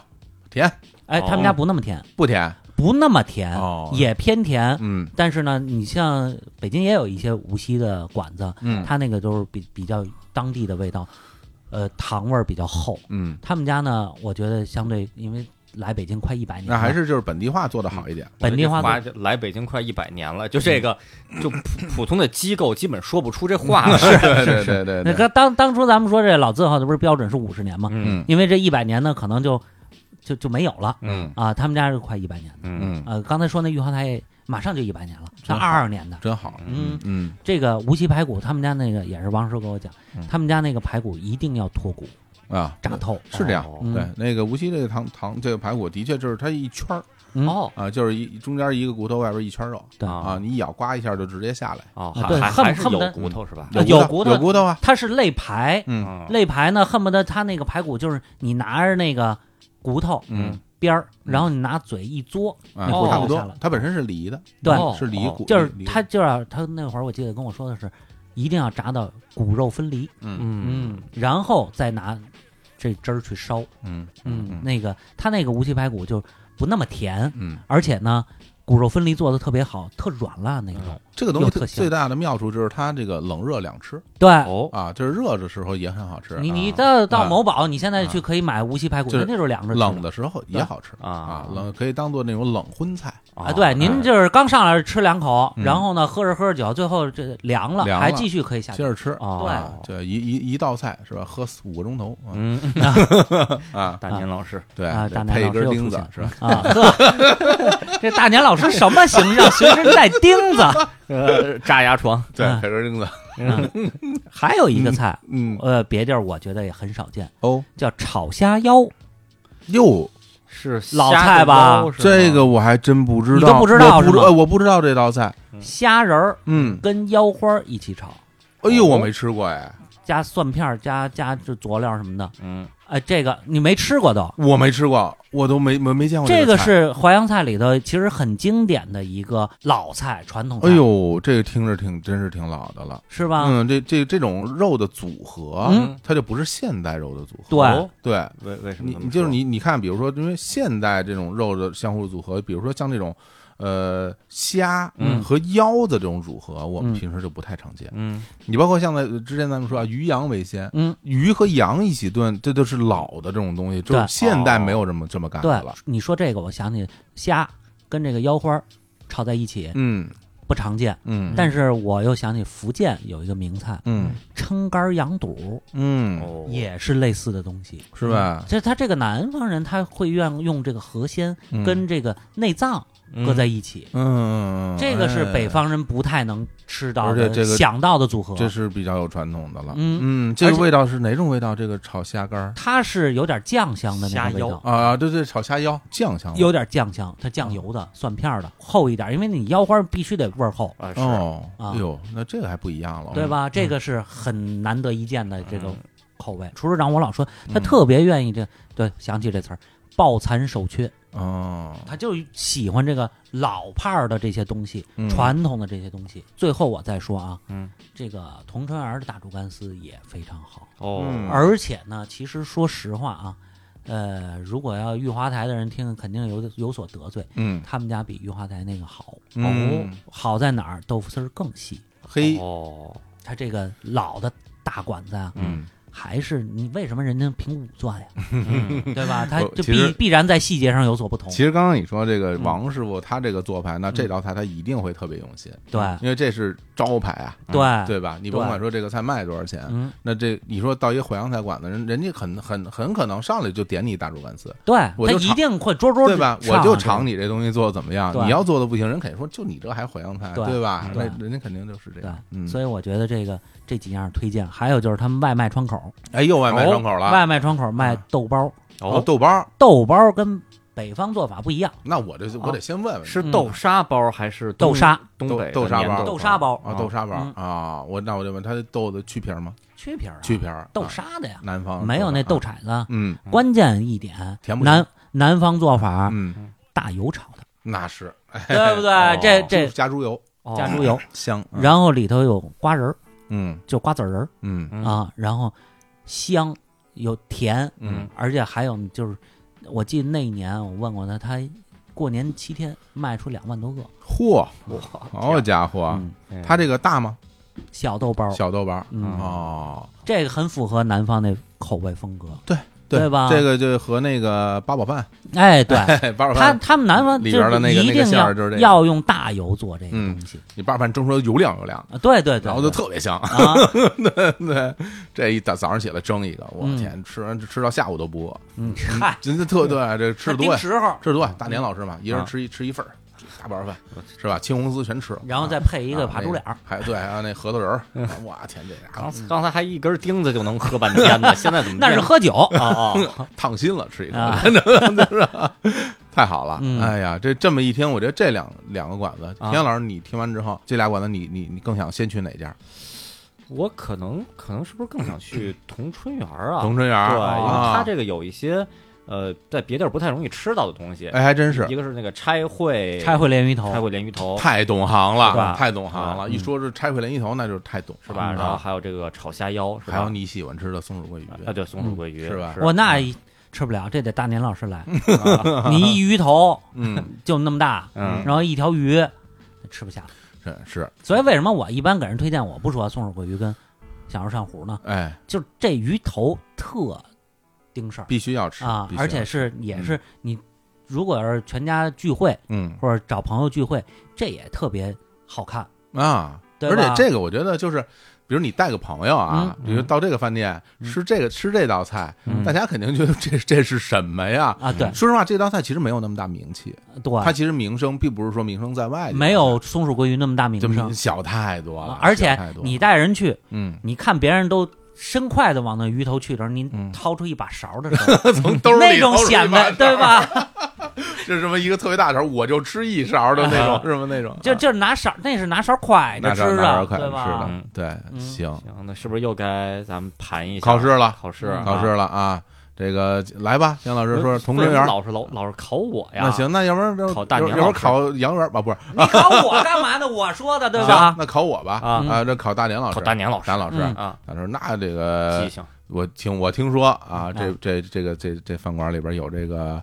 S1: 甜
S3: 哎，他们家不那么甜，
S1: 不甜？
S3: 不那么甜
S1: 哦，
S3: 也偏甜。
S1: 嗯
S3: 但是呢，你像北京也有一些无锡的馆子，
S1: 嗯
S3: 它那个都是比比较当地的味道，呃，糖味儿比较厚。
S1: 嗯，
S3: 他们家呢，我觉得相对因为来北京快一百年了，
S1: 那还是就是本地化做的好一点。
S3: 本地化
S2: 我
S3: 的
S2: 这来北京快一百年了，就
S1: 嗯
S2: 这个，就普普通的机构基本说不出这话
S1: 嗯
S2: 了。是，
S1: 对对
S3: 是
S1: 对对
S3: 那
S1: 对，
S3: 个当当初咱们说这老字号的不是标准是五十年吗？
S2: 嗯
S1: 嗯
S3: 因为这一百年呢，可能就就就没有了
S1: 嗯
S3: 啊。他们家是快一百年的，
S2: 嗯，
S1: 嗯，
S3: 呃，刚才说那玉皇台马上就一百年了，是
S1: 真好
S3: 二二年的。
S1: 真好。
S3: 嗯，
S1: 嗯，
S3: 这个无锡排骨，他们家那个也是王师傅跟我讲
S1: 嗯，
S3: 他们家那个排骨一定要脱骨
S1: 啊，
S3: 炸透。
S1: 是这样
S2: 哦。
S3: 嗯
S1: 对，那个无锡这个糖糖这个排骨的确就是它一圈儿
S3: 嗯
S2: 哦
S1: 啊，就是一中间一个骨头，外边一圈肉
S3: 对
S1: 啊，你一咬刮一下就直接下来，
S2: 哦，
S3: 啊
S2: 还
S3: 对
S2: 还
S3: 恨
S2: 还是
S3: 恨不
S2: 有
S3: 得
S2: 骨头是吧？
S3: 呃
S1: 有
S3: 有骨头
S1: 有骨头啊，
S3: 它是肋排，
S1: 嗯
S2: 嗯
S3: 肋排呢，恨不得它那个排骨就是你拿着那个骨头，
S1: 嗯，
S3: 边儿，然后你拿嘴一嘬，
S1: 啊
S3: 那
S2: 哦
S3: 糊
S1: 差
S3: 汤
S1: 不
S3: 就下来
S1: 多
S3: 了。。
S1: 它本身是梨的，
S3: 对
S2: 哦
S1: 是梨骨，
S3: 就是
S1: 梨
S3: 他就是要他那会儿我记得跟我说的是，一定要炸到骨肉分离，
S1: 嗯
S2: 嗯
S3: 嗯，然后再拿这汁儿去烧，
S1: 嗯嗯
S3: 那个他那个无锡排骨就不那么甜，
S1: 嗯，
S3: 而且呢，骨肉分离做的特别好，特软烂那
S2: 嗯
S3: 种。
S1: 这个东西
S3: 又特
S1: 最
S3: 香
S1: 最大的妙处就是它这个冷热两吃
S3: 对，
S2: 哦，
S1: 啊，就是热的时候也很好吃，
S3: 你你
S1: 啊
S3: 到到
S1: 啊
S3: 某宝，你现在去可以买无锡排骨，
S1: 就是
S3: 那就是凉着吃
S1: 冷
S3: 的
S1: 的时候也好吃
S2: 啊哦
S1: 啊，冷可以当做那种冷荤菜，
S3: 啊。对，您就是刚上来吃两口，
S1: 哎嗯
S3: 然后呢喝着喝着酒，最后这凉了，
S1: 凉了
S3: 还继续可以下
S1: 接
S3: 酒。
S1: 着吃
S2: 啊
S1: 啊，，这一一一道菜是吧？喝四五个钟头啊
S2: 嗯，
S1: 啊，
S2: 大年老师，
S1: 对
S3: 啊，大年
S1: 配一
S3: 老师
S1: 根
S3: 又
S1: 钉
S3: 出
S1: 子
S3: 现
S1: 是吧？
S3: 啊，呵， 这大年老师什么形象？随身带钉子。
S2: 呃，扎牙 床，
S1: 对，
S3: 嗯
S1: 配根钉子，
S3: 还有一个菜，
S1: 嗯
S3: 呃，别地儿我觉得也很少见，
S1: 哦
S3: 叫炒虾腰。
S1: 哟，
S2: 是
S3: 老菜吧
S2: 虾子包是吗
S1: 这个我还真不知道，
S3: 你都不知道
S1: 我不知
S3: 是吗
S1: 呃我不知道这道菜，
S3: 虾仁儿
S1: 嗯，
S3: 跟腰花儿一起炒，哦
S1: 哎呦，我没吃过哎，
S3: 加蒜片儿，加加这佐料什么的。
S2: 嗯，
S3: 哎，这个你没吃过都？
S1: 我没吃过，我都没没没见过
S3: 这
S1: 个
S3: 个
S1: 菜。
S3: 是淮扬菜里头其实很经典的一个老菜，传统菜，
S1: 哎呦，这个听着挺真是挺老的了。
S3: 是吧？
S1: 嗯，这这这种肉的组合，
S2: 嗯
S1: 它就不是现代肉的组合。
S3: 对
S2: 哦
S1: 对，
S2: 为为什么
S1: 你
S2: 这么
S1: 你就是
S2: 说
S1: 你，你看，比如说，因为现代这种肉的相互组合，比如说像这种呃虾
S2: 嗯
S1: 和腰的这种组合，我们
S3: 嗯
S1: 平时就不太常见。
S2: 嗯
S1: 你包括像在之前咱们说啊，鱼羊为先，
S3: 嗯，
S1: 鱼和羊一起炖，这都是老的这种东西，就是
S3: 对
S1: 现代没有这么这么干的
S3: 对
S1: 了。，
S3: 你说这个，我想起虾跟这个腰花儿炒在一起
S1: 嗯
S3: 不常见，
S1: 嗯
S3: 但是我又想起福建有一个名菜
S1: 嗯
S3: 撑杆儿羊肚，
S1: 嗯，
S2: 哦
S3: 也是类似的东西。
S1: 是吧？
S3: 这他这个南方人，他会愿用这个河鲜
S1: 嗯
S3: 跟这个内脏搁在一起，
S1: 嗯，
S3: 这个是北
S1: 哎
S3: 方人不太能吃到
S1: 而
S3: 的、
S1: 且这个
S3: 想到的组合。
S1: 哎这是比较有传统的了。
S3: 嗯
S1: 嗯，这
S3: 而
S1: 个
S3: 且
S1: 味道是哪种味道？这个炒虾干儿
S3: 它是有点酱香的那个味
S2: 虾腰
S3: 道，
S1: 啊，对对，炒虾腰酱香味
S3: 哦有点酱香，它酱油的、蒜片儿的厚一点，因为你腰花必须得味儿厚，
S2: 啊是
S1: 哦，
S3: 啊
S1: 哎呦，那这个还不一样了，
S3: 对？吧？这个是很难得一见的这种
S2: 嗯
S3: 口味。厨师长我老说他特别愿意这，对，想起这词儿。抱残守缺，
S1: 哦，
S3: 他就喜欢这个老派儿的这些东西，
S1: 嗯
S3: 传统的这些东西。最后我再说啊，
S2: 嗯，
S3: 这个铜川儿的大煮干丝也非常好，
S1: 嗯
S2: 哦
S3: 而且呢，其实说实话啊，呃，如果要玉华台的人听，肯定有有所得罪。
S1: 嗯，
S3: 他们家比玉华台那个好，
S1: 嗯，
S3: 好在哪儿？豆腐丝儿更细。
S1: 嘿，
S2: 哦
S3: 它这个老的大馆子啊，
S1: 嗯，
S3: 还是你为什么人家评五钻 呀？对吧？它
S1: 我
S3: 就
S1: 其实
S3: 必必然在细节上有所不同
S1: 其。实刚刚你说这
S3: 嗯
S1: 个王师傅他这个做派，那这道菜他一定会特别用心，
S3: 对
S1: 因为这是招牌啊，
S3: 对，
S1: 对吧？你甭
S3: 对
S1: 管说这个菜卖多少钱，
S3: 嗯，
S1: 那这你说到一个淮扬菜馆子，人人家很很很可能上来就点你一大煮干丝，
S3: 对，
S1: 我
S3: 它
S1: 就
S3: 一
S1: 尝
S3: 定会桌桌
S1: 对吧？我就尝
S3: 你。
S1: 你这东西做的怎么样，
S3: 对
S1: 你要做的不行，人肯定说就你这还淮扬菜，
S3: 对
S1: 对吧？那
S3: 对
S1: 人家肯定就是这
S3: 对
S1: 样。，嗯，
S3: 所以我觉得这个这几样推荐，还有就是他们外卖窗口，
S1: 哎，又外卖
S2: 哦
S1: 窗口了，
S3: 外卖窗口卖豆包，
S1: 哦，
S2: 哦
S1: 豆包儿，
S3: 豆包跟北方做法不一样，
S1: 那我
S3: 哦
S1: 这我得先问问
S2: 是豆沙包还是东
S3: 豆
S1: 嗯
S3: 沙
S2: 东北的
S1: 豆豆沙包
S2: 粘
S3: 豆沙包
S1: 啊，豆沙包儿
S3: 嗯
S1: 啊，我那我就问他这豆子去皮儿吗？
S3: 缺皮儿啊，
S1: 去皮儿，
S3: 豆
S1: 啊
S3: 沙的呀，
S1: 南方
S3: 没有那
S1: 豆
S3: 豆
S1: 沙，
S3: 铲子。
S1: 嗯
S3: 关键一点，
S1: 甜不甜
S3: 南南方做法
S1: 嗯，哎
S3: 大油炒的，
S1: 那是
S3: 对不
S2: 哦
S3: 对？这这
S1: 加猪油
S2: 哦
S3: 加猪油，
S1: 香，嗯
S3: 然后里头有瓜仁儿，
S1: 嗯
S3: 就瓜子仁儿
S1: 嗯
S2: 嗯
S3: 啊，然后香有甜，
S1: 嗯
S3: 而且还有就是，我记得那一年我问过他，他过年七天卖出两万多个，
S1: 嚯，
S2: 嗯哇
S1: 好家伙，
S3: 嗯，
S2: 天
S1: 它这个大吗？
S3: 小豆包，
S1: 小豆包儿
S3: 嗯，
S1: 哦，
S3: 这个很符合南方的口味风格。
S1: 对
S3: 对吧
S1: 这个就和那个八宝饭，
S3: 哎， 对
S1: 八宝
S3: 他
S1: 饭，
S3: 他们南方
S1: 里
S3: 就是
S1: 边的那个
S3: 一
S1: 那个
S3: 定
S1: 馅
S3: 要
S1: 儿就是这个
S3: 要用大油做这个
S1: 嗯
S3: 东西
S1: 你八宝饭蒸出来油亮油亮的，
S3: 啊，对对对，
S1: 嗯然后就
S3: 对
S1: 特 别香。
S3: 啊，
S1: 对，这一早早上起来蒸一个，我
S3: 嗯
S1: 天，吃完吃到下午都不饿，
S3: 嗯，嗨，
S1: 真的特对，啊这吃的多
S3: 定
S1: 呀，
S3: 时候，
S1: 吃的多呀，大年老师嘛，一人
S2: 啊
S3: 嗯
S1: 吃一吃一份儿，大包饭是吧？青红丝全吃，
S3: 然后再
S1: 啊
S3: 配一个
S1: 啊
S3: 扒猪脸儿，嗯
S1: 还对，还有那核桃仁儿，哇天，这家
S2: 刚
S1: 伙
S2: 刚才还一根钉子就能喝半天 呢，现在怎么
S3: 那是喝 酒。
S2: 啊啊
S1: 烫心了，吃一
S3: 啊
S1: 顿，真的是吧太好了
S3: 嗯！
S1: 哎呀，这这么一听，我觉得这两两个馆子，
S2: 啊
S1: 田阳老师，你听完之后，这俩馆子你你你更想先去哪家？
S2: 我可能可能是不是更想去同春园儿啊？
S1: 同春园儿，
S2: 对，因为
S1: 啊
S2: 它这个有一些呃，在别地儿不太容易吃到的东西。
S1: 哎，还真是
S2: 一个是那个拆烩，
S3: 拆烩鲢鱼头
S2: 拆，烩鲢鱼头，
S1: 太懂行
S2: 是
S1: 了
S2: 吧，
S1: 太懂行了。
S3: 嗯
S1: 一说是拆回来一头，那就是太懂
S2: 是
S1: 了
S2: 吧？
S1: 啊
S2: 然后还有这个炒虾腰，是
S1: 嗯
S2: 吧
S1: 还有你喜欢吃的松鼠桂鱼，
S2: 啊，对，松鼠桂鱼
S1: 是吧
S3: 我那吃不了，这得大年老 师来。你一鱼头
S1: 嗯，
S3: 就那么大，
S2: 嗯
S3: 然后一条鱼吃不下。
S1: 是是，
S3: 所以为什么我一般给人推荐，我不说松鼠桂鱼跟小肉扇糊呢？
S1: 哎，
S3: 就这鱼头特盯事儿
S1: 必须嗯要吃
S3: 啊，而且，是也是你如果要是全家聚会
S1: 必须要吃
S3: 或者找朋友聚会，这也特别好看。
S1: 嗯啊，
S3: 对
S1: 而
S3: 吧嗯
S1: 且这个我觉得就是。比如你带个朋友啊，比如到这个饭店吃这个吃这道菜，大家肯定觉得这这是什么呀？
S3: 啊对
S1: 说实话，这道菜其实没有那么大名气，嗯它
S3: 对，
S1: 其实名声并不是说名声在外
S3: 啊
S1: 的，
S3: 没有松鼠桂鱼那么大名
S1: 就
S3: 声，
S1: 小太多了
S3: 啊。而
S1: 小
S3: 且
S1: 太多了
S3: 你带人去，
S1: 嗯，
S3: 你看别人都伸筷子往那鱼头去的时候，你
S1: 嗯
S3: 掏出一把勺的时 候，
S1: 从兜里
S3: 那种
S1: 掏出一
S3: 显
S1: 把
S3: 摆，对
S1: 勺
S3: 吧？
S1: 这什么一个特别大勺，我就吃一勺的那种，是吗？那种
S3: 啊
S1: 啊
S3: 就就是拿勺，那是拿勺蒯着
S1: 拿
S3: 吃
S1: 勺拿勺
S3: 的，
S1: 筷
S3: 对
S1: 子
S3: 吧？
S1: 吃的，对，
S3: 嗯
S1: 行，
S2: 行，那是不是又该咱们盘一下
S1: 考试了，
S2: 考试，
S3: 嗯
S1: 考试。了啊！这个来吧，杨老师说同
S2: 为
S1: 志
S2: 什么
S1: 园儿，
S2: 老是老老是考我哎呀？
S1: 那，行，那要不然就
S2: 考大
S1: 要
S2: 年
S1: 要不然
S2: 老师
S1: 考杨园儿啊吧，不是，
S3: 你考我干嘛呢？我说的对
S1: 行
S3: 吧？
S1: 那考我吧
S2: 啊
S1: 啊！这考大年老师，
S2: 考大年老师
S1: 大老师，
S3: 嗯
S2: 啊，
S1: 他说那这
S2: 记
S1: 个
S2: 性
S1: 我听我听说啊，这这这个这这饭馆里边有这个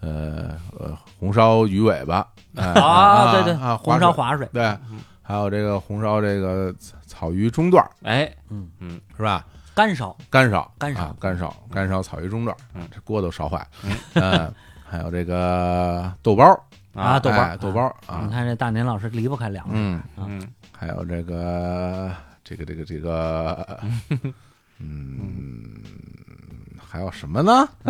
S1: 呃呃红烧鱼尾巴哎
S3: 啊，对对
S1: 啊，，
S3: 红
S1: 水
S3: 烧划水，
S1: 对，还有这个红烧这个草鱼中段儿
S2: 哎，
S3: 嗯
S2: 嗯，
S1: 是吧？
S3: 干烧，
S1: 干烧，
S3: 干烧
S1: 啊干烧，干烧草鱼中段，
S2: 嗯
S1: 这锅都烧坏了。嗯，还有这个豆包儿
S3: 啊豆包儿嗯
S1: 哎豆包儿
S3: 你
S1: 啊，
S3: 看这大年老师离不开凉食，
S1: 嗯，
S2: 嗯，
S1: 还有这个这个这个这个，嗯，还有什么呢？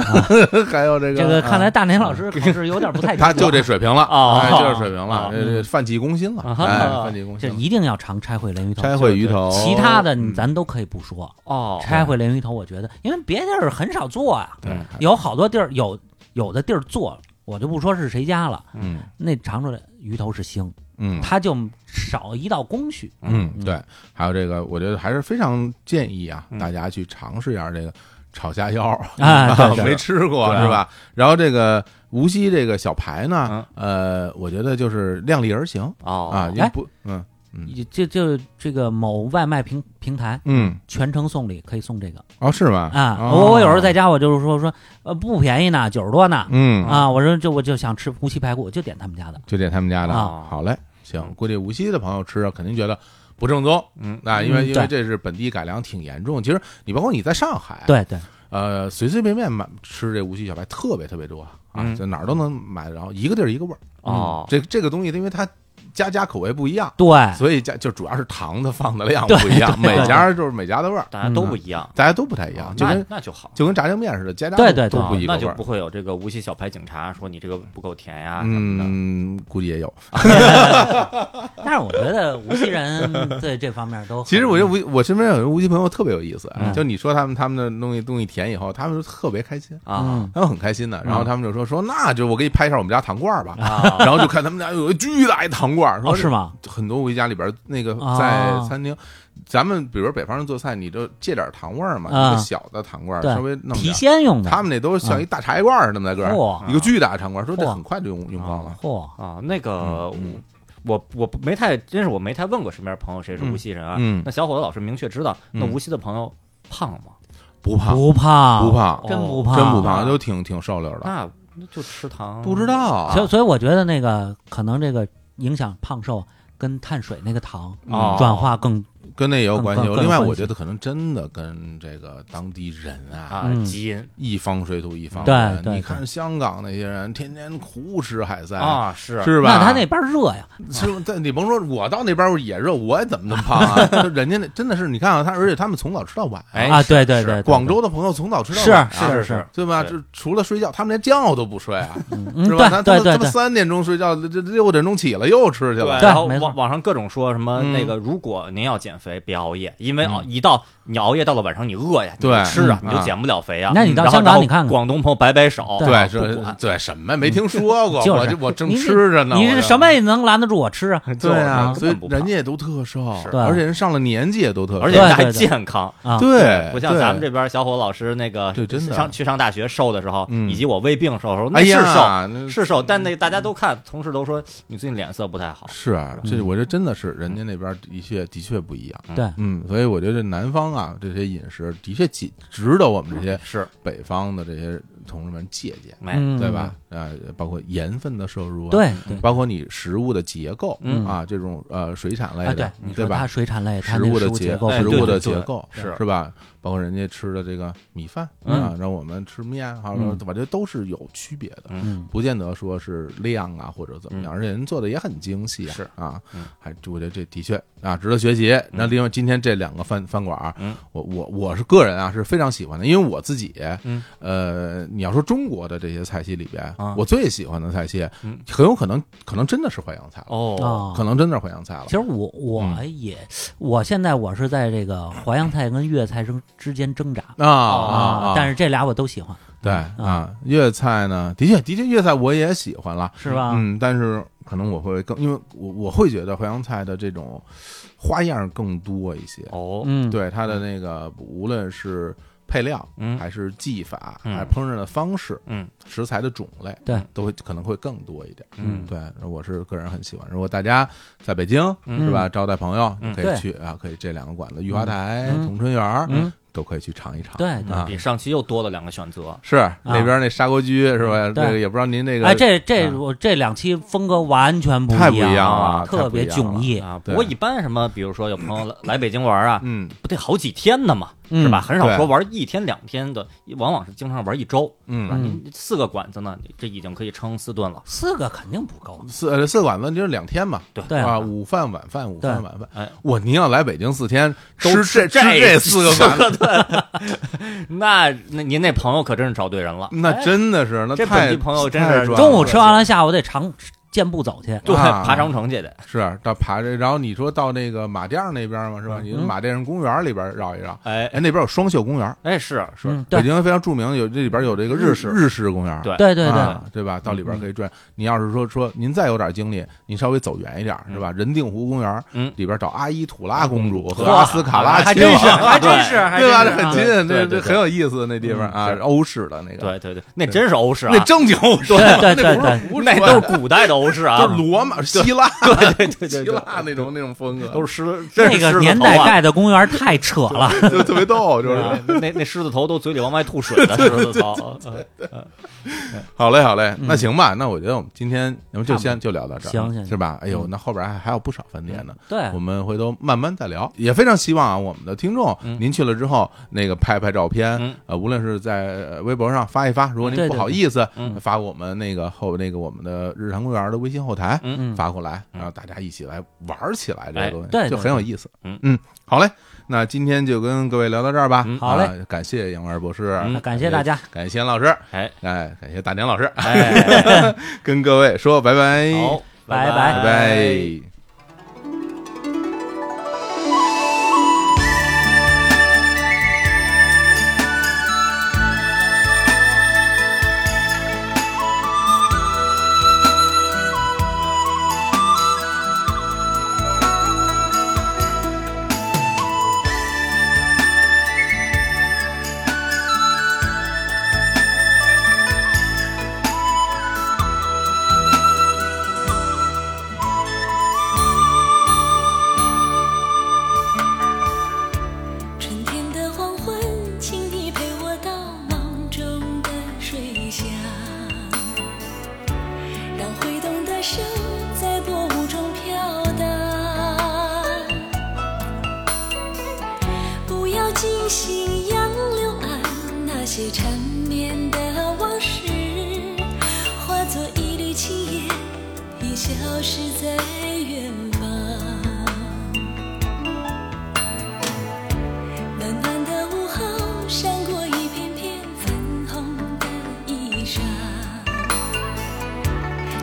S1: 还有这个
S3: 这个看来
S1: 啊
S3: 大年老师考试有点不太及格，
S1: 他就这水平了
S2: 哦
S1: 哎，就这水平了
S2: 哦，
S1: 这这犯忌攻心了，
S2: 啊
S1: 哎，犯忌攻
S3: 这
S1: 心了。
S3: 一定要常拆烩鲢鱼头，
S1: 拆烩鱼头，
S3: 其他的
S1: 嗯
S3: 你咱都可以不说。
S2: 哦，
S3: 拆烩鲢鱼头，我觉得因为别地儿很少做啊，
S1: 对，
S3: 有好多地儿有有的地儿做，我就不说是谁家了，
S1: 嗯
S3: 那尝出来鱼头是腥，
S1: 嗯
S3: 它就少一道工序。
S1: 嗯，对，还有这个，我觉得还是非常建议啊，
S2: 嗯
S1: 大家去尝试一下这个炒虾腰儿
S3: 啊对对
S1: 没吃过
S2: 对
S1: 是吧？然后这个无锡这个小排呢
S2: 嗯，
S1: 呃，我觉得就是量力而行
S2: 哦
S1: 啊，也不，嗯嗯
S3: 这就这个某外卖平平台
S1: 嗯，
S3: 全程送礼可以送这个
S1: 哦，是吗？
S3: 啊，
S1: 哦
S3: 我我有时候在，家我就是说说呃不便宜呢，九十多呢
S1: 嗯，
S3: 啊，我说就我就想吃无锡排骨，就点他们家的。
S1: 就点他们家的，
S2: 啊
S1: 好嘞，行，估计无锡的朋友吃着肯定觉得。不正宗，
S2: 嗯
S1: 那因为
S3: 嗯
S1: 因为
S3: 对
S1: 这是本地改良挺严重。其实你包括你在上海，
S3: 对对，
S1: 呃，随随便便买吃这无锡小排特别特别多啊，
S2: 嗯
S1: 在哪儿都能买得着，一个地儿一个味儿。
S2: 哦，
S1: 这这个东西，因为它家家口味不一样，
S3: 对，
S1: 所以家就主要 是糖的放的量
S3: 哎对
S1: 不一样，每
S3: 对哦
S1: 家就是每家的味儿，
S2: 大家都不一样，
S1: 大家嗯都不太一样，就
S2: 那
S1: 跟
S2: 那就好，
S1: 就跟炸酱面似的，家家
S3: 对
S1: 都
S3: 对对
S1: 都不一
S2: 啊那
S1: 个味
S2: 就
S1: 儿
S2: 不。会有这个无锡小排警察说你这个不够甜呀什么的。
S1: 嗯，估计也有。
S3: 但是我觉得无锡人对这方面都
S1: 其实我觉得无，我身边有一个无锡朋友特别有意思，啊
S3: 嗯
S1: 就你说他们他们的东西东西甜以后，他们就特别开心，
S3: 嗯
S2: 啊
S1: 他们很开心的。然后他们就说说，那就我给你拍一下我们家糖罐儿吧。
S2: 啊
S1: 然后就看他们家有一巨大一糖罐儿，说
S3: 哦是吗？
S1: 很多回家里边儿那个
S3: 啊
S1: 在餐厅，咱们比如北方人做菜，你就借点糖味儿嘛，
S3: 啊
S1: 一个小的糖罐儿
S3: 对
S1: 稍微弄
S3: 提
S1: 点儿。
S3: 鲜用的，嗯
S1: 他们那都是像一大茶叶罐儿那么大个儿，
S3: 嚯
S1: 一个巨大的糖罐儿，说这
S3: 嚯
S1: 很快就用用光了。
S3: 嚯
S2: 啊，那个
S1: 嗯
S2: 我我不没太，真是我没太问过身边朋友谁是无锡人啊。
S1: 嗯嗯
S2: 那小伙子老师明确知道，那
S1: 嗯
S2: 无锡的朋友胖吗？
S1: 不胖，
S3: 不胖啊
S1: 不胖，
S3: 真不
S1: 真
S3: 胖，
S1: 不胖，都挺挺瘦溜儿的。
S2: 那那就吃糖，
S1: 不知道
S3: 所以，所以我觉得那个可能这个影响胖瘦跟碳水那个糖
S1: 嗯
S2: 哦
S3: 转化更
S1: 跟那也有关系。
S3: 更更
S1: 另外，
S3: 更
S1: 我觉得可能真的跟这个当地人啊，
S2: 啊
S3: 嗯，
S2: 基因
S1: 一方水土一方
S3: 对
S1: 人。
S3: 对对
S1: 你看香港那些人，天天胡吃海塞，
S2: 啊是
S1: 哎是吧？
S3: 那他那边热呀，
S1: 是，但你甭说，我到那边儿也热，我也怎么那么胖 啊？就人家那真的是，你看啊，他而且他们从早吃到晚啊，
S2: 哎
S3: 啊，
S2: 是
S3: 对对
S2: 是
S3: 对，对
S1: 广州的朋友从早吃到
S3: 是
S1: 晚啊
S3: 是
S2: 是
S3: 是，
S1: 对吧？
S2: 对
S1: 就除了睡觉，他们连觉都不睡啊，
S3: 嗯，
S1: 是吧？他
S3: 对
S1: 他
S3: 对
S1: 们
S3: 对
S1: 他们
S3: 对，
S1: 三点钟睡觉，这这六点钟起来又吃去
S2: 对，
S1: 了，
S3: 对
S2: 然后
S3: 没错
S2: 网网上各种说什么
S1: 嗯
S2: 那个，如果您要减肥，别熬夜，因为熬一到你熬夜到了晚上你饿呀，你
S1: 对
S2: 吃啊，
S1: 嗯
S2: 你就减不了肥啊。
S3: 那你到
S2: 然后
S3: 香港
S2: 然后
S3: 你看看
S2: 广东朋友摆摆手，
S1: 对，
S2: 不
S1: 这
S2: 管
S1: 对什么没听说过，
S3: 嗯就是
S1: 我这我正
S3: 你
S1: 吃着呢，
S3: 你这
S1: 我这
S3: 什么也能拦得住我吃啊？
S1: 对啊，
S2: 就是
S1: 所以
S2: 根本不
S1: 人
S2: 胖
S1: 家也都特瘦，
S2: 是
S1: 而且人上了年纪也都特瘦，
S2: 而且人家还
S3: 对对对
S2: 健康，
S3: 啊，
S1: 对，
S2: 不像咱们
S1: 对
S2: 这边小伙老师那个
S1: 对真的
S2: 上去上大学瘦的时候，
S1: 嗯
S2: 以及我胃病瘦的时候，那
S1: 哎
S2: 是瘦
S1: 呀，嗯那
S2: 是瘦，但那大家都看，同事都说你最近脸色不太好。
S1: 是啊，这
S3: 嗯
S1: 我觉得真的是人家那边的确的确不一样，
S3: 对
S1: 嗯，所以我觉得南方啊这些饮食的确值值得我们这些
S2: 是，
S1: 北方的这些同志们借鉴，
S2: 没
S3: 嗯
S1: 对吧？呃，包括盐分的摄入啊，
S3: 对对
S1: 包括你食物的结构
S2: 嗯啊
S1: 啊，这种呃水产类
S3: 哎
S1: 的
S3: 对，，你
S1: 对
S3: 说它
S1: 吧？
S3: 水产类，它
S1: 食
S3: 那
S1: 物
S3: 个
S1: 的
S3: 食物结构，
S1: 食
S2: 哎对
S1: 物的
S2: 对对
S1: 结构
S2: 对是
S1: 是吧？包括人家吃的这个米饭
S3: 嗯
S1: 啊，让我们吃面，好
S3: 嗯
S1: 吧，这都是有区别的。
S3: 嗯，
S1: 不见得说是量啊或者怎么样，而且人做的也很精细啊，
S2: 嗯是
S1: 啊
S2: 嗯，
S1: 还我觉得这的确啊值得学习。那另外今天这两个饭饭馆儿
S2: 嗯，
S1: 我我我是个人啊是非常喜欢的，因为我自己
S2: 嗯，
S1: 呃，你要说中国的这些菜系里边
S2: 啊，
S1: 我最喜欢的菜系
S2: 嗯，
S1: 很有可能可能真的是淮扬菜了，
S2: 哦，
S3: 啊
S1: 可。能真的是淮扬菜了
S3: 其。实我我哎
S1: 嗯
S3: 也，我现在我是在这个淮扬菜跟粤菜之之间挣扎
S1: 啊啊啊！
S3: 但是这俩我都喜欢，
S1: 对啊，粤菜呢，的确的确，粤菜我也喜欢了，
S3: 是吧？
S1: 嗯，但是可能我会更，因为我我会觉得淮扬菜的这种花样更多一些。
S2: 哦，
S3: 嗯，
S1: 对它的那个，无论是配料，
S2: 嗯
S1: 还是技法，
S2: 嗯
S1: 还是烹饪的方式，
S2: 嗯，
S1: 食材的种类，
S3: 对，
S1: 都会可能会更多一点。
S2: 嗯
S1: 对，我是个人很喜欢。如果大家在北京
S2: 嗯
S1: 是吧，招待朋友
S2: 嗯
S1: 可以
S3: 对
S1: 去啊，可以这两个馆子，御花台、
S3: 嗯
S1: 同春园，
S3: 嗯，
S1: 都可以去尝一尝。
S3: 对对
S1: 啊，
S2: 嗯比上期又多了两个选择，
S1: 是那边那砂锅居是吧？
S3: 对
S1: 这个也不知道您那个
S3: 哎，这这
S1: 啊
S3: 我这两期风格完全不
S1: 太不一
S3: 样
S1: 样
S3: 啊
S1: 了太
S3: 特
S1: 不
S3: 别
S1: 一样了
S3: 迥异。
S2: 啊，不
S1: 对
S2: 过一般什么，比如说有朋友来来北京玩啊，
S1: 嗯
S2: 不得好几天呢嘛，
S3: 嗯
S2: 是吧？很
S1: 对
S2: 少说玩一天两天的，往往是经常玩一周，是吧？
S1: 嗯。
S3: 嗯
S2: 你四个馆子呢，你这已经可以撑四顿了。
S3: 四个肯定不够，
S1: 四呃四个馆子就是两天嘛，
S2: 对
S3: 对
S1: 啊，午饭晚饭午饭
S3: 对
S1: 晚饭。
S2: 哎，
S1: 我您要来北京四天，
S2: 都
S1: 吃这吃
S2: 吃这
S1: 这四个馆子，
S2: 那那您那朋友可真是找对人了，
S1: 那真的是那
S2: 这
S1: 太
S2: 本地朋友真是
S1: 太赚了
S3: 中午吃完了，下午得长健步走去。
S2: 对，
S1: 啊
S2: 爬长城去得，
S1: 是啊到爬这，然后你说到那个马甸儿那边嘛，是吧？你马甸人公园里边绕一绕，
S2: 哎
S1: 哎，那边有双秀公园，
S2: 哎是是，
S3: 嗯，
S1: 北
S3: 对
S1: 京非常著名，有这里边有这个日
S2: 日式
S1: 日式公园，
S2: 对
S3: 对对对，
S1: 啊，对吧？到里边可以转。你要是说说您再有点精力，你稍微走远一点，是吧？人定湖公园，
S2: 嗯
S1: 里边找阿依土拉公主和
S2: 哇
S1: 阿斯卡拉
S3: 还
S1: 亲
S3: 真
S1: 王，
S3: 是，还真是，还
S1: 对吧？这
S3: 真是
S1: 很
S3: 啊。
S1: 近，这
S2: 对对
S1: 这
S2: 对
S1: 很有意思那地方啊
S2: 嗯，是
S1: 欧式的那个，
S2: 对对对，那真是欧式啊
S1: 那，正经欧式，
S3: 对对对
S1: 那
S3: 对
S1: 不是胡说
S2: 那都是古代的欧式啊，
S1: 就罗马、希腊、
S2: 对对对
S1: 希
S2: 对，
S1: 腊那种那种风格，
S2: 都是狮，真
S3: 那
S2: 是狮
S3: 个
S2: 子
S3: 年
S2: 头
S3: 代
S2: 啊
S3: 盖的公园太扯了，
S1: 就特别逗，就是。
S2: 对那那狮子头都嘴里往外吐水的狮子头，呃
S1: 好嘞，好嘞，那行吧，那我觉得我们今天要不就先就聊到这儿，
S3: 行行
S1: 是吧？哎呦，
S3: 嗯
S1: 那后边还还有不少饭店呢。
S3: 对
S1: 我，们回头慢慢再聊。也非常希望啊，我们的听众，
S2: 嗯
S1: 您去了之后，那个拍拍照片，
S2: 嗯
S1: 呃，无论是在呃微博上发一发，如果您
S3: 对
S1: 不
S3: 对
S1: 好意思，
S2: 嗯
S1: 发我们那个后那个我们的日坛公园的微信后台。
S3: 嗯，
S1: 发过来，
S2: 嗯
S1: 然后大家一起来玩儿起来，这个
S2: 哎
S1: 东西、
S3: 对
S1: 就
S3: 对
S1: 很有意思。
S2: 嗯
S1: 嗯，好嘞，那今天就跟各位聊到这儿吧。
S2: 嗯
S3: 好嘞
S1: 啊感谢杨文博士，
S2: 嗯
S3: 感谢大家，
S1: 感谢严老师，
S2: 哎
S1: 哎，感谢大年老师，
S2: 哎，
S1: 跟各位说拜拜，
S2: 好，
S3: 拜
S2: 拜
S1: 拜拜。
S4: 春天的黄昏，请你陪我到梦中的水乡，让挥动的手在薄雾中飘荡。不要惊醒杨柳岸那些缠绵的往事，化作一缕青烟，已消失在远方。暖暖的午后，闪过一片片粉红的衣裳。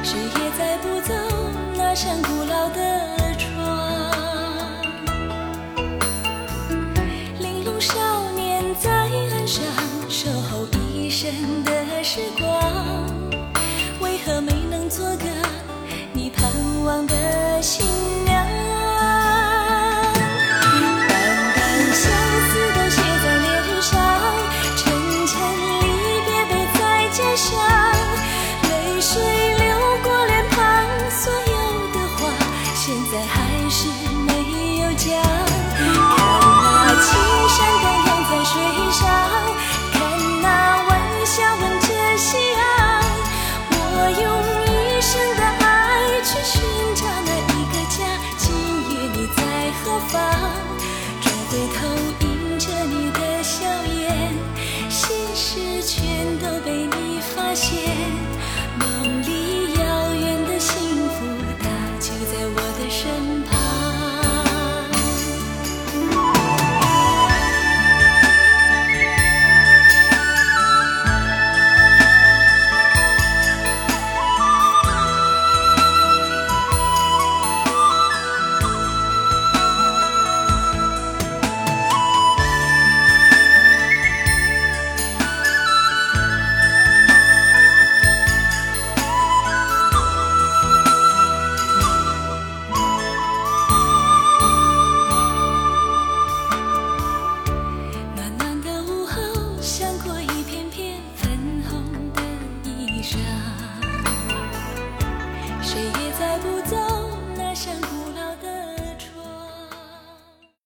S4: 谁也载不走那扇古老的窗。水。